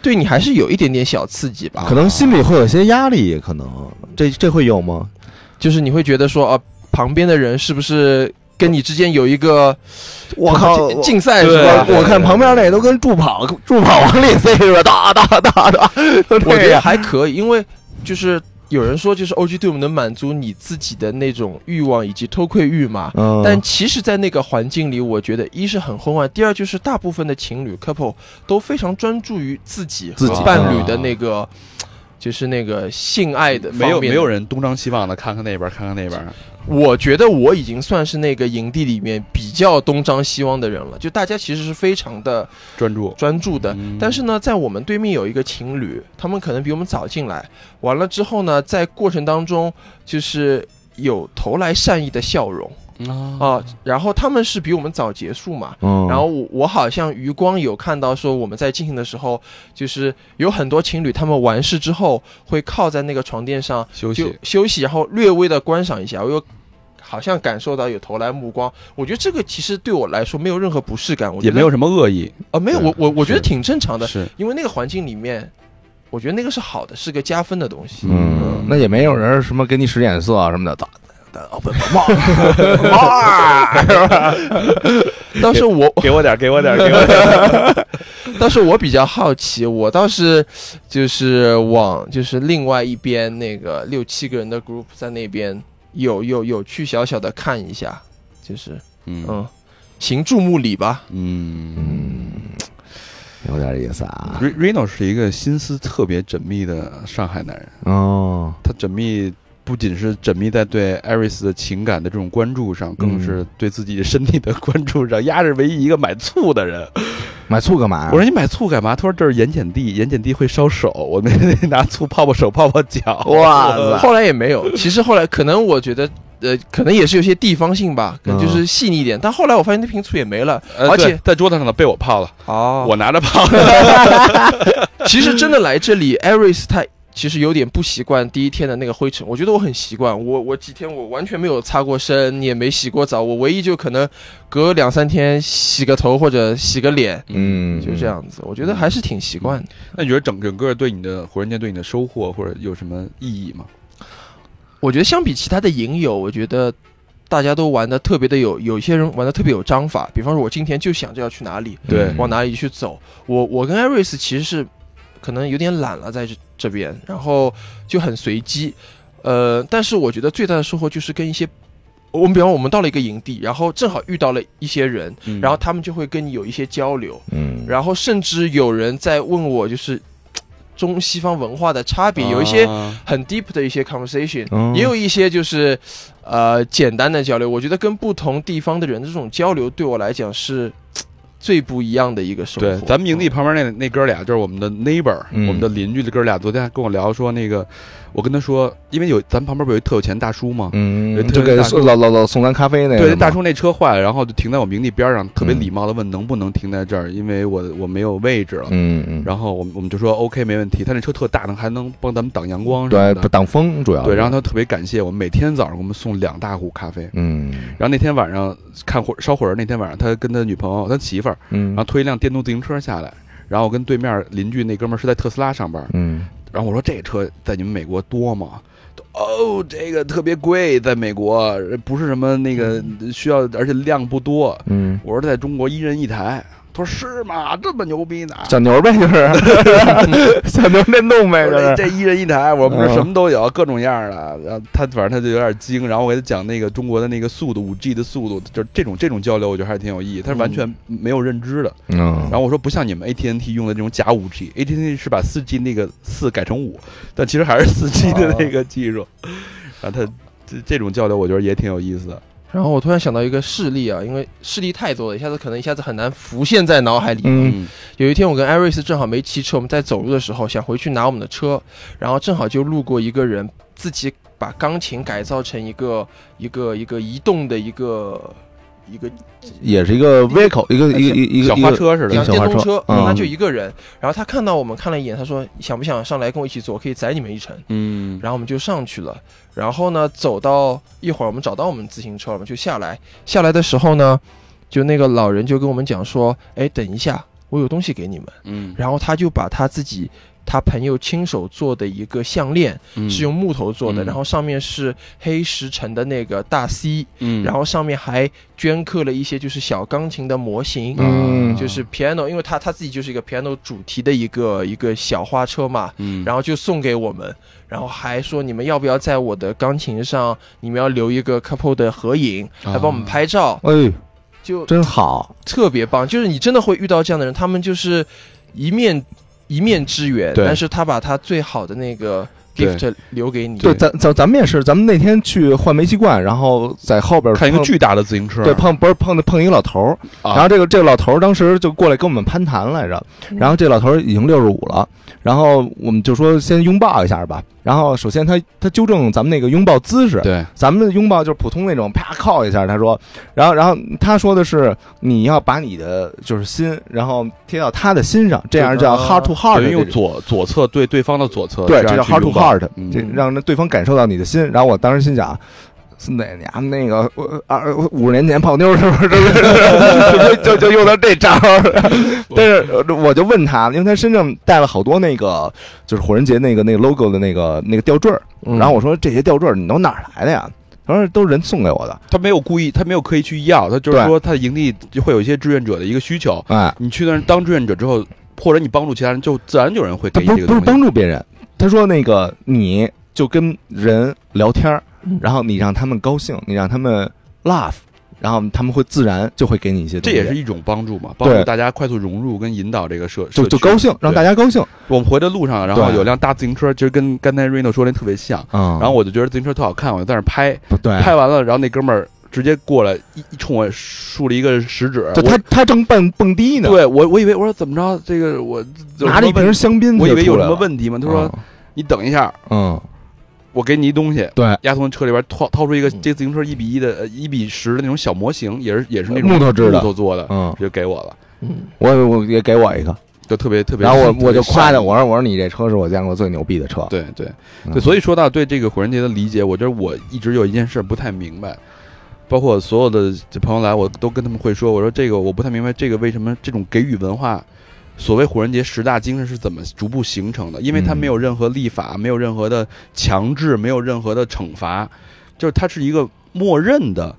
对你还是有一点点小刺激吧，可能心里会有些压力，可能这这会有吗？就是你会觉得说啊，旁边的人是不是跟你之间有一个我靠，竞竞赛是对吧？我我看旁边那都跟助跑助跑往里塞是吧？哒哒哒哒，我我觉得还可以，因为就是有人说，就是 OG 对我们能满足你自己的那种欲望以及偷窥欲嘛。嗯，但其实，在那个环境里，我觉得一是很昏暗，第二就是大部分的情侣 couple 都非常专注于自己自和己伴侣的那个，就是那个性爱的没有方面没有人东张西望的看看那边，看看那边。我觉得我已经算是那个营地里面比较东张西望的人了，就大家其实是非常的专注，专注的。嗯但是呢，在我们对面有一个情侣，他们可能比我们早进来，完了之后呢，在过程当中就是有投来善意的笑容嗯啊、然后他们是比我们早结束嘛。嗯，然后我我好像余光有看到说我们在进行的时候，就是有很多情侣他们完事之后会靠在那个床垫上休就息，休息，然后略微的观赏一下，我又好像感受到有投来目光，我觉得这个其实对我来说没有任何不适感，我觉也得没有什么恶意。啊、没有我我我觉是得挺正常的，是，因为那个环境里面，我觉得那个是好的，是个加分的东西。嗯，那也没有人什么给你使眼色啊什么的，哒的，哦不不，猫猫 倒是我，给我点儿，给我点儿，给我点儿。 倒是我比较好奇，我倒是就是往就是另外一边那个六七个人的 group 在那边有有有去小小的看一下，就是嗯嗯，行注目礼吧。嗯，嗯，有点意思啊。 Re- Reno 是一个心思特别缜密的上海男人，哦，他缜密不仅是缜密在对艾瑞斯的情感的这种关注上，更是对自己身体的关注上。丫是唯一一个买醋的人。买醋干啊嘛呀？我说你买醋干嘛？他说这是盐碱地，盐碱地会烧手，我 们得拿醋泡泡手，泡泡脚。 哇呃，塞，后来也没有。其实后来可能我觉得，呃，可能也是有些地方性吧，可嗯能就是细腻一点。但后来我发现那瓶醋也没了，呃而且对在桌子上的被我泡了，哦我拿着泡。 其实真的来这里，艾瑞斯他其实有点不习惯第一天的那个灰尘。我觉得我很习惯，我我几天我完全没有擦过身，也没洗过澡，我唯一就可能隔两三天洗个头或者洗个脸，嗯，就这。样子。我觉得还是挺习惯的。 那你觉得整整个对你的火人节对你的收获或者有什么意义吗？我觉得相比其他的影友，我觉得大家都玩的特别的有，有些人玩的特别有章法。比方说，我今天就想着要去哪嗯里，对往哪里去走。我我跟艾瑞斯其实是可能有点懒了，在这这边，然后就很随机。呃，但是我觉得最大的收获就是跟一些我们，比方我们到了一个营地，然后正好遇到了一些人，然后他们就会跟你有一些交流，嗯，然后甚至有人在问我就是嘖中西方文化的差别，有啊一些啊很 deep 的一些 conversation，、嗯也有一些就是呃简单的交流。我觉得跟不同地方的人的这种交流，对我来讲是嘖最不一样的一个生活。嗯对，咱们营地旁边那那哥俩就是我们的 neighbor，、嗯我们的邻居的哥俩，昨天还跟我聊说那个，我跟他说，因为有咱们旁边不有一特有钱大叔吗？嗯对，就给大叔老老老送咱咖啡那个对，是那吗大叔那车坏了，然后就停在我们营地边上，特别嗯礼貌的问能不能停在这儿，因为我我没有位置了。嗯嗯，然后我们我们就说 OK 没问题，他那车特大，能还能帮咱们挡阳光什么对不的。挡风主要是对，然后他特别感谢我们，每天早上给我们送两大壶咖啡。嗯然后那天晚上看火烧火人，那天晚上他跟他女朋友、他媳妇儿，嗯然后推一辆电动自行车下来。然后我跟对面邻居那哥们儿是在特斯拉上班，嗯然后我说这车在你们美国多吗？哦，这个特别贵，在美国不是什么那个需要，而且量不多。嗯，我说在中国一人一台，他说是吗？这么牛逼呢？小牛呗就是 小牛电动呗我就说这是，这一人一台，我们这嗯什么都有，各种样儿的。然后他反正他就有点惊，然后我给他讲那个中国的那个速度，五 G 的速度，就是这种这种交流，我觉得还是挺有意义。他是完全没有认知的。嗯然后我说不像你们 AT&T 用的这种假五 G，AT&T 是把四 G 那个四改成五，但其实还是四 G 哦的那个技术。然后他这这种交流，我觉得也挺有意思的。然后我突然想到一个事例啊，因为事例太多了，一下子可能一下子很难浮现在脑海里。嗯有一天我跟艾瑞斯正好没骑车，我们在走路的时候想回去拿我们的车，然后正好就路过一个人自己把钢琴改造成一个一个一个移动的一个一个也是一个 vehicle 一个一个一嗯个小一花个车似的一个像小电花动车，嗯他就一个人。然后他看到我们看了一眼，他说想不想上来跟我一起坐，可以载你们一程。嗯，然后我们就上去了。然后呢，走到一会儿，我们找到我们自行车了，我们就下来。下来的时候呢，就那个老人就跟我们讲说：“哎，等一下，我有东西给你们。”嗯，然后他就把他自己他朋友亲手做的一个项链，是用木头做的，嗯然后上面是黑石城的那个大 C，嗯，然后上面还镌刻了一些就是小钢琴的模型。嗯就是 piano，因为他他自己就是一个 piano 主题的一个一个小花车嘛，嗯，然后就送给我们，然后还说你们要不要在我的钢琴上，你们要留一个 couple 的合影，来帮我们拍照，哎就真好特别棒。就是你真的会遇到这样的人，他们就是一面一面之缘，对但是他把他最好的那个对 gift 留给你。对咱咱咱们也是咱们那天去换煤气罐然后在后边看一个碰巨大的自行车，对，碰不是碰碰一个老头儿，啊然后这个这个老头儿当时就过来跟我们攀谈来着，然后这老头儿已经六十五了，然后我们就说先拥抱一下吧，然后首先他他纠正咱们那个拥抱姿势，对，咱们的拥抱就是普通那种啪靠一下，他说，然后然后他说的是你要把你的就是心，然后贴到他的心上，这样叫啊 heart to heart，等的于这用种左左侧对对方的左侧，对，这这叫样 heart 去 to 拥抱 heart，嗯这让对方感受到你的心。然后我当时心想，孙子，你们那个我二五十年前泡妞是不是就就就用到这招儿？但是呃我就问他，因为他身上带了好多那个就是火人节那个那个 logo 的那个那个吊坠儿，然后我说这些吊坠儿你都哪儿来的呀？他说都是人送给我的，他没有故意，他没有刻意去要，他就是对说他的营地就会有一些志愿者的一个需求，哎，你去那儿当志愿者之后，或者你帮助其他人，就自然就有人会他给你不这是个不东是西。帮助别人，他说那个你就跟人聊天儿嗯，然后你让他们高兴，你让他们 laugh，然后他们会自然就会给你一些这东西，也是一种帮助嘛，帮助对大家快速融入跟引导这个社就就高。社区兴，让大家高兴，我们回的路上，然后对有辆大自行车，其实跟刚才 Reno 说那特别像。嗯，然后我就觉得自行车特好看，我就在那儿拍，不对，拍完了，然后那哥们儿直接过来一一冲我竖了一个食指，就他他正蹦蹦迪我呢，对我我以为我说怎么着，这个我有拿着一什么瓶问香槟，我以为有嗯就什出来么了，问题嘛，他说你等一下，嗯，我给你一东西。对，嗯丫从车里边掏掏出一个这自行车一比一的、呃一比十的那种小模型，也是也是那种木头制的木头做的，嗯，就给我了，嗯，我我也给我一个，就特别特别。然后我特别我就夸他，善意我说我说你这车是我见过最牛逼的车，对对嗯对，所以说到对这个火人节的理解，我觉得我一直有一件事不太明白，包括所有的朋友来，我都跟他们会说，我说这个我不太明白，这个为什么这种给予文化，所谓火人节十大精神是怎么逐步形成的？因为它嗯没有任何立法，没有任何的强制，没有任何的惩罚，就是它是一个默认的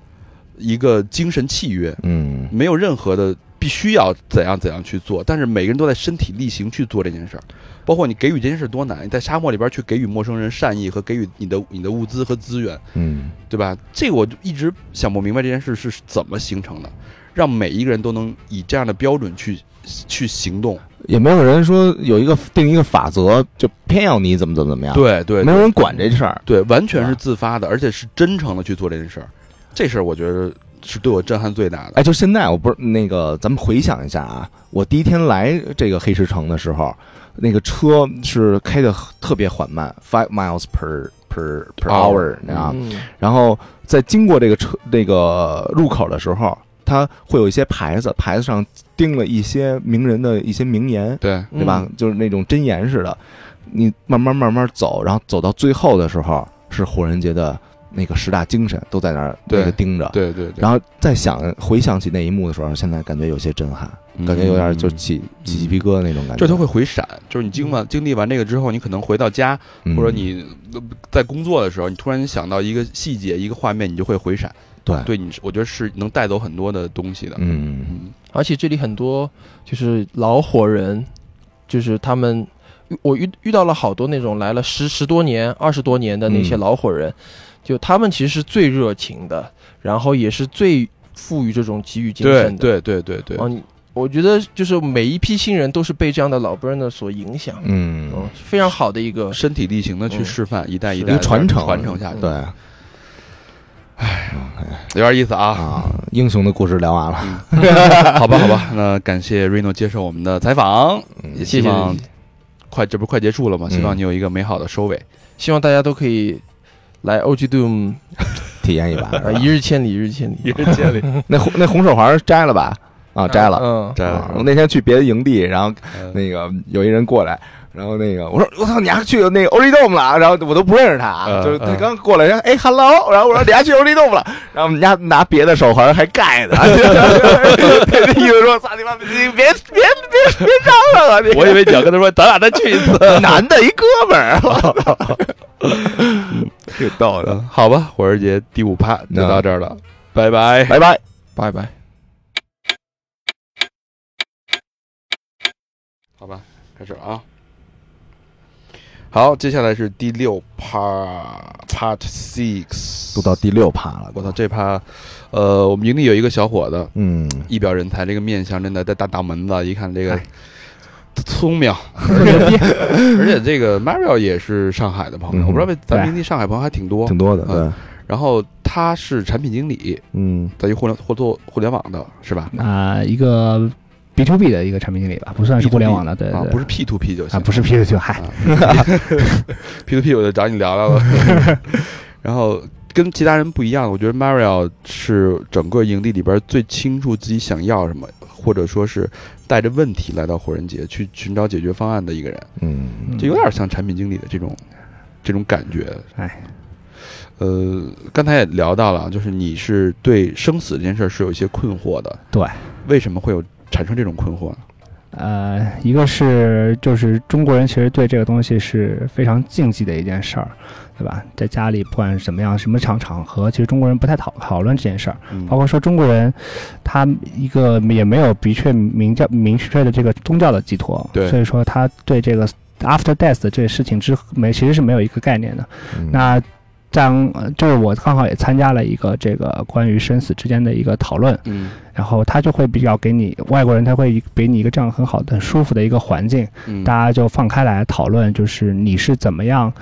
一个精神契约，嗯，没有任何的必须要怎样怎样去做，但是每个人都在身体力行去做这件事儿。包括你给予这件事多难，你在沙漠里边去给予陌生人善意和给予你的你的物资和资源，嗯对吧？这个我就一直想不明白这件事是怎么形成的，让每一个人都能以这样的标准去去行动。也没有人说有一个定一个法则，就偏要你怎么怎么怎么样，，对对没有人管这事儿。对，完全是自发的，而且是真诚的去做这件事儿。这事儿我觉得是对我震撼最大的。哎，就现在，我不是那个，咱们回想一下啊，我第一天来这个黑石城的时候，那个车是开的特别缓慢，five miles per per per hour，你知道吗？嗯然后在经过这个车那个入口的时候，它会有一些牌子，牌子上钉了一些名人的一些名言，对，对嗯吧？就是那种真言似的。你慢慢慢慢走，然后走到最后的时候，是火人节的那个十大精神都在那儿对那个盯着。对对对，然后再想回想起那一幕的时候，现在感觉有些震撼，感觉有点就起起鸡皮疙瘩那种嗯感觉。就是它会回闪，就是你经完经历完这个之后，你可能回到家，嗯，或者你呃在工作的时候，你突然想到一个细节、一个画面，你就会回闪。对，对你是，我觉得是能带走很多的东西的。哎嗯，嗯，而且这里很多就是老火人，就是他们，我遇遇到了好多那种来了十十多年、二十多年的那些嗯老火人，就他们其实是最热情的，然后也是最富于这种给予精对神的。对对对对哦，你我觉得就是每一批新人都是被这样的老 burner 所影响，嗯嗯，是非常好的一个身体力行的去嗯示范，一代一是代一地个传承传承下去，啊对有点意思 啊。啊，英雄的故事聊完了， 好吧，好吧，那感谢 Reno 接受我们的采访，嗯也希望快这不是快结束了吗？希望你有一个美好的收 尾。希望大家都可以来 OG Doom 体验一 把。 啊，一日千里，一日千里，人 建立那红那红手环摘了吧？啊，摘了。嗯，摘啊了嗯我那天去别的营地，然后是吧，那个有一人过来，然后那个我说我操，你还去那个 o l i d o m 了？然后我都不认识他啊，嗯就是他嗯刚过来，然后哎 hello，然后我说你还去 o l i d o m 了？然后我们家拿别的手环还盖 呢，那意思说操你妈，你别别别别嚷嚷啊！你我以为你要跟他说，咱俩再去一次。 男的一哥们儿， 挺逗的，嗯好吧，火儿节第五趴就到这儿了，拜拜。拜拜。拜拜。好吧，开始啊。好，接下来是第六趴 Part Six，都到第六趴了，我操，这趴，呃，我们营地有一个小伙子，嗯，一表人才，这个面相真的在大大门子，一看这哎个聪明，而且这个 Mario 也是上海的朋友，嗯我不知道为咱们对营地上海朋友还挺多挺。多的，嗯对，然后他是产品经理，嗯在一互联互做互联网的是吧？ 啊、一个 B to B 的一个产品经理吧，不算是 B2B 互联网的，对对啊，对，不是 P to P 就行啊，不是 P to P，嗨， P to P 我就找你聊聊 了。然后跟其他人不一样，我觉得 Mario 是整个营地里边最清楚自己想要什么，或者说是带着问题来到火人节去寻找解决方案的一个人，嗯，就有点像产品经理的这种这种感觉。哎，呃，刚才也聊到了，就是你是对生死这件事儿是有一些困惑的，对，为什么会有产生这种困惑呢？呃，一个是就是中国人其实对这个东西是非常禁忌的一件事儿，对吧？在家里不管是怎么样，什么场场合，其实中国人不太讨讨论这件事儿。嗯包括说中国人，他一个也没有的确明教明确的这个宗教的寄托，对所以说他对这个 after death 的这个事情之没其实是没有一个概念的。嗯那当呃就是我刚好也参加了一个这个关于生死之间的一个讨论，嗯然后他就会比较给你外国人他会给你一个这样很好的很舒服的一个环境，嗯，大家就放开来讨论，就是你是怎么样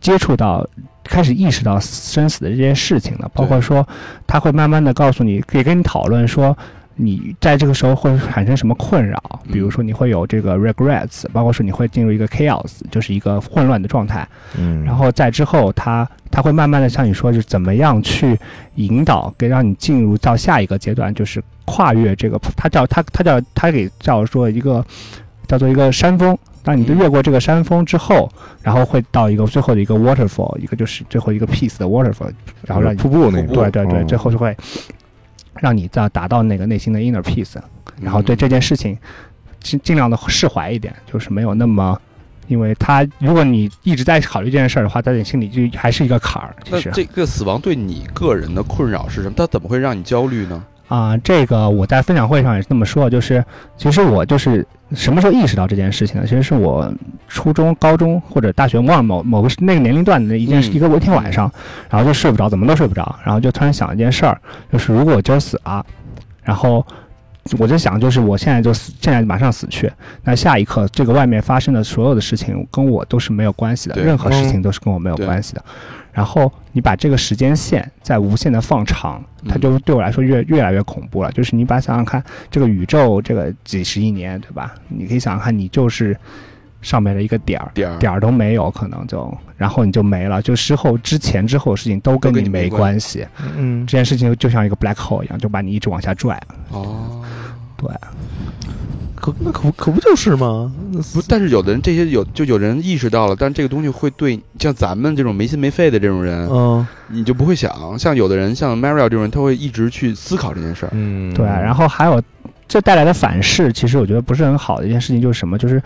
接触到。开始意识到生死的这些事情了，包括说他会慢慢的告诉你，也跟你讨论说你在这个时候会产生什么困扰，比如说你会有这个 regrets，包括说你会进入一个 chaos，就是一个混乱的状态。嗯，然后在之后他，他会慢慢的像你说，就是怎么样去引导，给让你进入到下一个阶段，就是跨越这个，他叫他他叫他给叫说一个叫做一个山峰。当你越过这个山峰之后，然后会到一个最后的一个 waterfall，一个就是最后一个 piece 的 waterfall，然后让你瀑布那种，对对对，嗯最后就会让你再达到那个内心的 inner peace，嗯然后对这件事情尽尽量的释怀一点，就是没有那么。因为他，如果你一直在考虑这件事儿的话，在你心里就还是一个坎儿。其那实啊这个死亡对你个人的困扰是什么？它怎么会让你焦虑呢？啊、这个我在分享会上也是这么说，就是其实我就是什么时候意识到这件事情的？其实是我初中、高中或者大学，忘了某某个那个年龄段的一件事，嗯一个一天晚上，然后就睡不着，怎么都睡不着，然后就突然想一件事儿，就是如果我今儿死了，然后我就想，就是我现在就死，现在马上死去，那下一刻这个外面发生的所有的事情跟我都是没有关系的，对嗯任何事情都是跟我没有关系的。然后你把这个时间线在无限的放长，它就对我来说越越来越恐怖了。就是你把想想看，这个宇宙这个几十亿年，对吧？你可以想想看，你就是上面的一个点儿，点儿点儿都没有，可能就然后你就没了，就之后之前之后的事情都跟都跟你你没没关关系。嗯这件事情就像一个 black hole 一样，就把你一直往下拽。哦，可那可可不就是吗？不，但是有的人这些有就有人意识到了，但这个东西会对像咱们这种没心没肺的这种人，嗯你就不会想。像有的人像 Mario 这种人，他会一直去思考这件事儿。嗯，对，啊然后还有这带来的反噬，其实我觉得不是很好的一件事情，就是什么？就是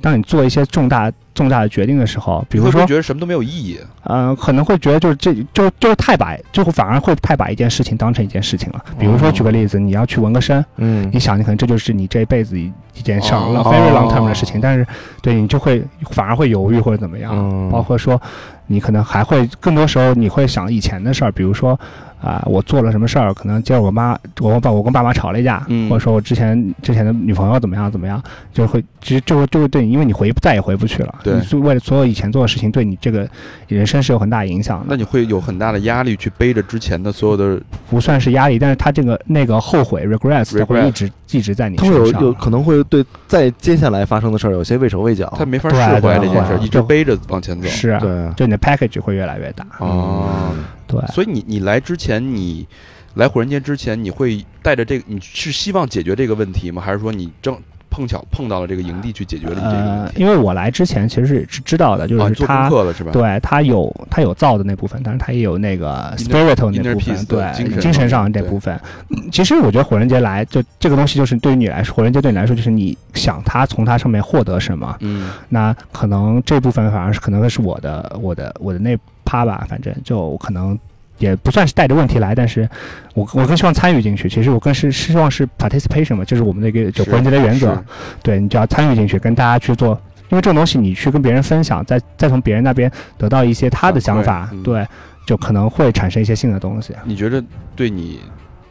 当你做一些重大重大的决定的时候，你比如会不说会，觉得什么都没有意义？呃，可能会觉得就是这就就是太把，就会反而会太把一件事情当成一件事情了。比如说，举个例子，你要去纹个身，嗯你想，你可能这就是你这一辈子一一件事儿哦了，very long term 的事情，但是对你就会反而会犹豫或者怎么样，嗯包括说你可能还会更多时候你会想以前的事儿，比如说啊、我做了什么事儿，可能今儿我妈我爸我跟爸妈吵了一架，嗯或者说我之前之前的女朋友怎么样怎么样，就会其实就会就会对你，因为你回再也回不去了，对你是为了所有以前做的事情对你这个人生是有很大影响的，那你会有很大的压力去背着之前的所有的，不算是压力，但是他这个那个后悔 regrets 它会 Regret 一直一直在你他身会有上。啊有可能会对在接下来发生的事儿有些畏手畏脚，他没法对释怀对啊这件事儿，对一直背着往前走。是啊，嗯对就你的 package 会越来越大。哦，对，所以你你来之前，你来火人节之前，你会带着这个，你是希望解决这个问题吗？还是说你正碰巧碰到了这个营地去解决了你这个问呃，题？因为我来之前其实是知道的，就啊，你是做他、功课了是吧？对他有他有造的那部分，但是他也有那个 Inner- spiritual 那 inner 部分， peace 对的精神神上上面这对部分。嗯其实我觉得火人节来，就这个东西就是对于你来说，火人节对你来说就是你想他从他上面获得什么，嗯，那可能这部分反而是可能是我的我的我的那趴吧，反正就可能。也不算是带着问题来，但是我我更希望参与进去。其实我更是希望是 participation 嘛，就是我们的一个就火人节的原则。是对你就要参与进去，跟大家去做，因为这种东西你去跟别人分享，再再从别人那边得到一些他的想法反，馈嗯对，就可能会产生一些新的东西。你觉得对你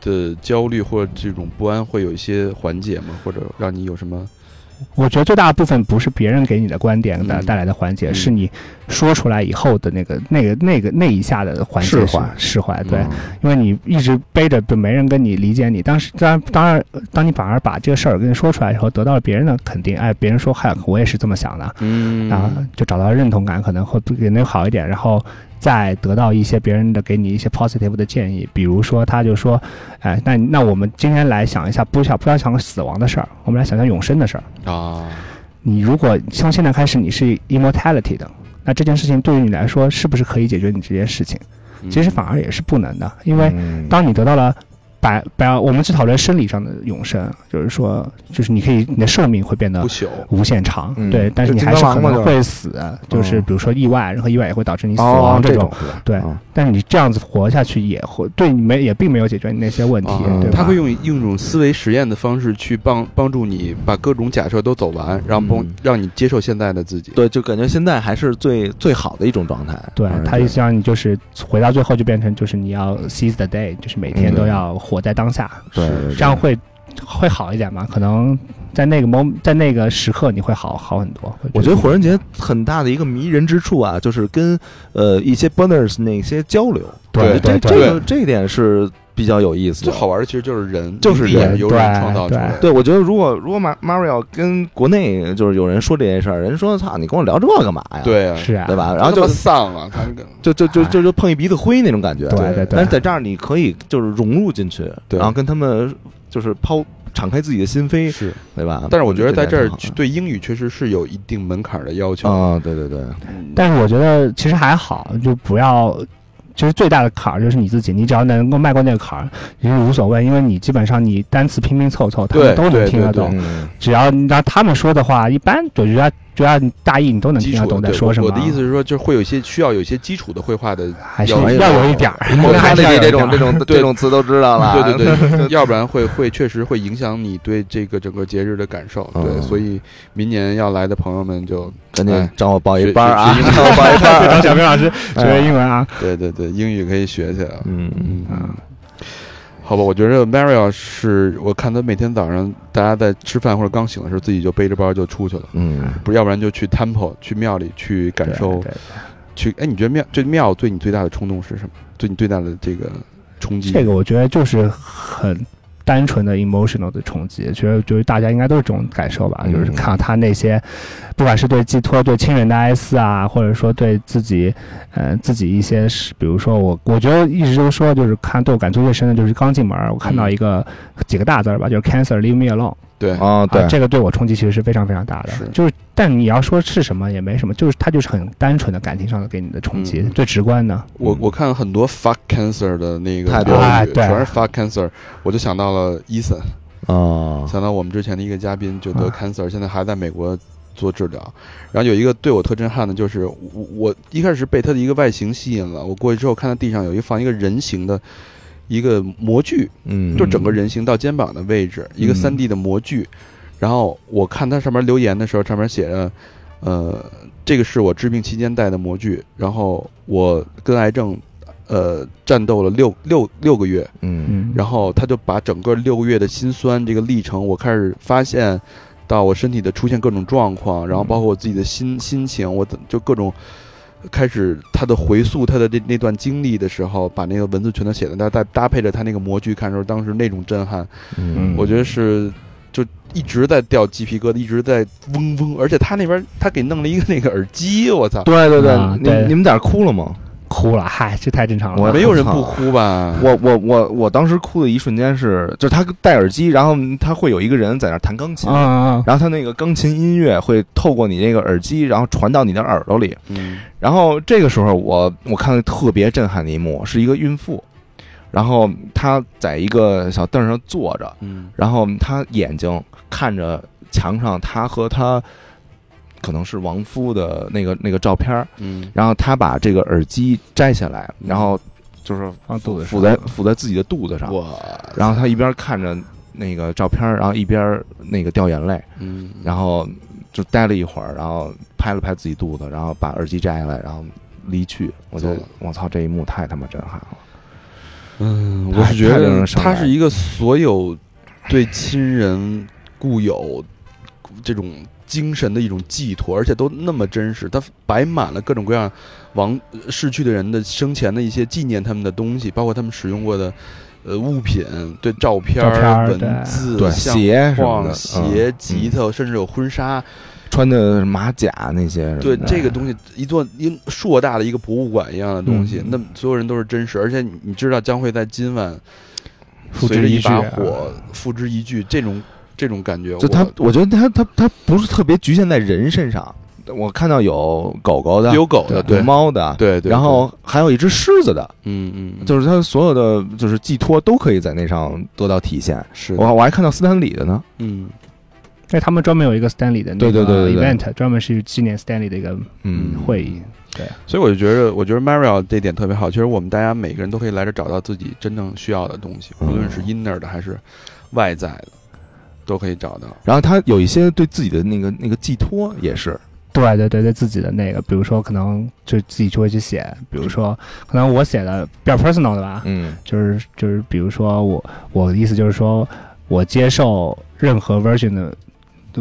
的焦虑或这种不安会有一些缓解吗？或者让你有什么？我觉得最大的部分不是别人给你的观点带嗯带来的缓解，嗯是你说出来以后的那个、那个、那个那一下的缓解释是怀释怀，哎对，嗯因为你一直背着，就没人跟你理解你。当时，当然，当然，当你反而把这个事儿跟你说出来以后，得到了别人的肯定，哎，别人说，嗨，我也是这么想的，嗯啊，就找到认同感，可能会比也能好一点，然后再得到一些别人的给你一些 positive 的建议，比如说他就说，哎，那那我们今天来想一下，不想不要想死亡的事儿，我们来想想永生的事儿。啊，你如果从现在开始你是 immortality 的，那这件事情对于你来说嗯啊是不是可以解决你这件事情？其实反而也是不能的，因为嗯当你得到了把把我们只讨论生理上的永生，就是说，就是你可以你的寿命会变得不朽，无限长，嗯对，但是就你金还是刚可狼嘛就能是嗯会死，就是比如说意外，然后意外也会导致你死哦亡，这种，是吧对嗯但是你这样子活下去也会对你没也并没有解决你那些问题，嗯对啊吧？他会用用一种思维实验的方式去帮帮助你把各种假设都走完，然后帮、嗯让你接受现在的自己。对，就感觉现在还是最最好的一种状态。对反正他就意思让你就是回到最后就变成就是你要 seize the day，就是每天嗯都要活在当下，对对对这样会会好一点嘛？可能在那个 mom 在那个时刻你会好好很多。会我觉得火活人节很大的一个迷人之处啊，就是跟呃一些 burners 那些交流，对这对这个这一点是比较有意思最的。好玩的其实就是人，就是也人由人对创造出来。对，我觉得如果如果马 Mario 跟国内就是有人说这件事儿，人说操，你跟我聊这干嘛呀？对啊，是啊，对吧？然然后后就就丧啊，他们就就就就就碰一鼻子灰那种感觉。对对但对是在这儿你可以就是融入进去，对然后跟他们就是抛敞开自己的心扉，是，对吧？但是我觉得在这儿挺好的对英语确实是有一定门槛的要求。啊，对对对，但是我觉得其实还好，就不要。其实最大的坎儿就是你自己，你只要能够迈过那个坎儿，其实无所谓，因为你基本上你单词拼拼凑凑，他对们都对能听对得对懂。嗯只要你让他们说的话，一般我觉得只要你大意，你都能基听础得懂在对说什么。我的意思是说，就是会有一些需要有一些基础的绘画的，还是有要有一点儿，我 还看是要你有这一种点这 儿。种对这种词都知道了，对啊对对，要不然会会确实会影响你对这个整个节日的感受。对，嗯所以明年要来的朋友们就赶紧哎找我报一学班儿啊，学学找我报 一班儿。小明老师学英文啊，对对对，英语可以学起来。嗯，嗯，好吧，我觉得 Mario 是我看他每天早上大家在吃饭或者刚醒的时候，自己就背着包就出去了，嗯，不要不然就去 temple 去庙里去感受对对去。哎，你觉得庙这庙对你最大的冲动是什么？对你最大的这个冲击？这个我觉得就是很单纯的 emotional 的冲击，觉得觉得大家应该都是这种感受吧，嗯就是看到他那些，不管是对寄托、对亲人的哀思啊，或者说对自己，呃，自己一些事，比如说我，我觉得一直都说就是看对我感触最深的就是刚进门，我看到一个、几个大字儿吧，就是 cancer leave me alone，对，哦，对啊，，这个对我冲击其实是非常非常大的是。就是，但你要说是什么也没什么，就是它就是很单纯的感情上的给你的冲击，嗯最直观的。我我看很多 fuck cancer 的那个太多标了哎语，对全是 fuck cancer，我就想到了 Eason，哦，想到我们之前的一个嘉宾就得啊 cancer，现在还在美国做治疗。然后有一个对我特震撼的，就是我我一开始是被他的一个外形吸引了，我过去之后看到地上有一个放一个人形的一个模具，嗯，就整个人形到肩膀的位置，一个嗯三 D 的模具。然后我看它上面留言的时候，上面写着，呃，这个是我治病期间戴的模具，然后我跟癌症，呃，战斗了六六六个月，嗯，嗯，然后他就把整个六个月的辛酸这个历程，我开始发现。到我身体的出现各种状况，然后包括我自己的心心情，我怎就各种开始他的回溯他的这那段经历的时候，把那个文字全都写在那，再搭配着他那个模具看的时候，当时那种震撼，嗯，我觉得是就一直在掉鸡皮疙瘩，一直在嗡嗡，而且他那边他给弄了一个那个耳机，我操，对对对啊，你对你们在这儿哭了吗？哭了，嗨，这太正常了。啊我没有人不哭吧？我我我我当时哭的一瞬间是，就是他戴耳机，然后他会有一个人在那儿弹钢琴，嗯嗯 嗯，然后他那个钢琴音乐会透过你那个耳机，然后传到你的耳朵里。嗯然后这个时候我我看到特别震撼的一幕，是一个孕妇，然后她在一个小凳上坐着，嗯然后她眼睛看着墙上她和她可能是亡夫的那个那个照片儿，嗯然后她把这个耳机摘下来，然后就是放肚子上抚在抚在自己的肚子上，我然后她一边看着那个照片儿，然后一边儿那个掉眼泪，嗯然后就待了一会儿，然后拍了拍自己肚子，然后把耳机摘下来，然后离去。我就对我操，这一幕太他妈震撼了。嗯，太我是觉太令得人伤他感是一个所有对亲人固有这种精神的一种寄托，而且都那么真实，他摆满了各种各样亡逝去的人的生前的一些纪念他们的东西，包括他们使用过的。呃，物品对照片儿、照片儿对文字、对相鞋什么框的鞋、嗯吉他，甚至有婚纱。穿的马甲那些什么的，对这个东西，一座一硕大的一个博物馆一样的东西，嗯那么所有人都是真实，而且你你知道将会在今晚付随着之一一炬把啊。火付之一炬，这种这种感觉，就他我，我觉得他他他不是特别局限在人身上，我看到有狗狗的，有狗的，对啊有猫的，对对，然后还有一只狮子的，嗯嗯，就是它所有的就是寄托都可以在那上得到体现。是我我还看到斯坦李的呢，嗯对哎他们专门有一个 Stanley 的那对对个对对对 event，专门是纪念 Stanley 的一个嗯，会议。所以我就觉得，我觉得 Mario 这点特别好。其实我们大家每个人都可以来这找到自己真正需要的东西，嗯无论是 inner 的还是外在的，都可以找到。然后他有一些对自己的那个那个寄托也是，对对对对，自己的那个，比如说可能就自己就会去写，比如说可能我写的比较 personal 的吧，嗯就是就是比如说我我的意思就是说我接受任何 version 的。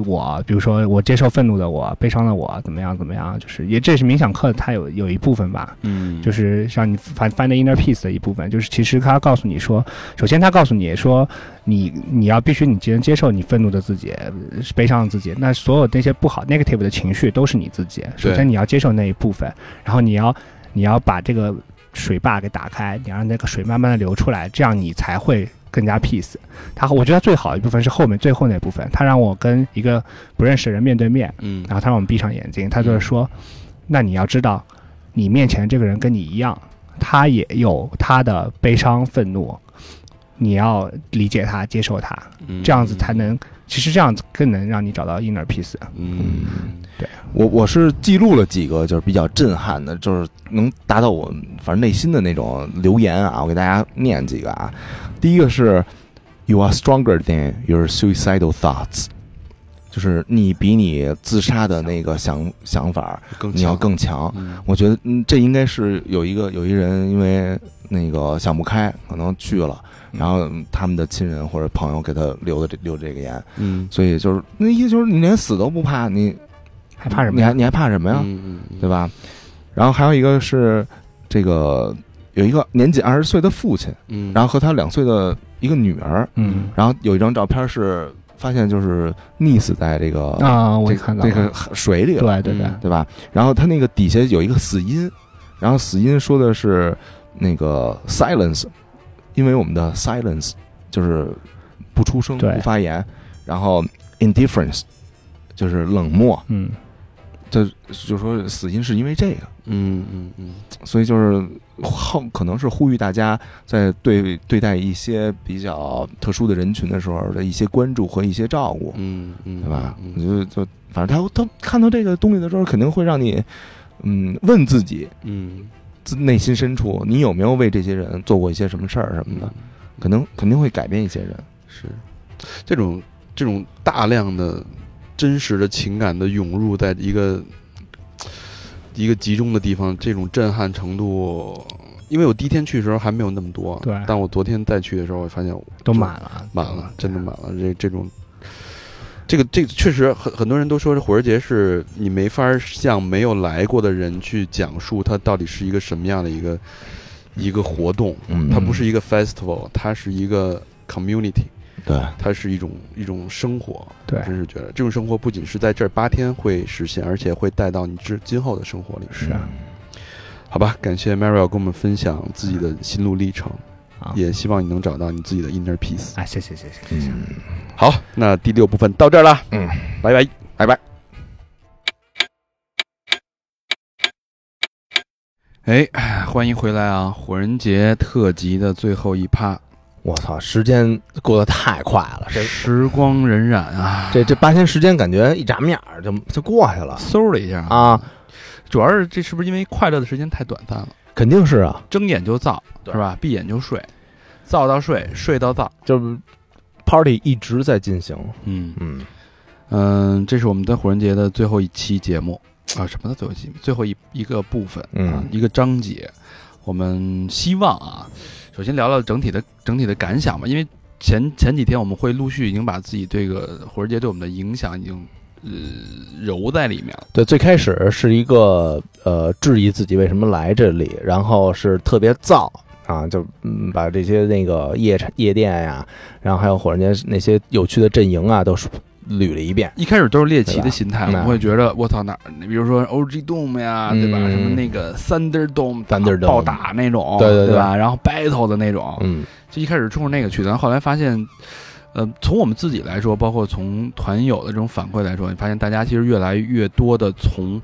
我比如说，我接受愤怒的我，悲伤的我，怎么样怎么样，就是也这是冥想课，它有有一部分吧，嗯就是让你 find find the inner peace 的一部分，就是其实他告诉你说，首先他告诉你说，你你要必须你接接受你愤怒的自己、呃悲伤的自己，那所有那些不好 negative 的情绪都是你自己。首先你要接受那一部分，然后你要你要把这个水坝给打开，你要让那个水慢慢的流出来，这样你才会更加 peace。他我觉得最好的一部分是后面最后那部分，他让我跟一个不认识的人面对面，嗯然后他让我们闭上眼睛，他就是说，那你要知道，你面前这个人跟你一样，他也有他的悲伤、愤怒，你要理解他、接受他，嗯这样子才能，其实这样子更能让你找到 inner peace。嗯我我是记录了几个就是比较震撼的，就是能达到我反正内心的那种留言啊，我给大家念几个啊。第一个是 “You are stronger than your suicidal thoughts”，就是你比你自杀的那个想想法更你要强更强。嗯我觉得嗯，这应该是有一个有一人因为那个想不开，可能去了，然后嗯他们的亲人或者朋友给他留的这留这个言，嗯所以就是那意思就是你连死都不怕，你害怕什么你呀？还你还怕什么呀？嗯嗯对吧？然后还有一个是这个有一个年仅二十岁的父亲，嗯，然后和他两岁的一个女儿，嗯然后有一张照片是发现就是溺死在这个啊，我这也看这到了，个水里了，对对对，嗯对吧？然后他那个底下有一个死因，然后死因说的是那个 silence，因为我们的 silence 就是不出声、对不发言，然后 indifference 就是冷漠，嗯，就就说死因是因为这个。嗯嗯嗯所以就是后可能是呼吁大家在对对待一些比较特殊的人群的时候的一些关注和一些照顾，嗯嗯，对吧？我嗯觉得就反正他他看到这个东西的时候，肯定会让你嗯问自己嗯自内心深处，你有没有为这些人做过一些什么事儿什么的，可能肯定会改变一些人。是这种这种大量的真实的情感的涌入在一个一个集中的地方，这种震撼程度，因为我第一天去的时候还没有那么多，对但我昨天再去的时候，我发现都满了，满了，真的满了，这这种。这个这个确实很很多人都说，这火人节是你没法儿向没有来过的人去讲述它到底是一个什么样的一个一个活动，嗯它不是一个 festival，它是一个 community，对，它是一种一种生活。对真是觉得这种生活不仅是在这儿八天会实现，而且会带到你之今后的生活里。是啊好吧，感谢 Mario 跟我们分享自己的心路历程，啊也希望你能找到你自己的 inner peace。啊，谢谢谢谢谢谢。嗯。好，那第六部分到这儿了，嗯，拜拜。拜拜。哎，欢迎回来啊！火人节特辑的最后一趴，我操，时间过得太快了，这时光荏苒啊，这这八天时间感觉一眨眼儿就就过去了嗖的一下，啊！主要是这是不是因为快乐的时间太短暂了？肯定是啊，睁眼就造，是吧？闭眼就睡，造到睡，睡到造。就是 party 一直在进行。嗯嗯，嗯，这是我们在火人节的最后一期节目啊，什么的最后一期，最后一一个部分，嗯啊，一个章节。我们希望啊，首先聊聊整体的整体的感想吧，因为前前几天我们会陆续已经把自己这个火人节对我们的影响已经呃揉在里面了。对，最开始是一个呃质疑自己为什么来这里，然后是特别燥啊，就嗯把这些那个夜场夜店呀、然后还有火人街那些有趣的阵营啊，都捋了一遍。一开始都是猎奇对吧的心态，嗯我会觉得我操哪儿，你比如说 O G Dome 呀，对吧？嗯什么那个 Thunder Dome Thunderdome 爆打啊那种，对对对对吧？然后 battle 的那种，嗯就一开始冲着那个去的，然后后来发现，呃，从我们自己来说，包括从团友的这种反馈来说，你发现大家其实越来越多的从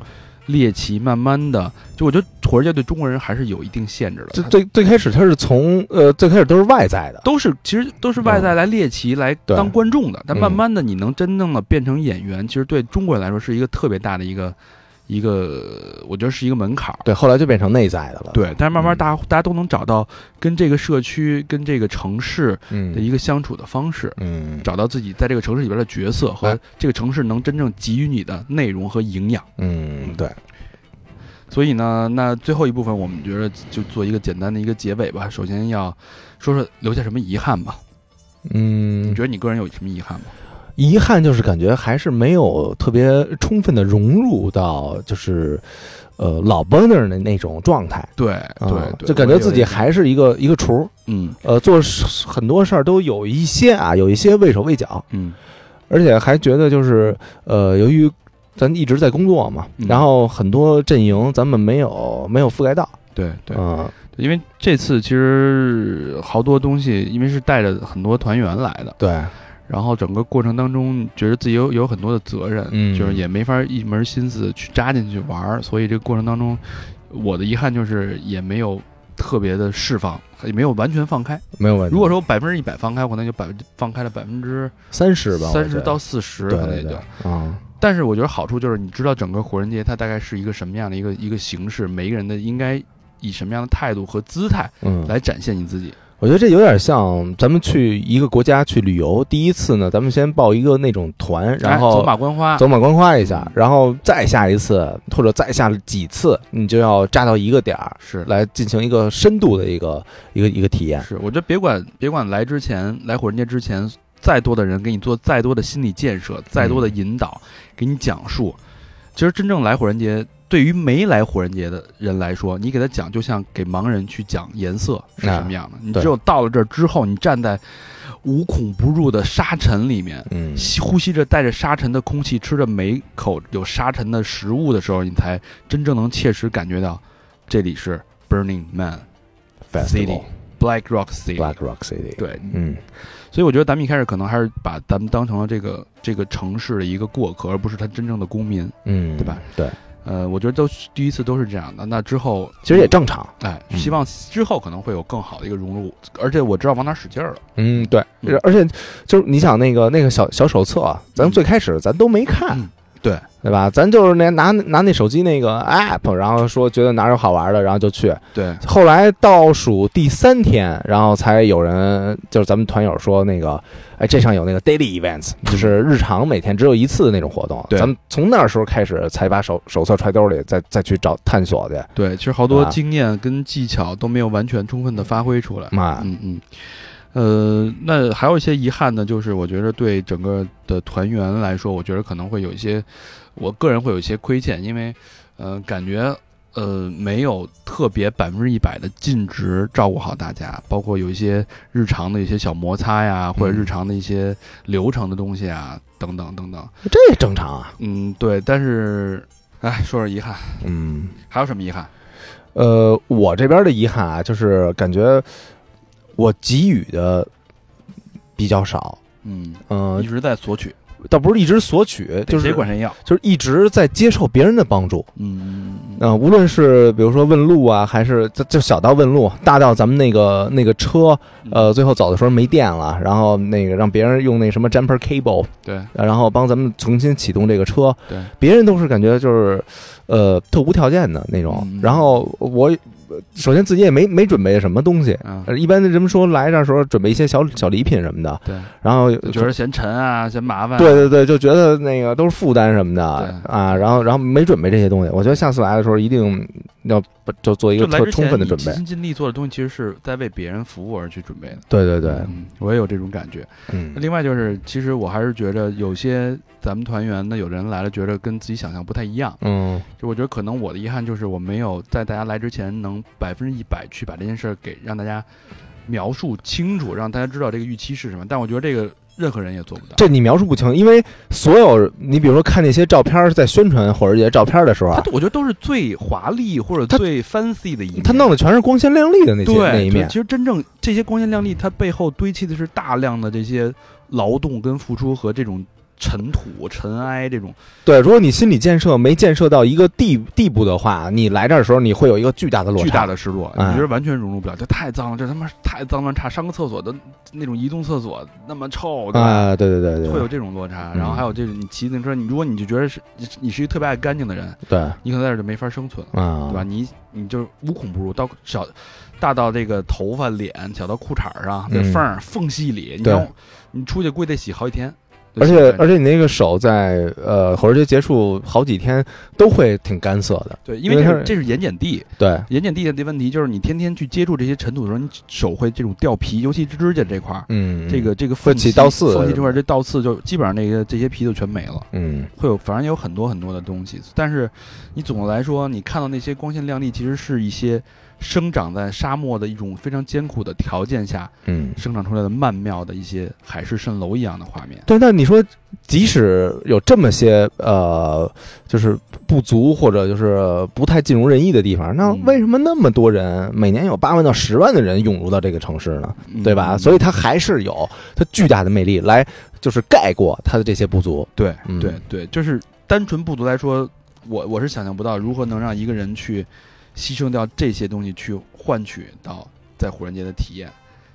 猎奇慢慢的，就我觉得火人乐对中国人还是有一定限制的，最它最最开始它是从呃最开始都是外在的，都是其实都是外在来猎奇来对当观众的，但嗯慢慢的你能真正的变成演员，其实对中国人来说是一个特别大的一个一个，我觉得是一个门槛儿。对，后来就变成内在的了。，对，但是慢慢嗯大家、大家都能找到跟这个社区、跟这个城市的嗯一个相处的方式，嗯找到自己在这个城市里边的角色和哎这个城市能真正给予你的内容和营养。嗯，对，所以呢，那最后一部分我们觉得就做一个简单的一个结尾吧。首先要说说留下什么遗憾吧？嗯你觉，得你个人有什么遗憾吗？遗憾就是感觉还是没有特别充分的融入到就是呃老 burner 的那种状态，对啊对对，就感我觉也自有己一还是一个一个厨，嗯呃，做事很多事儿都有一些啊，有一些畏手畏脚，嗯而且还觉得就是呃，由于咱一直在工作嘛，嗯然后很多阵营咱们没有没有覆盖到，对对，嗯因为这次其实好多东西，因为是带着很多团员来的，对，然后整个过程当中，觉得自己有有很多的责任，嗯就是也没法一门心思去扎进去玩儿，所以这个过程当中，我的遗憾就是也没有特别的释放，也没有完全放开。没有问题。如果说百分之一百放开，我可能就百分放开了百分之三十吧，三十到四十，对可能对也就对。，啊，但是我觉得好处就是，你知道整个火人节它大概是一个什么样的一个一个形式，每一个人的应该以什么样的态度和姿态嗯，来展现你自己。我觉得这有点像咱们去一个国家去旅游，第一次呢，咱们先报一个那种团，然哎走后马观花，走马观花一下，然后再下一次或者再下几次，你就要扎到一个点儿是来进行一个深度的一个一个一个体验。是，我觉得别管别管来之前来火人节之前，再多的人给你做再多的心理建设，再多的嗯引导，给你讲述，其实真正来火人节，对于没来火人节的人来说，你给他讲，就像给盲人去讲颜色是什么样的。你啊对只有到了这儿之后，你站在无孔不入的沙尘里面。嗯吸呼吸着带着沙尘的空气，吃着每口有沙尘的食物的时候，你才真正能切实感觉到，这里是 Burning Man City ，Festival Black Rock City。 Black Rock City，，对，嗯，所以我觉得咱们一开始可能还是把咱们当成了这个这个城市的一个过客，而不是他真正的公民。嗯，对吧？对，呃，我觉得都是第一次都是这样的。那之后其实也正常。哎，嗯希望之后可能会有更好的一个融入，而且我知道往哪使劲儿了。嗯，对嗯，而且就是你想那个那个小小手册啊，咱最开始咱都没看，嗯对对吧？咱就是那拿拿那手机那个 app，然后说觉得哪儿有好玩的，然后就去。对，后来倒数第三天，然后才有人就是咱们团友说那个，哎，这上有那个 daily events，就是日常每天只有一次的那种活动。对咱们从那时候开始才把手手册揣兜里，再再去找探索去。对，其实好多啊经验跟技巧都没有完全充分的发挥出来。嘛，嗯嗯，呃，那还有一些遗憾呢，就是我觉得对整个的团员来说，我觉得可能会有一些，我个人会有一些亏欠，因为，呃，感觉呃没有特别百分之一百的尽职照顾好大家，包括有一些日常的一些小摩擦呀，或者嗯日常的一些流程的东西啊，等等等等。这也正常啊。嗯，对，但是，哎，说说遗憾，嗯。还有什么遗憾？呃，我这边的遗憾啊，就是感觉我给予的比较少，嗯，嗯、一直在索取，倒不是一直索取，就谁是管谁要？就是一直在接受别人的帮助。嗯嗯嗯嗯、无论是比如说问路啊，还是就就小到问路，大到咱们那个那个车，嗯呃，最后走的时候没电了，然后那个让别人用那什么 jumper cable，对然后帮咱们重新启动这个车，对。别人都是感觉就是，呃，特无条件的那种嗯。然后我呃首先自己也没没准备什么东西，嗯，呃一般的人们说来这儿的时候准备一些小小礼品什么的，对，然后就觉得嫌沉啊，嫌麻烦。对，对对，就觉得那个都是负担什么的对啊，然后然后没准备这些东西，我觉得下次来的时候一定要就做一就个来特之充前分的你准备尽。心尽力做的东西，其实是在为别人服务而去准备的。对对对，嗯，我也有这种感觉。嗯另外就是，其实我还是觉得有些咱们团员呢，有人来了觉得跟自己想象不太一样。嗯就我觉得可能我的遗憾就是我没有在大家来之前能百分之一百去把这件事儿给让大家描述清楚，让大家知道这个预期是什么。但我觉得这个任何人也做不到。这你描述不清，因为所有你比如说看那些照片儿，在宣传火人节照片儿的时候他啊，我觉得都是最华丽或者他最 fancy 的一面。他弄的全是光鲜亮丽的那些对那一对面其。实真正这些光鲜亮丽，它背后堆砌的是大量的这些劳动跟付出和这种尘土尘埃这种，对，如果你心理建设没建设到一个地地步的话，你来这儿的时候你会有一个巨大的落差。巨大的失落，哎你觉得完全融入不了，这太脏了，这他妈太脏乱差，上个厕所的那种移动厕所那么臭，对吧？啊，对对对对，会有这种落差，嗯然后还有这种你骑自行车，你如果你就觉得是你你是一个特别爱干净的人，对你可能在这儿就没法生存了，啊，对吧？你你就是无孔不入，到小大到这个头发、脸，小到裤衩儿上这嗯缝儿缝隙里，你对让你出去估计得洗好几天，而且而且且你那个手在呃火车节结束好几天都会挺干涩的，对，因为因为这它是是这是盐碱地，对，盐碱地的问题就是你天天去接触这些尘土的时候，你手会这种掉皮，尤其指甲这块儿，嗯，这个这个缝会隙起倒刺缝隙这块儿这倒刺就基本上那个这些皮就全没了。嗯会有，反正有很多很多的东西。但是你总的来说，你看到那些光鲜亮丽，其实是一些生长在沙漠的一种非常艰苦的条件下嗯，生长出来的曼妙的一些海市蜃楼一样的画面。对，那你说即使有这么些呃，就是不足或者就是不太尽如人意的地方，那嗯为什么那么多人每年有八万到十万的人涌入到这个城市呢？嗯对吧？所以它还是有它巨大的魅力来就是盖过它的这些不足。对嗯对对，就是单纯部族来说，我我是想象不到如何能让一个人去牺牲掉这些东西，去换取到在火人节的体验。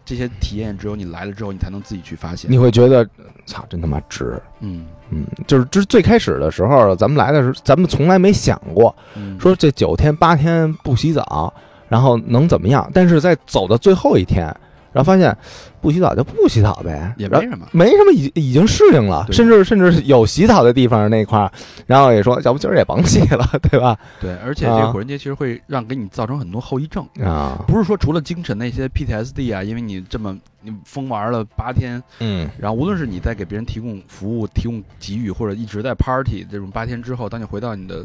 这些体验只有你来了之后，你才能自己去发现你。会觉得，操，真他妈值！嗯嗯，就是就是最开始的时候，咱们来的时候，咱们从来没想过嗯，说这九天八天不洗澡，然后能怎么样？但是在走到最后一天，然后发现不洗澡就不洗澡呗，也然没后什么。没什么已已经适应了，对甚至甚至有洗澡的地方那块儿，然后也说要不今儿也甭洗了，对吧？对，而且啊这火人节其实会让给你造成很多后遗症。啊，不是说除了精神那些 PTSD 啊，因为你这么你疯玩了八天，嗯然后无论是你在给别人提供服务、提供给予，或者一直在 party 这种八天之后，当你回到你的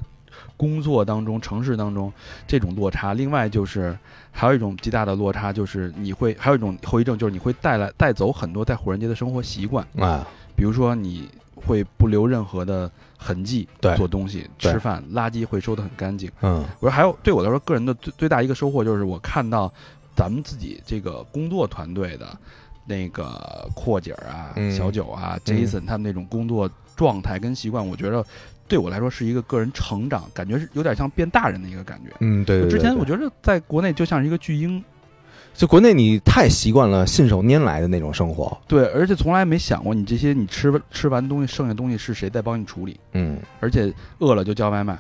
工作当中、城市当中，这种落差。另外就是还有一种极大的落差，就是你会还有一种后遗症，就是你会带来带走很多在火人节的生活习惯，啊，比如说你会不留任何的痕迹对做东西、对吃饭，垃圾会收得很干净。嗯我说还有对我来说，个人的最最大一个收获就是我看到咱们自己这个工作团队的那个阔姐儿啊、嗯小九啊、Jason 他们那种工作状态跟习惯，我觉得对我来说是一个个人成长，感觉是有点像变大人的一个感觉。嗯，对对对。之前对我觉得在国内就像是一个巨婴，就国内你太习惯了信手拈来的那种生活，对，而且从来没想过你这些你吃吃完东西剩下东西是谁在帮你处理，嗯。而且饿了就叫外卖。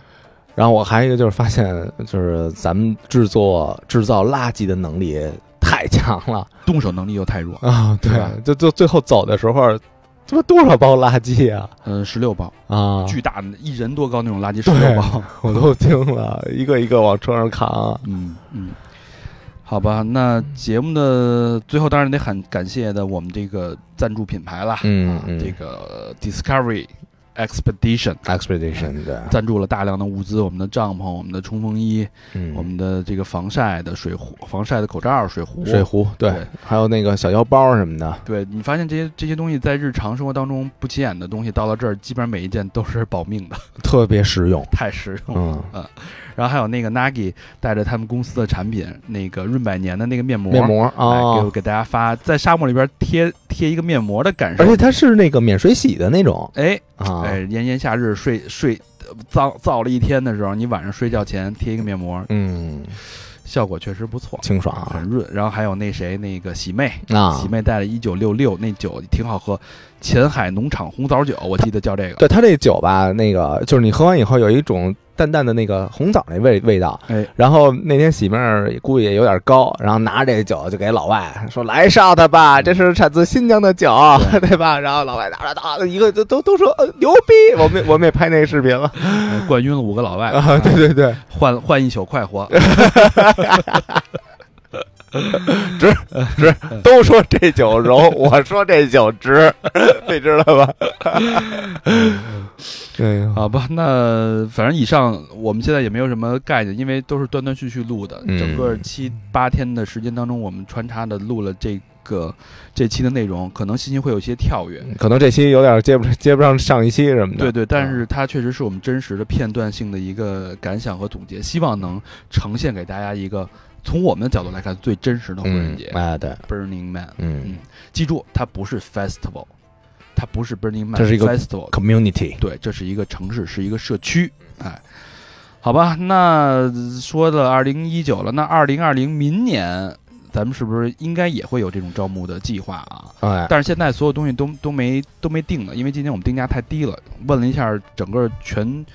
然后我还有一个就是发现，就是咱们制作制造垃圾的能力太强了动手能力又太弱，啊！是吧就就最后走的时候，他妈多少包垃圾啊嗯，十六包，啊！巨大的一人多高那种垃圾，十对六包， 我都惊了，一个一个往车上扛。啊嗯，嗯，好吧，那节目的最后当然得很感谢的我们这个赞助品牌啦，嗯啊嗯这个 Discovery Expedition Expedition 对，赞助了大量的物资，我们的帐篷、我们的冲锋衣、嗯我们的这个防晒的水壶、防晒的口罩、水壶、水。壶对对，还有那个小腰包什么的，对你发现这些这些东西在日常生活当中不起眼的东西，到了这儿基本上每一件都是保命的，特别实用。太实用了。嗯，然后还有那个 Nagi 带着他们公司的产品，那个润百年的那个面膜，嗯面膜哎，给我啊，给大家发在沙漠里边贴贴一个面膜的感受而。且它是那个免水洗的那种哎啊，哎，炎炎夏日睡睡呃燥燥了一天的时候，你晚上睡觉前贴一个面膜，嗯，效果确实不错，清爽很啊润。然后还有那谁那个喜妹，啊，喜妹带了一九六六那酒挺好喝，前海农场红枣酒，我记得叫这个。对它这酒吧，那个就是你喝完以后有一种淡淡的那个红枣那味味道。哎，然后那天喜妹儿估计也有点高，然后拿着这酒就给老外说：“来 shot 吧，这是产自新疆的酒，对吧？”然后老外拿着打一个都都都说呃牛逼，我们也我们也拍那个视频了哎灌晕了五个老外，啊！对对对，换换一宿快活。都说这酒柔，我说这酒值，你知道吧？对呀，好吧，啊那反正以上我们现在也没有什么概念，因为都是断断续续录的。嗯整个七八天的时间当中，我们穿插的录了这个这期的内容，可能信息会有一些跳跃。可能这期有点接不接不上上一期什么的。对对，但是它确实是我们真实的片段性的一个感想和总结，希望能呈现给大家一个从我们的角度来看最真实的火人嗯节、哎对， b u r n i n g Man）。嗯。记住，它不是 festival，它不是 Burning Man，这是一个 festival， community，对，这是一个城市，是一个社区，哎，好吧，那说了二零一九了，那二零二零明年咱们是不是应该也会有这种招募的计划啊？哎，但是现在所有东西都都没都没定呢，因为今天我们定价太低了。问了一下整个全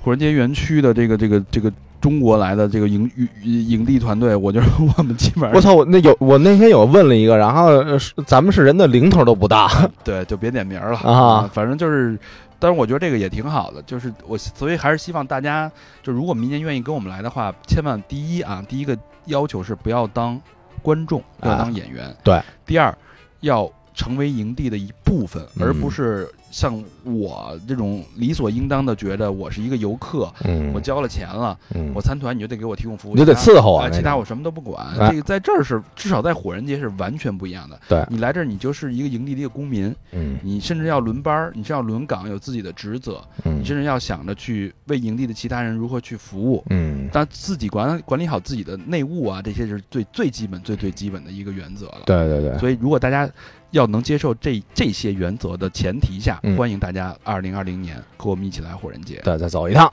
火人街园区的这个这个这个中国来的这个营营营地团队，我觉得我们基本我上操！我那有我那天有问了一个，然后呃是咱们是人的零头都不大，对就别点名了啊反正就是。但是我觉得这个也挺好的，就是我所以还是希望大家，就如果明年愿意跟我们来的话，千万第一啊，第一个要求是不要当观众，不要当演员。对。第二，要成为营地的一部分，嗯而不是像我这种理所应当的觉得我是一个游客，嗯我交了钱了，嗯我参团你就得给我提供服务， 你就得其他伺候我哎那其他种我什么都不管。哎这个在这儿是至少在火人节是完全不一样的。对你来这儿你就是一个营地的一个公民，嗯你甚至要轮班儿，你是要轮岗，有自己的职责，嗯你甚至要想着去为营地的其他人如何去服务。嗯，但自己管管理好自己的内务啊，这些是最最基本、最最基本的一个原则了。对对对，所以，如果大家要能接受这这些原则的前提下，嗯欢迎大家二零二零年和我们一起来火人节。对再走一趟，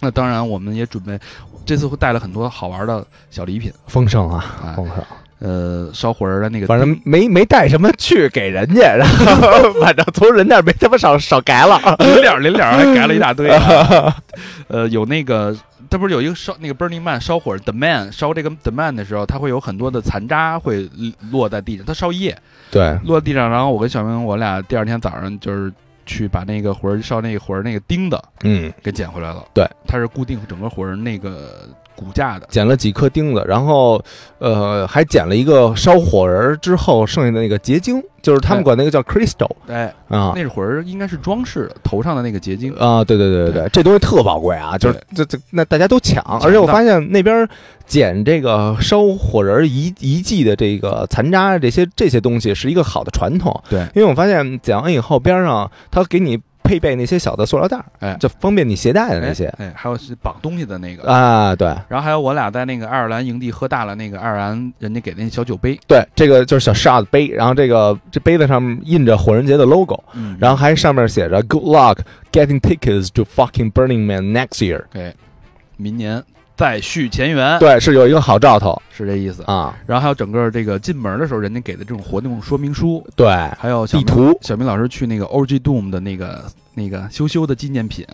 那当然，我们也准备这次会带了很多好玩的小礼品丰盛啊，啊，丰盛。呃，烧火人的那个，反正没没带什么去给人家， 然后反正从人那儿没他妈少少改了。 零点儿零点儿还改了一大堆、 啊，呃，有那个。它不是有一个烧那个 Burning Man 烧火 The Man 烧这个 The Man 的时候，它会有很多的残渣会落在地上，它烧一夜，对，落地上，然后我跟小明我俩第二天早上就是去把那个火人烧那个火人那个钉子嗯，给捡回来了。对，它是固定整个火人那个骨架的。捡了几颗钉子，然后呃还捡了一个烧火人儿之后剩下的那个结晶，就是他们哎管那个叫 crystal 哎，啊那是火人应该是装饰的，头上的那个结晶。啊，对对对对对，这东西特宝贵啊，就是这这那大家都抢，而且我发现那边捡这个烧火人遗遗迹的这个残渣这些这些东西是一个好的传统，对因为我发现捡完以后边上他给你配备那些小的塑料袋儿，哎就方便你携带的哎那些哎，还有是绑东西的那个。啊，对然后还有我俩在那个爱尔兰营地喝大了那个爱尔兰人家给那小酒杯，对，这个就是小 shot 杯，然后这个这杯子上面印着火人节的 logo，嗯然后还上面写着 Good luck getting tickets to fucking Burning Man next year，哎，明年再续前缘，对，是有一个好兆头是这意思。啊，然后还有整个这个进门的时候，人家给的这种活动说明书，对，还有小地明图。小明老师去那个 OG Doom 的那个那个羞羞的纪念品，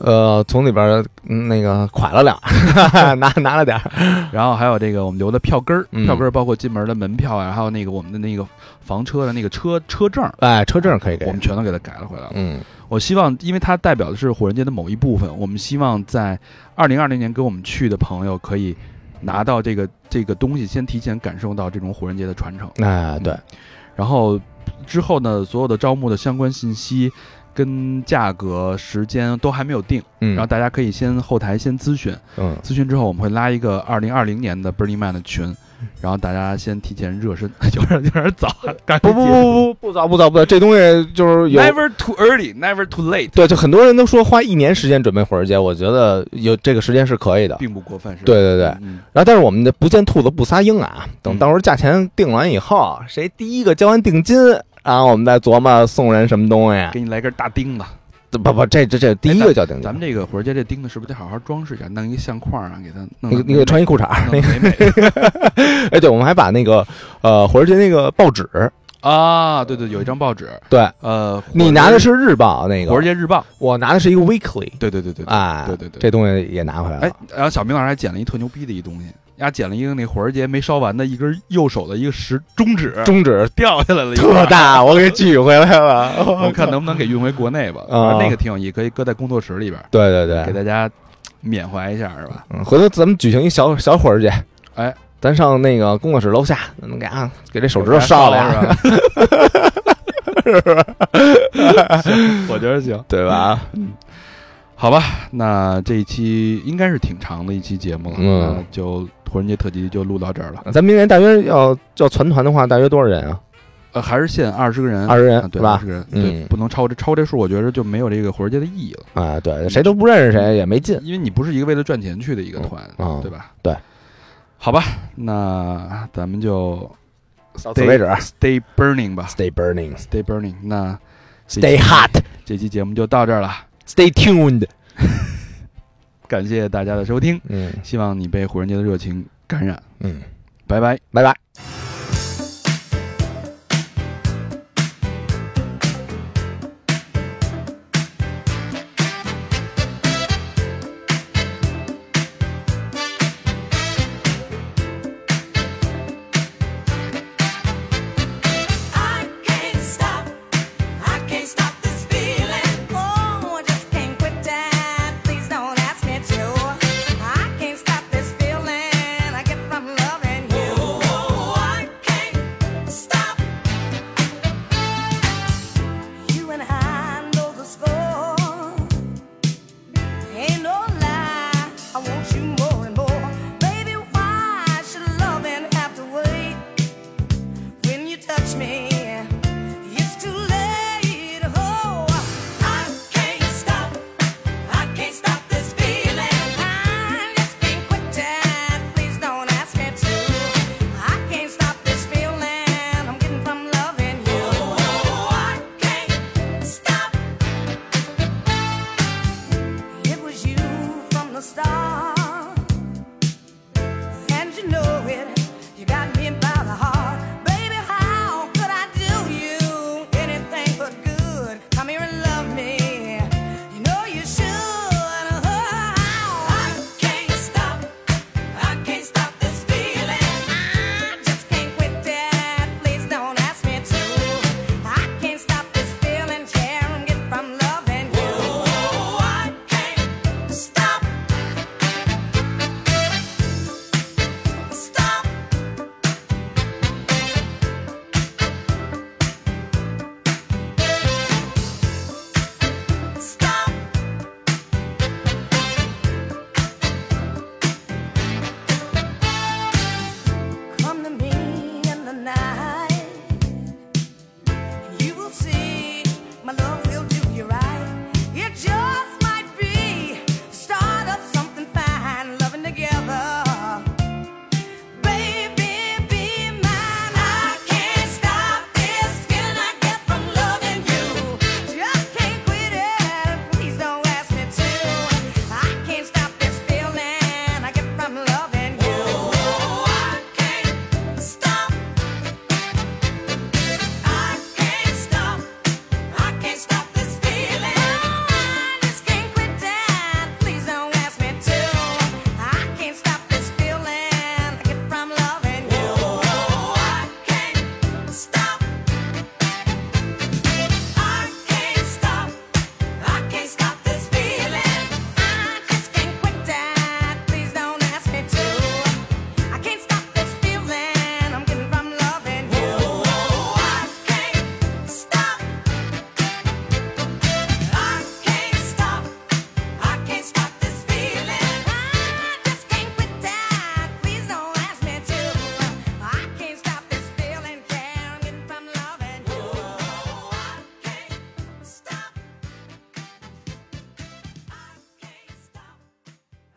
呃，从里边儿嗯那个垮了两儿，拿拿了点儿，然后还有这个我们留的票根儿，嗯票根儿包括进门的门票啊，还有那个我们的那个房车的那个车车证儿，哎，车证可以给我，们全都给它改了回来了。嗯，我希望，因为它代表的是火人节的某一部分，我们希望在二零二零年跟我们去的朋友可以拿到这个这个东西，先提前感受到这种火人节的传承。哎，对，然后之后呢，所有的招募的相关信息、跟价格、时间都还没有定，嗯，然后大家可以先后台先咨询。嗯，咨询之后，我们会拉一个二零二零年的 Burning Man 的群，然后大家先提前热身， 有点有点早，啊赶嗯不不不不不早不早不早，这东西就是有 Never too early, never too late，对，就很多人都说花一年时间准备火人节，我觉得有这个时间是可以的。并不过分，是吧？对对对，嗯，然后但是我们的不见兔子不撒鹰啊，等嗯到时候价钱定完以后，谁第一个交完定金，然后我们再琢磨送人什么东西。给你来根大钉子。不不，这这这第一个交定金，咱们这个火车街这钉子是不是得好好装饰一下，弄一个相框啊，给它弄你得你给穿一裤衩儿，弄得美美哎，对，我们还把那个呃火人节那个报纸，啊，对对，有一张报纸，对呃，你拿的是日报那火车个，街日报，我拿的是一个 weekly，对对对对，哎，对对对这东西也拿回来哎了，，然后小明老师还捡了一特牛逼的一东西，丫捡了一个那火车节没烧完的一根右手的一个食中指，中指掉下来了一块儿，特大，我给举回来 了，我看能不能给运回国内吧。啊哎反正那个挺有意义，可以搁在工作室里边儿，对对给对，大家缅怀一下，是吧？嗯回头咱们举行一小小火儿去，哎，咱上那个工作室楼下，能给啊给这手指头烧了呀， 了，是吧？我觉得行， 对吧？好吧，那这一期应该是挺长的一期节目了，嗯那就火人节特辑就录到这儿了。咱明年大约要要全团的话，大约多少人啊？呃，还是限二十个人，二十人啊是对，吧二十个人，嗯对，不能超这超这数，我觉得就没有这个火人节的意义了，啊，对，谁都不认识谁，也没劲因为你不是一个为了赚钱去的一个团嗯啊，对吧？对，好吧，那咱们就到此为止啊 Stay burning 吧，Stay burning。 ，Stay burning。那这期 Stay hot, 这期节目就到这儿了， stay tuned。感谢大家的收听，嗯希望你被火人节的热情感染，嗯，拜拜。拜拜。 I can't stop, I can't stop this feeling. Oh, I just can't quit that. Please don't ask me to. I can't stop this feeling. I get from loving you. Oh, I can't stop. You and I know the score. Ain't no lie, I want you more and more, baby. Why should loving have to wait? when you touch me. It's too late. Oh, I can't stop. I can't stop this feeling. I just can't quit that. Please don't ask me to. I can't stop this feeling. I'm getting from loving you. Oh, I can't stop. It was you from the start. And you know it, you got me by the heart. Baby, how could I do you anything but good? Come here and love me. You know you should. I can't stop. I can't stop this feeling. I just can't quit that. Please don't ask me to. I can't stop this feeling. Care and get from loving you. Oh, I can't stop. Stop. Stop. Come to me in the night. You will see my love will do you right. It just might be the start of something fine, loving together. Baby, be mine. I can't stop this feeling I get from loving you. Just can't quit it. Please don't ask me to. I can't stop this feeling I get from loving you. Oh, I can't stop. I can't stop. I can't stop this feeling. I just can't quit that. Please don't ask me to. I can't stop this feeling. I get from loving you. I can't stop. I can't stop. I can't stop this feeling. I just can't quit that. Please don't ask me to. I can't stop this feeling. I'm getting from loving you. I can't stop. I can't stop. I can't stop this feeling. I just can't quit that. Please don't ask me to. I can't stop this feeling. Care I'm getting from loving you. I can't stop. I can't stop. I can't stop this feeling. I just can't quit that.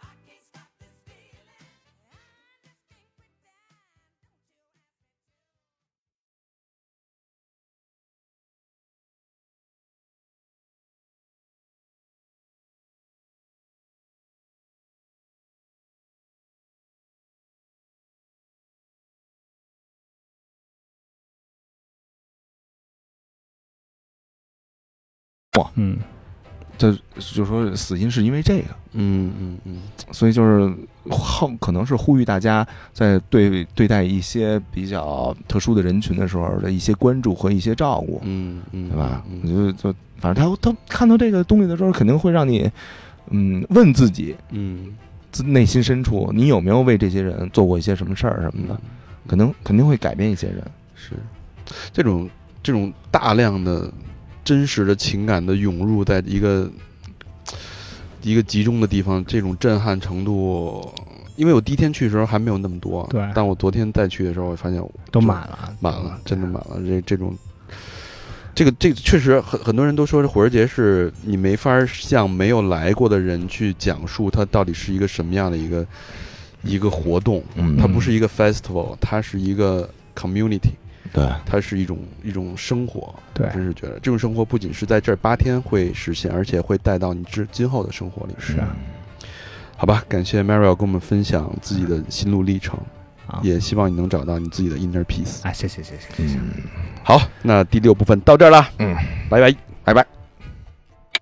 嗯，就就说死因是因为这个，嗯嗯嗯，所以就是好，可能是呼吁大家在对对待一些比较特殊的人群的时候的一些关注和一些照顾，嗯嗯，对吧？嗯我觉得就反正他他看到这个东西的时候，肯定会让你嗯问自己，嗯，自内心深处你有没有为这些人做过一些什么事儿什嗯么嗯的，可能肯定会改变一些人。是这种这种大量的真实的情感的涌入在一个一个集中的地方，这种震撼程度，因为我第一天去的时候还没有那么多，对但我昨天再去的时候，我发现都满了，满了，真的满了。这这种，这个这个确实很很多人都说，这火人节是你没法儿向没有来过的人去讲述它到底是一个什么样的一个一个活动。嗯它不是一个 festival，它是一个 community，对，它是一种一种生活。对真是觉得这种生活不仅是在这儿八天会实现，而且会带到你之今后的生活里。是啊，好吧，感谢 Mario 跟我们分享自己的心路历程，啊也希望你能找到你自己的 inner peace。啊，谢谢谢谢。嗯，好，那第六部分到这儿了，嗯，拜拜。拜拜。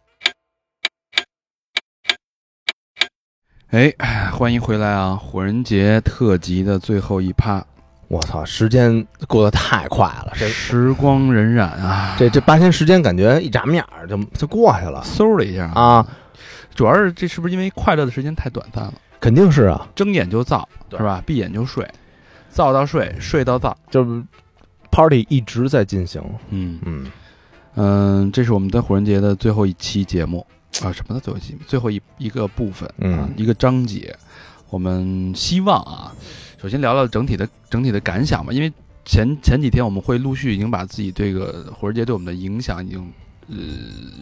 哎，欢迎回来啊！火人节特辑的最后一趴，我操，时间过得太快了，这时光荏苒啊，这这八天时间感觉一眨眼儿就就过去了嗖的一下，啊！主要是这是不是因为快乐的时间太短暂了？肯定是啊，睁眼就造，是吧？闭眼就睡，造到睡，睡到造。就是 party 一直在进行，嗯嗯，嗯，这是我们在火人节的最后一期节目啊，什么的最后一期，最后一一个部分，嗯啊，一个章节。我们希望啊，首先聊聊整体的整体的感想吧，因为前前几天我们会陆续已经把自己这个火人节对我们的影响已经呃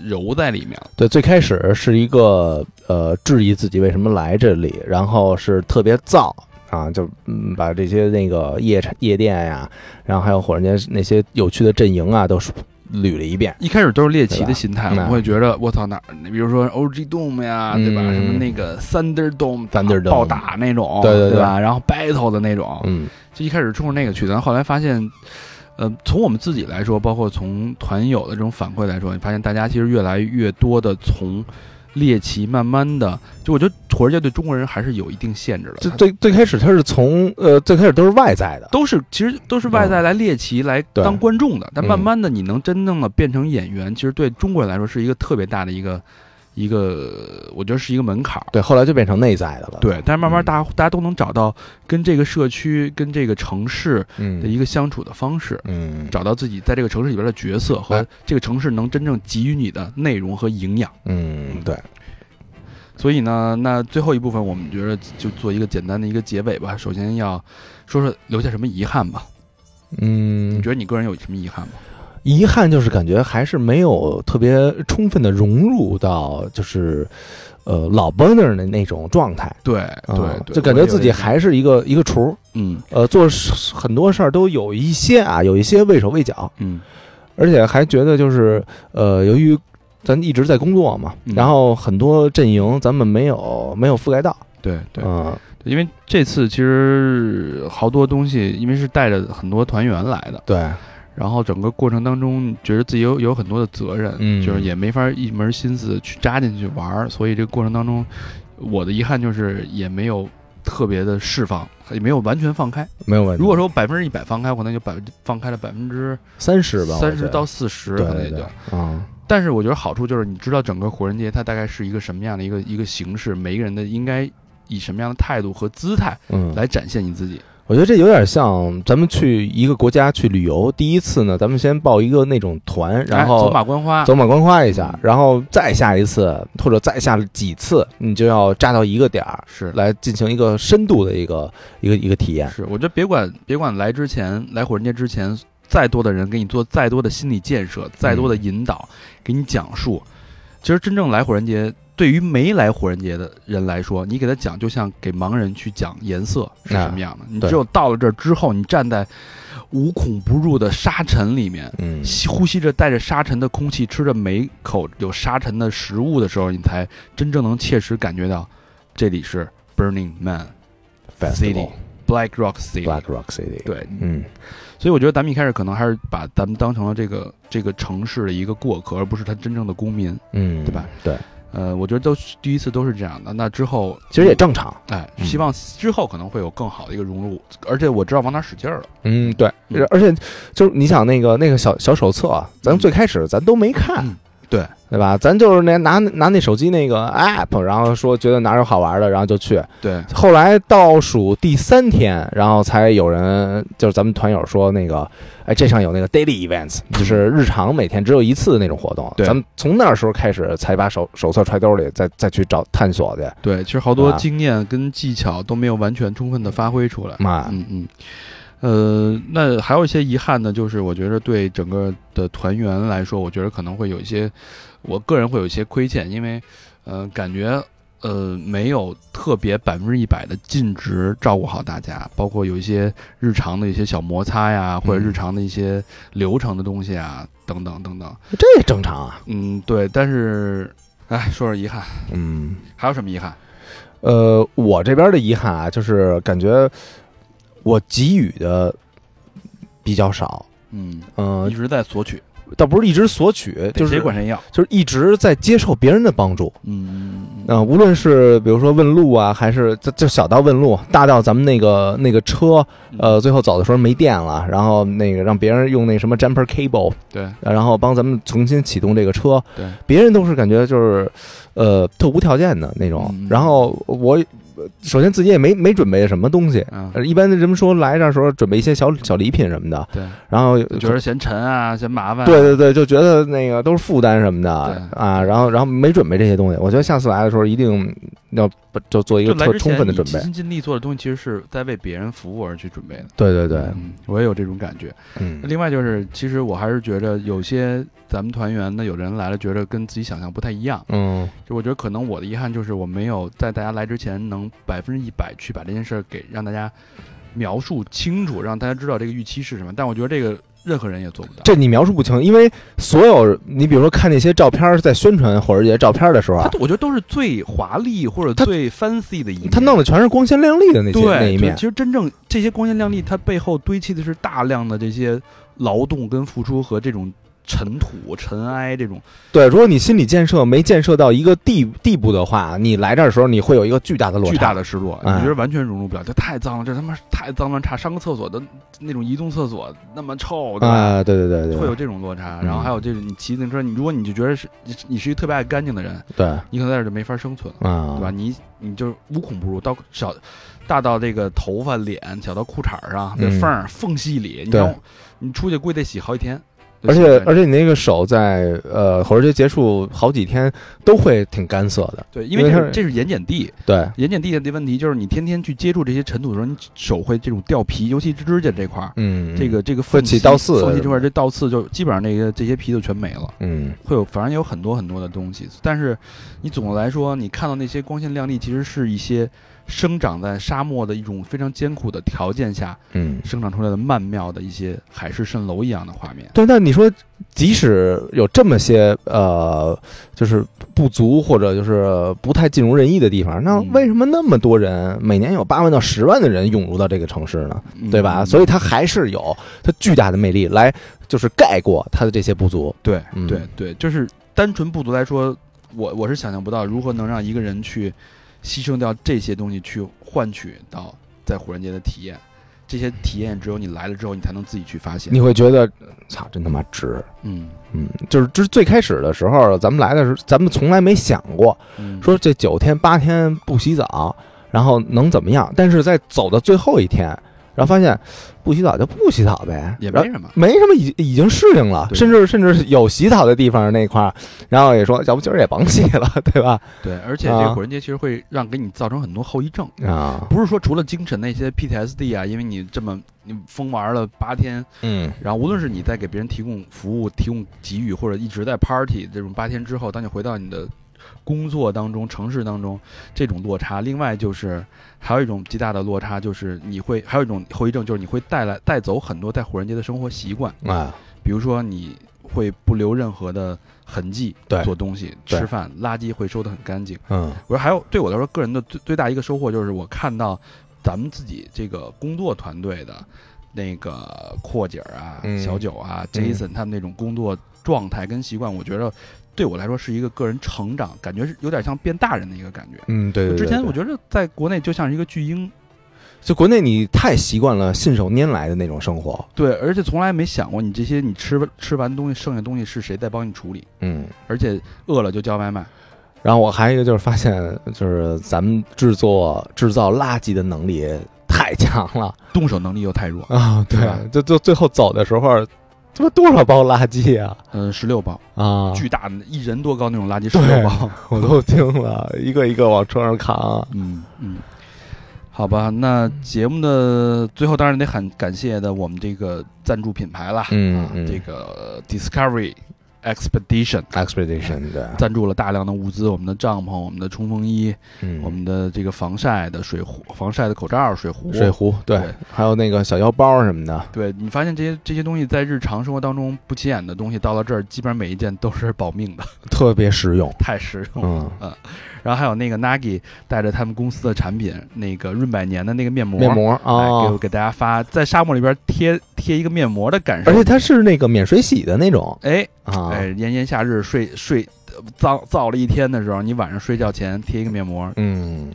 揉在里面了。对，最开始是一个呃质疑自己为什么来这里，然后是特别燥啊，就嗯把这些那个夜场夜店呀、然后还有火人节那些有趣的阵营啊，都捋了一遍。一开始都是猎奇对吧的心态，我嗯们会觉得我操哪儿，比如说 OG Dome 呀，对吧？嗯什么那个 Thunder Dome Thunderdome 暴打那种，对对对对吧？然后 battle 的那种，嗯就一开始冲着那个去，但后来发现，呃，从我们自己来说，包括从团友的这种反馈来说，你发现大家其实越来越多的从猎奇慢慢的，就我觉得火车界对中国人还是有一定限制的，最它最最开始他是从呃最开始都是外在的，都是其实都是外在来猎奇来对当观众的，但嗯慢慢的你能真正的变成演员，其实对中国人来说是一个特别大的一个一个，我觉得是一个门槛儿。对，后来就变成内在的了。，对，但是慢慢嗯大家、大家都能找到跟这个社区、跟这个城市的嗯一个相处的方式，嗯找到自己在这个城市里边的角色和哎这个城市能真正给予你的内容和营养。嗯，对，所以呢，那最后一部分我们觉得就做一个简单的一个结尾吧。首先要说说留下什么遗憾吧。嗯你觉，得你个人有什么遗憾吗？遗憾就是感觉还是没有特别充分的融入到就是呃老 burner 的那种状态。对啊对对，就感觉自己还是一个一个厨儿，嗯呃，做事很多事儿都有一些啊，有一些畏手畏脚，嗯而且还觉得就是呃，由于咱一直在工作嘛，嗯然后很多阵营咱们没有没有覆盖到，对对，嗯因为这次其实好多东西，因为是带着很多团员来的，对，然后整个过程当中觉得自己有有很多的责任，嗯就是也没法一门心思去扎进去玩儿，所以这个过程当中，我的遗憾就是也没有特别的释放，也没有完全放开。没有问题。如果说百分之一百放开，我可能就百分放开了百分之三十吧，我三觉十得到四十，对可能也对就对。，啊，但是我觉得好处就是，你知道整个火人节它大概是一个什么样的一个一个形式，每一个人的应该以什么样的态度和姿态嗯，来展现你自己。我觉得这有点像咱们去一个国家去旅游，第一次呢，咱们先报一个那种团，然哎后走马观花，嗯走马观花一下，然后再下一次或者再下几次，你就要扎到一个点儿是来进行一个深度的一个一个一个体验。是，我觉得别管别管来之前来火人节之前，再多的人给你做再多的心理建设，再多的引导，嗯给你讲述，其实真正来火人节，对于没来火人节的人来说，你给他讲，就像给盲人去讲颜色是什么样的。你啊对只有到了这儿之后，你站在无孔不入的沙尘里面。嗯吸呼吸着带着沙尘的空气，吃着每口有沙尘的食物的时候，你才真正能切实感觉到，这里是 Burning Man City Black Rock City。 Black Rock City，，对，嗯所以我觉得咱们一开始可能还是把咱们当成了这个这个城市的一个过客，而不是他真正的公民。嗯，对吧？对，呃，我觉得都是第一次都是这样的。那之后，其实也正常。哎，嗯希望之后可能会有更好的一个融入，而且我知道往哪使劲儿了。嗯，对嗯，而且就是你想那个那个小小手册啊，咱们最开始咱都没看嗯，对对吧？咱就是那拿拿那手机那个 app，然后说觉得哪有好玩的，然后就去，对，后来倒数第三天，然后才有人就是咱们团友说那个，哎，这上有那个 daily events，就是日常每天只有一次的那种活动。嗯对咱们从那时候开始才把手手册揣兜里，再再去找探索去。对，其实好多啊经验跟技巧都没有完全充分的发挥出来。妈，嗯嗯，呃，那还有一些遗憾呢，就是我觉得对整个的团员来说，我觉得可能会有一些，我个人会有一些亏欠，因为，呃，感觉呃没有特别百分之一百的尽职照顾好大家，包括有一些日常的一些小摩擦呀，或者嗯日常的一些流程的东西啊，等等等等。这也正常啊。嗯，对，但是，哎，说说遗憾，嗯，还有什么遗憾？呃，我这边的遗憾啊，就是感觉我给予的比较少，嗯，嗯、一直在索取，倒不是一直索取，就就是谁是管谁要？就是一直在接受别人的帮助。嗯，嗯、无论是比如说问路啊，还是就就小到问路，大到咱们那个那个车，嗯呃，最后走的时候没电了，然后那个让别人用那什么 jumper cable，对，然后帮咱们重新启动这个车。对，别人都是感觉就是，呃，特无条件的那种嗯。然后我呃首先自己也没没准备什么东西，嗯，呃一般人们说来这儿的时候准备一些小小礼品什么的，对，然后就觉得嫌沉啊，嫌麻烦，对，对对，就觉得那个都是负担什么的对啊，然后然后没准备这些东西，我觉得下次来的时候一定要就做一就个来特之充前分的你准备尽。心尽力做的东西，其实是在为别人服务而去准备的。对对对，嗯，我也有这种感觉。嗯另外就是，其实我还是觉着有些咱们团员呢，有人来了，觉着跟自己想象不太一样。嗯就我觉得可能我的遗憾就是我没有在大家来之前能百分之一百去把这件事儿给让大家描述清楚，让大家知道这个预期是什么。但我觉得这个任何人也做不到。这你描述不清，因为所有你比如说看那些照片儿，在宣传火人节照片儿的时候他啊，都我觉得都是最华丽或者他最 fancy 的一面。他弄的全是光鲜亮丽的那些对那一就面其。实真正这些光鲜亮丽，它背后堆砌的是大量的这些劳动跟付出和这种尘土、尘埃这种。对，如果你心理建设没建设到一个地地步的话，你来这儿的时候你会有一个巨大的落差。巨大的失落，哎你觉得完全融入不了，这太脏了，这他妈太脏乱差，上个厕所的那种移动厕所那么臭，对吧？啊、对对对对，会有这种落差，嗯然后还有这种你骑自行车，你如果你就觉得是你你是一个特别爱干净的人，对啊你可能在这儿就没法生存了，对吧？你你就是无孔不入，到小大到这个头发、脸，小到裤衩儿上这嗯缝儿、缝隙里，你对让你出去估计得洗好几天，而且而且且你那个手在呃火车节结束好几天都会挺干涩的，对，因为因为这它是这是盐碱地，对，盐碱地的问题就是你天天去接触这些尘土的时候，你手会这种掉皮，尤其指甲这块儿。嗯，这个这个缝起隙倒刺缝隙这块儿这倒刺就基本上那个这些皮就全没了，嗯会有反正有很多很多的东西。但是你总的来说，你看到那些光鲜亮丽，其实是一些生长在沙漠的一种非常艰苦的条件下嗯，生长出来的曼妙的一些海市蜃楼一样的画面。对，那你说即使有这么些呃，就是不足或者就是不太尽如人意的地方，那嗯为什么那么多人每年有八万到十万的人涌入到这个城市呢？嗯对吧？所以以它还是有它巨大的魅力来，就是盖过它的这些不足。对嗯对对，就是单纯部族来说，我我是想象不到如何能让一个人去牺牲掉这些东西，去换取到在火人节的体验。这些体验只有你来了之后，你才能自己去发现你。会觉得，操，真他妈值！嗯嗯，就是就是最开始的时候，咱们来的时候，咱们从来没想过嗯说这九天八天不洗澡，然后能怎么样？但是在走到最后一天，然后发现不洗澡就不洗澡呗，也然后没什么。没什么已已经适应了，对甚至甚至有洗澡的地方那块儿，然后也说要不今儿也甭洗了，对吧？对，而且这啊个火人节其实会让给你造成很多后遗症，啊，不是说除了精神那些 PTSD 啊，因为你这么你疯玩了八天，嗯然后无论是你在给别人提供服务、提供给予，或者一直在 party 这种八天之后，当你回到你的工作当中、城市当中，这种落差。另外就是还有一种极大的落差，就是你会还有一种后遗症，就是你会带来带走很多在火人节的生活习惯。啊，比如说你会不留任何的痕迹，对做东西、对吃饭，垃圾会收得很干净。嗯我说还有对我来说，个人的最最大一个收获就是我看到咱们自己这个工作团队的那个阔姐儿啊、嗯小九啊、Jason 他们那种工作状态跟习惯，我觉得对我来说是一个个人成长，感觉是有点像变大人的一个感觉。嗯，对对对之前对我觉得在国内就像是一个巨婴，就国内你太习惯了信手拈来的那种生活，对，而且从来没想过你这些你吃吃完东西剩下东西是谁在帮你处理，嗯。而且饿了就叫外卖。然后我还有一个就是发现，就是咱们制作制造垃圾的能力太强了动手能力又太弱，啊！对对，就就最后走的时候，他妈多少包垃圾啊嗯、十六包，啊！巨大的一人多高那种垃圾，十对六包，我都惊了，一个一个往车上扛。啊嗯，嗯，好吧，那节目的最后当然得很感谢的我们这个赞助品牌啦，嗯啊嗯这个 Discovery Expedition expedition，嗯对，赞助了大量的物资，我们的帐篷、我们的冲锋衣、嗯我们的这个防晒的水壶、防晒的口罩、水壶。水壶对对，还有那个小腰包什么的，对你发现这些这些东西在日常生活当中不起眼的东西，到了这儿基本上每一件都是保命的， 特别实用。太实用了。嗯，然后还有那个 Nagi 带着他们公司的产品，那个润百年的那个面膜，面膜哎，给啊，给大家发在沙漠里边贴贴一个面膜的感受而。且它是那个免水洗的那种哎啊，哎，炎炎夏日睡睡呃燥燥了一天的时候，你晚上睡觉前贴一个面膜，嗯，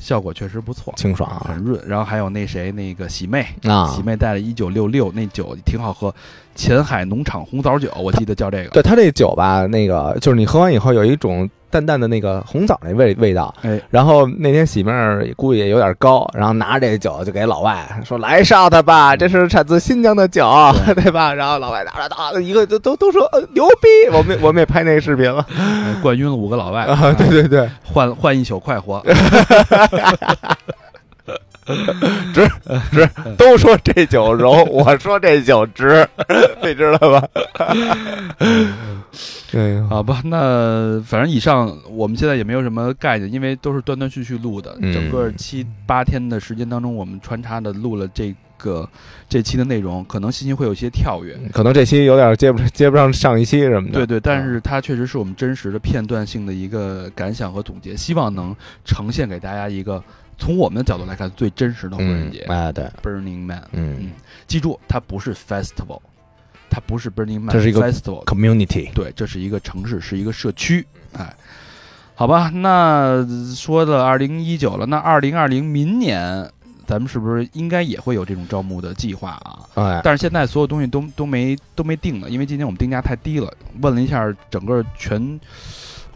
效果确实不错，清爽很啊润。然后还有那谁，那个喜妹，啊喜妹带了一九六六那酒挺好喝，前海农场红枣酒，我记得叫这个。对它这酒吧，那个就是你喝完以后有一种淡淡的那个红枣那味味道。哎，然后那天喜妹儿估计也有点高，然后拿着这酒就给老外说：“来烧它嗯吧，这是产自新疆的酒，对吧？”然后老外拿着啊，一个都都都说、呃牛逼，我们 我们也拍那个视频了哎灌晕了五个老外，啊！对对对，换换一宿快活。嗯都说这酒柔，我说这酒直， 你知道吧？嗯哎呦，好吧，啊那反正以上我们现在也没有什么概念，因为都是断断续续录的。嗯整个七八天的时间当中，我们穿插的录了这个这期的内容，可能信息会有一些跳跃。可能这期有点接不接不上上一期什么的。对对，但是它确实是我们真实的片段性的一个感想和总结，希望能呈现给大家一个从我们的角度来看最真实的火嗯人节、哎对， Burning Man）。嗯记住，它不是 festival，它不是 Burning Man，这是一个 festival， ，community。对，这是一个城市，是一个社区，哎，好吧，那说了二零一九了，那二零二零明年咱们是不是应该也会有这种招募的计划啊？哎，但是现在所有东西都都没都没定了，因为今年我们定价太低了。问了一下整个全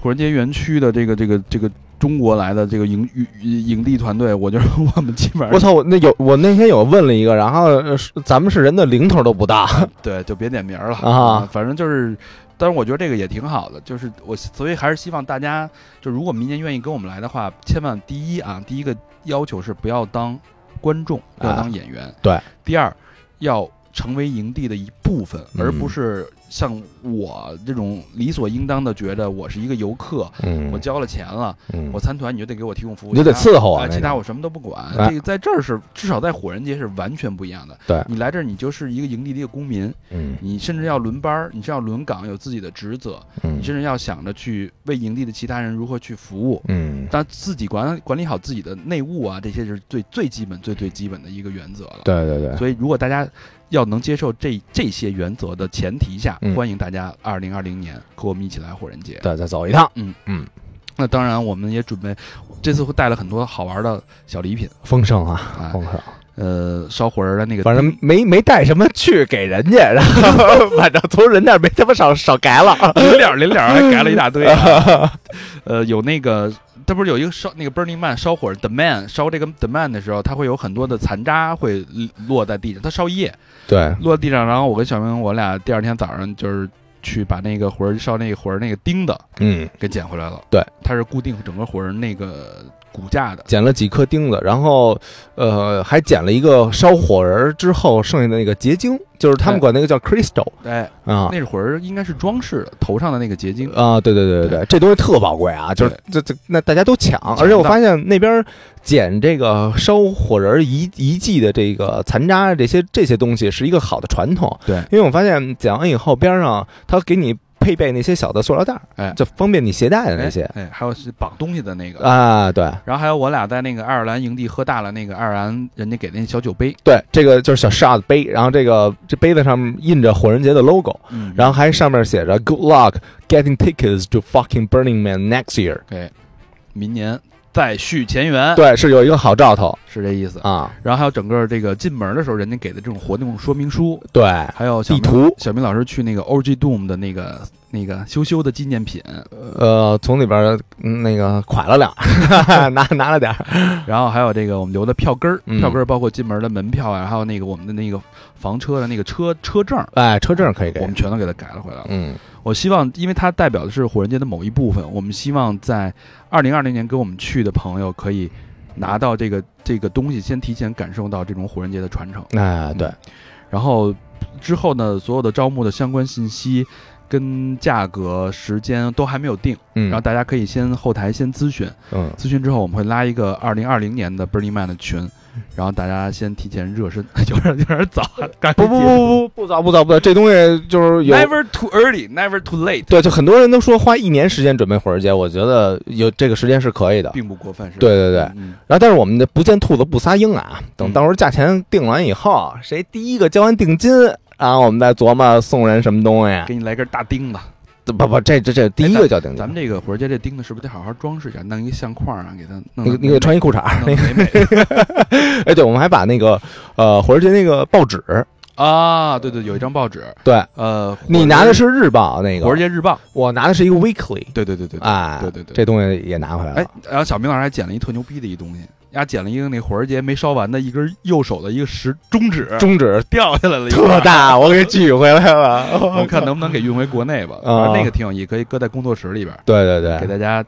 火人街园区的这个这个这个中国来的这个营营营地团队，我觉得我们基本我上操！我那有我那天有问了一个，然后呃是咱们是人的零头都不大， 对就别点名儿了嗯啊反正就是。但是我觉得这个也挺好的，就是我，所以还是希望大家，就如果明年愿意跟我们来的话，千万第一啊，第一个要求是不要当观众，不要当演员。啊对。第二，要成为营地的一部分，嗯而不是像我这种理所应当的觉得我是一个游客， 嗯我交了钱了，嗯我参团你就得给我提供服务，你就得其他伺候我啊，那其他种我什么都不管。哎这个在这儿是至少在火人节是完全不一样的。对你来这儿，你就是一个营地的一个公民，嗯你甚至要轮班儿，你是要轮岗，有自己的职责，嗯你甚至要想着去为营地的其他人如何去服务。嗯，但自己管管理好自己的内务啊，这些是最最基本、最最基本的一个原则了。对对对，所以，如果大家要能接受这这些原则的前提下，嗯欢迎大家二零二零年和我们一起来火人节。对再走一趟，那当然，我们也准备这次会带了很多好玩的小礼品丰盛啊，啊，丰盛。呃，烧火人的那个，反正没没带什么去给人家，然后 反正从人那儿没他妈少少改了。 临了临了还改了一大堆、啊， 呃，有那个。它不是有一个烧那个 Burning Man 烧火 The Man 烧这个 The Man 的时候，它会有很多的残渣会落在地上，它烧叶，对，落地上，然后我跟小明我俩第二天早上就是去把那个魂儿烧那个魂儿那个钉子嗯，给捡回来了。对，它是固定整个魂儿那个骨架的。捡了几颗钉子，然后呃还捡了一个烧火人儿之后剩下的那个结晶，就是他们哎管那个叫 crystal 哎，啊那是魂儿应该是装饰的，头上的那个结晶。啊，对对对对对，这东西特宝贵啊，就是这这那大家都抢，而且我发现那边捡这个烧火人遗遗迹的这个残渣这些这些东西是一个好的传统，对因为我发现捡完以后边上他给你配备那些小的塑料袋儿，哎就方便你携带呃的那些哎，哎还有是绑东西的那个。啊，对然后还有我俩在那个爱尔兰营地喝大了那个爱尔兰人家给的那小酒杯，对，这个就是小 shot 杯，然后这个这杯子上面印着火人节的 logo，嗯然后还上面写着 Good luck getting tickets to fucking Burning Man next year，明年再续前缘，对，是有一个好兆头是这意思。啊，然后还有整个这个进门的时候人家给的这种活动说明书，对。还有小地明图，小明老师去那个 OG Doom 的那个那个羞羞的纪念品，呃，从里边儿嗯那个垮了两儿，拿拿了点儿，然后还有这个我们留的票根儿，嗯票根儿包括进门的门票啊，还有那个我们的那个房车的那个车车证儿，哎，车证可以给我，们全都给它改了回来了。嗯，我希望，因为它代表的是火人节的某一部分，我们希望在二零二零年跟我们去的朋友可以拿到这个这个东西，先提前感受到这种火人节的传承。哎，对，然后之后呢，所有的招募的相关信息，跟价格、时间都还没有定，嗯，然后大家可以先后台先咨询，嗯咨询之后我们会拉一个二零二零年的 Burning Man 的群，嗯然后大家先提前热身， 有点有点早，不不不不不早不早不早，这东西就是有 Never too early, never too late，对，就很多人都说花一年时间准备火人节，我觉得有这个时间是可以的。并不过分，是吧？对对对，嗯，然后，但是我们的不见兔子不撒鹰啊！等嗯到时候价钱定完以后，谁第一个交完定金，然后我们再琢磨送人什么东西。给你来根大钉子。不不，这这这第一个交定金，咱们这个火车街这钉子是不是得好好装饰一下，弄一个相框啊，给它弄你得你给穿一裤 衩儿。弄得美美的 哎，对，我们还把那个呃火车节那个报纸，啊，对对，有一张报纸，对呃，你拿的是日报啊那火车个，街日报，我拿的是一个 weekly，对对对对，对哎，对对对这东西也拿回来哎了。，然后小明老师还捡了一特牛逼的一东西，丫捡了一个那火儿节没烧完的一根右手的一个食中指，中指掉下来了一特块，大，我给举回来了。 我们看能不能给运回国内吧。 啊那个挺有意，可以搁在工作室里边，对对对给，大家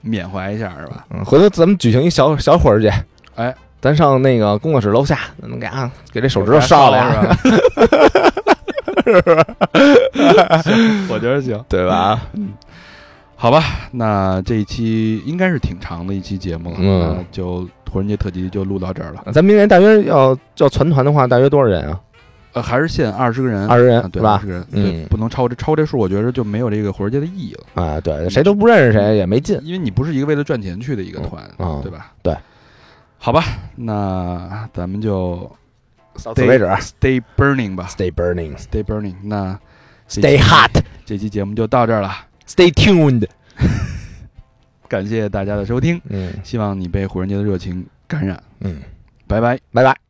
缅怀一下，是吧？嗯，回头咱们举行一小小火儿节，哎，咱上那个工作室楼下，咱们给啊给这手指头烧烧了呀，是吧？ 行我觉得行， 对 吧？好吧，那这一期应该是挺长的一期节目了，嗯那就火人节特辑就录到这儿了，咱明年大约要要全团的话，大约多少人啊？呃，还是限二十个人，二十人啊对是吧二十个人，嗯对，不能超这超这数，我觉得就没有这个火人节的意义了。啊，对，谁都不认识谁，也没劲。因为你不是一个为了赚钱去的一个团，嗯嗯对吧？对，好吧，那咱们就到此为止 stay burning 吧，Stay，stay burning，Stay burning 那。 hot，Stay 这期节目就到这儿了， tuned。感谢大家的收听，嗯希望你被火人节的热情感染。嗯，拜拜。拜拜。Oh, Oh, Oh, Oh, Uh-huh. Oh, Oh, Oh,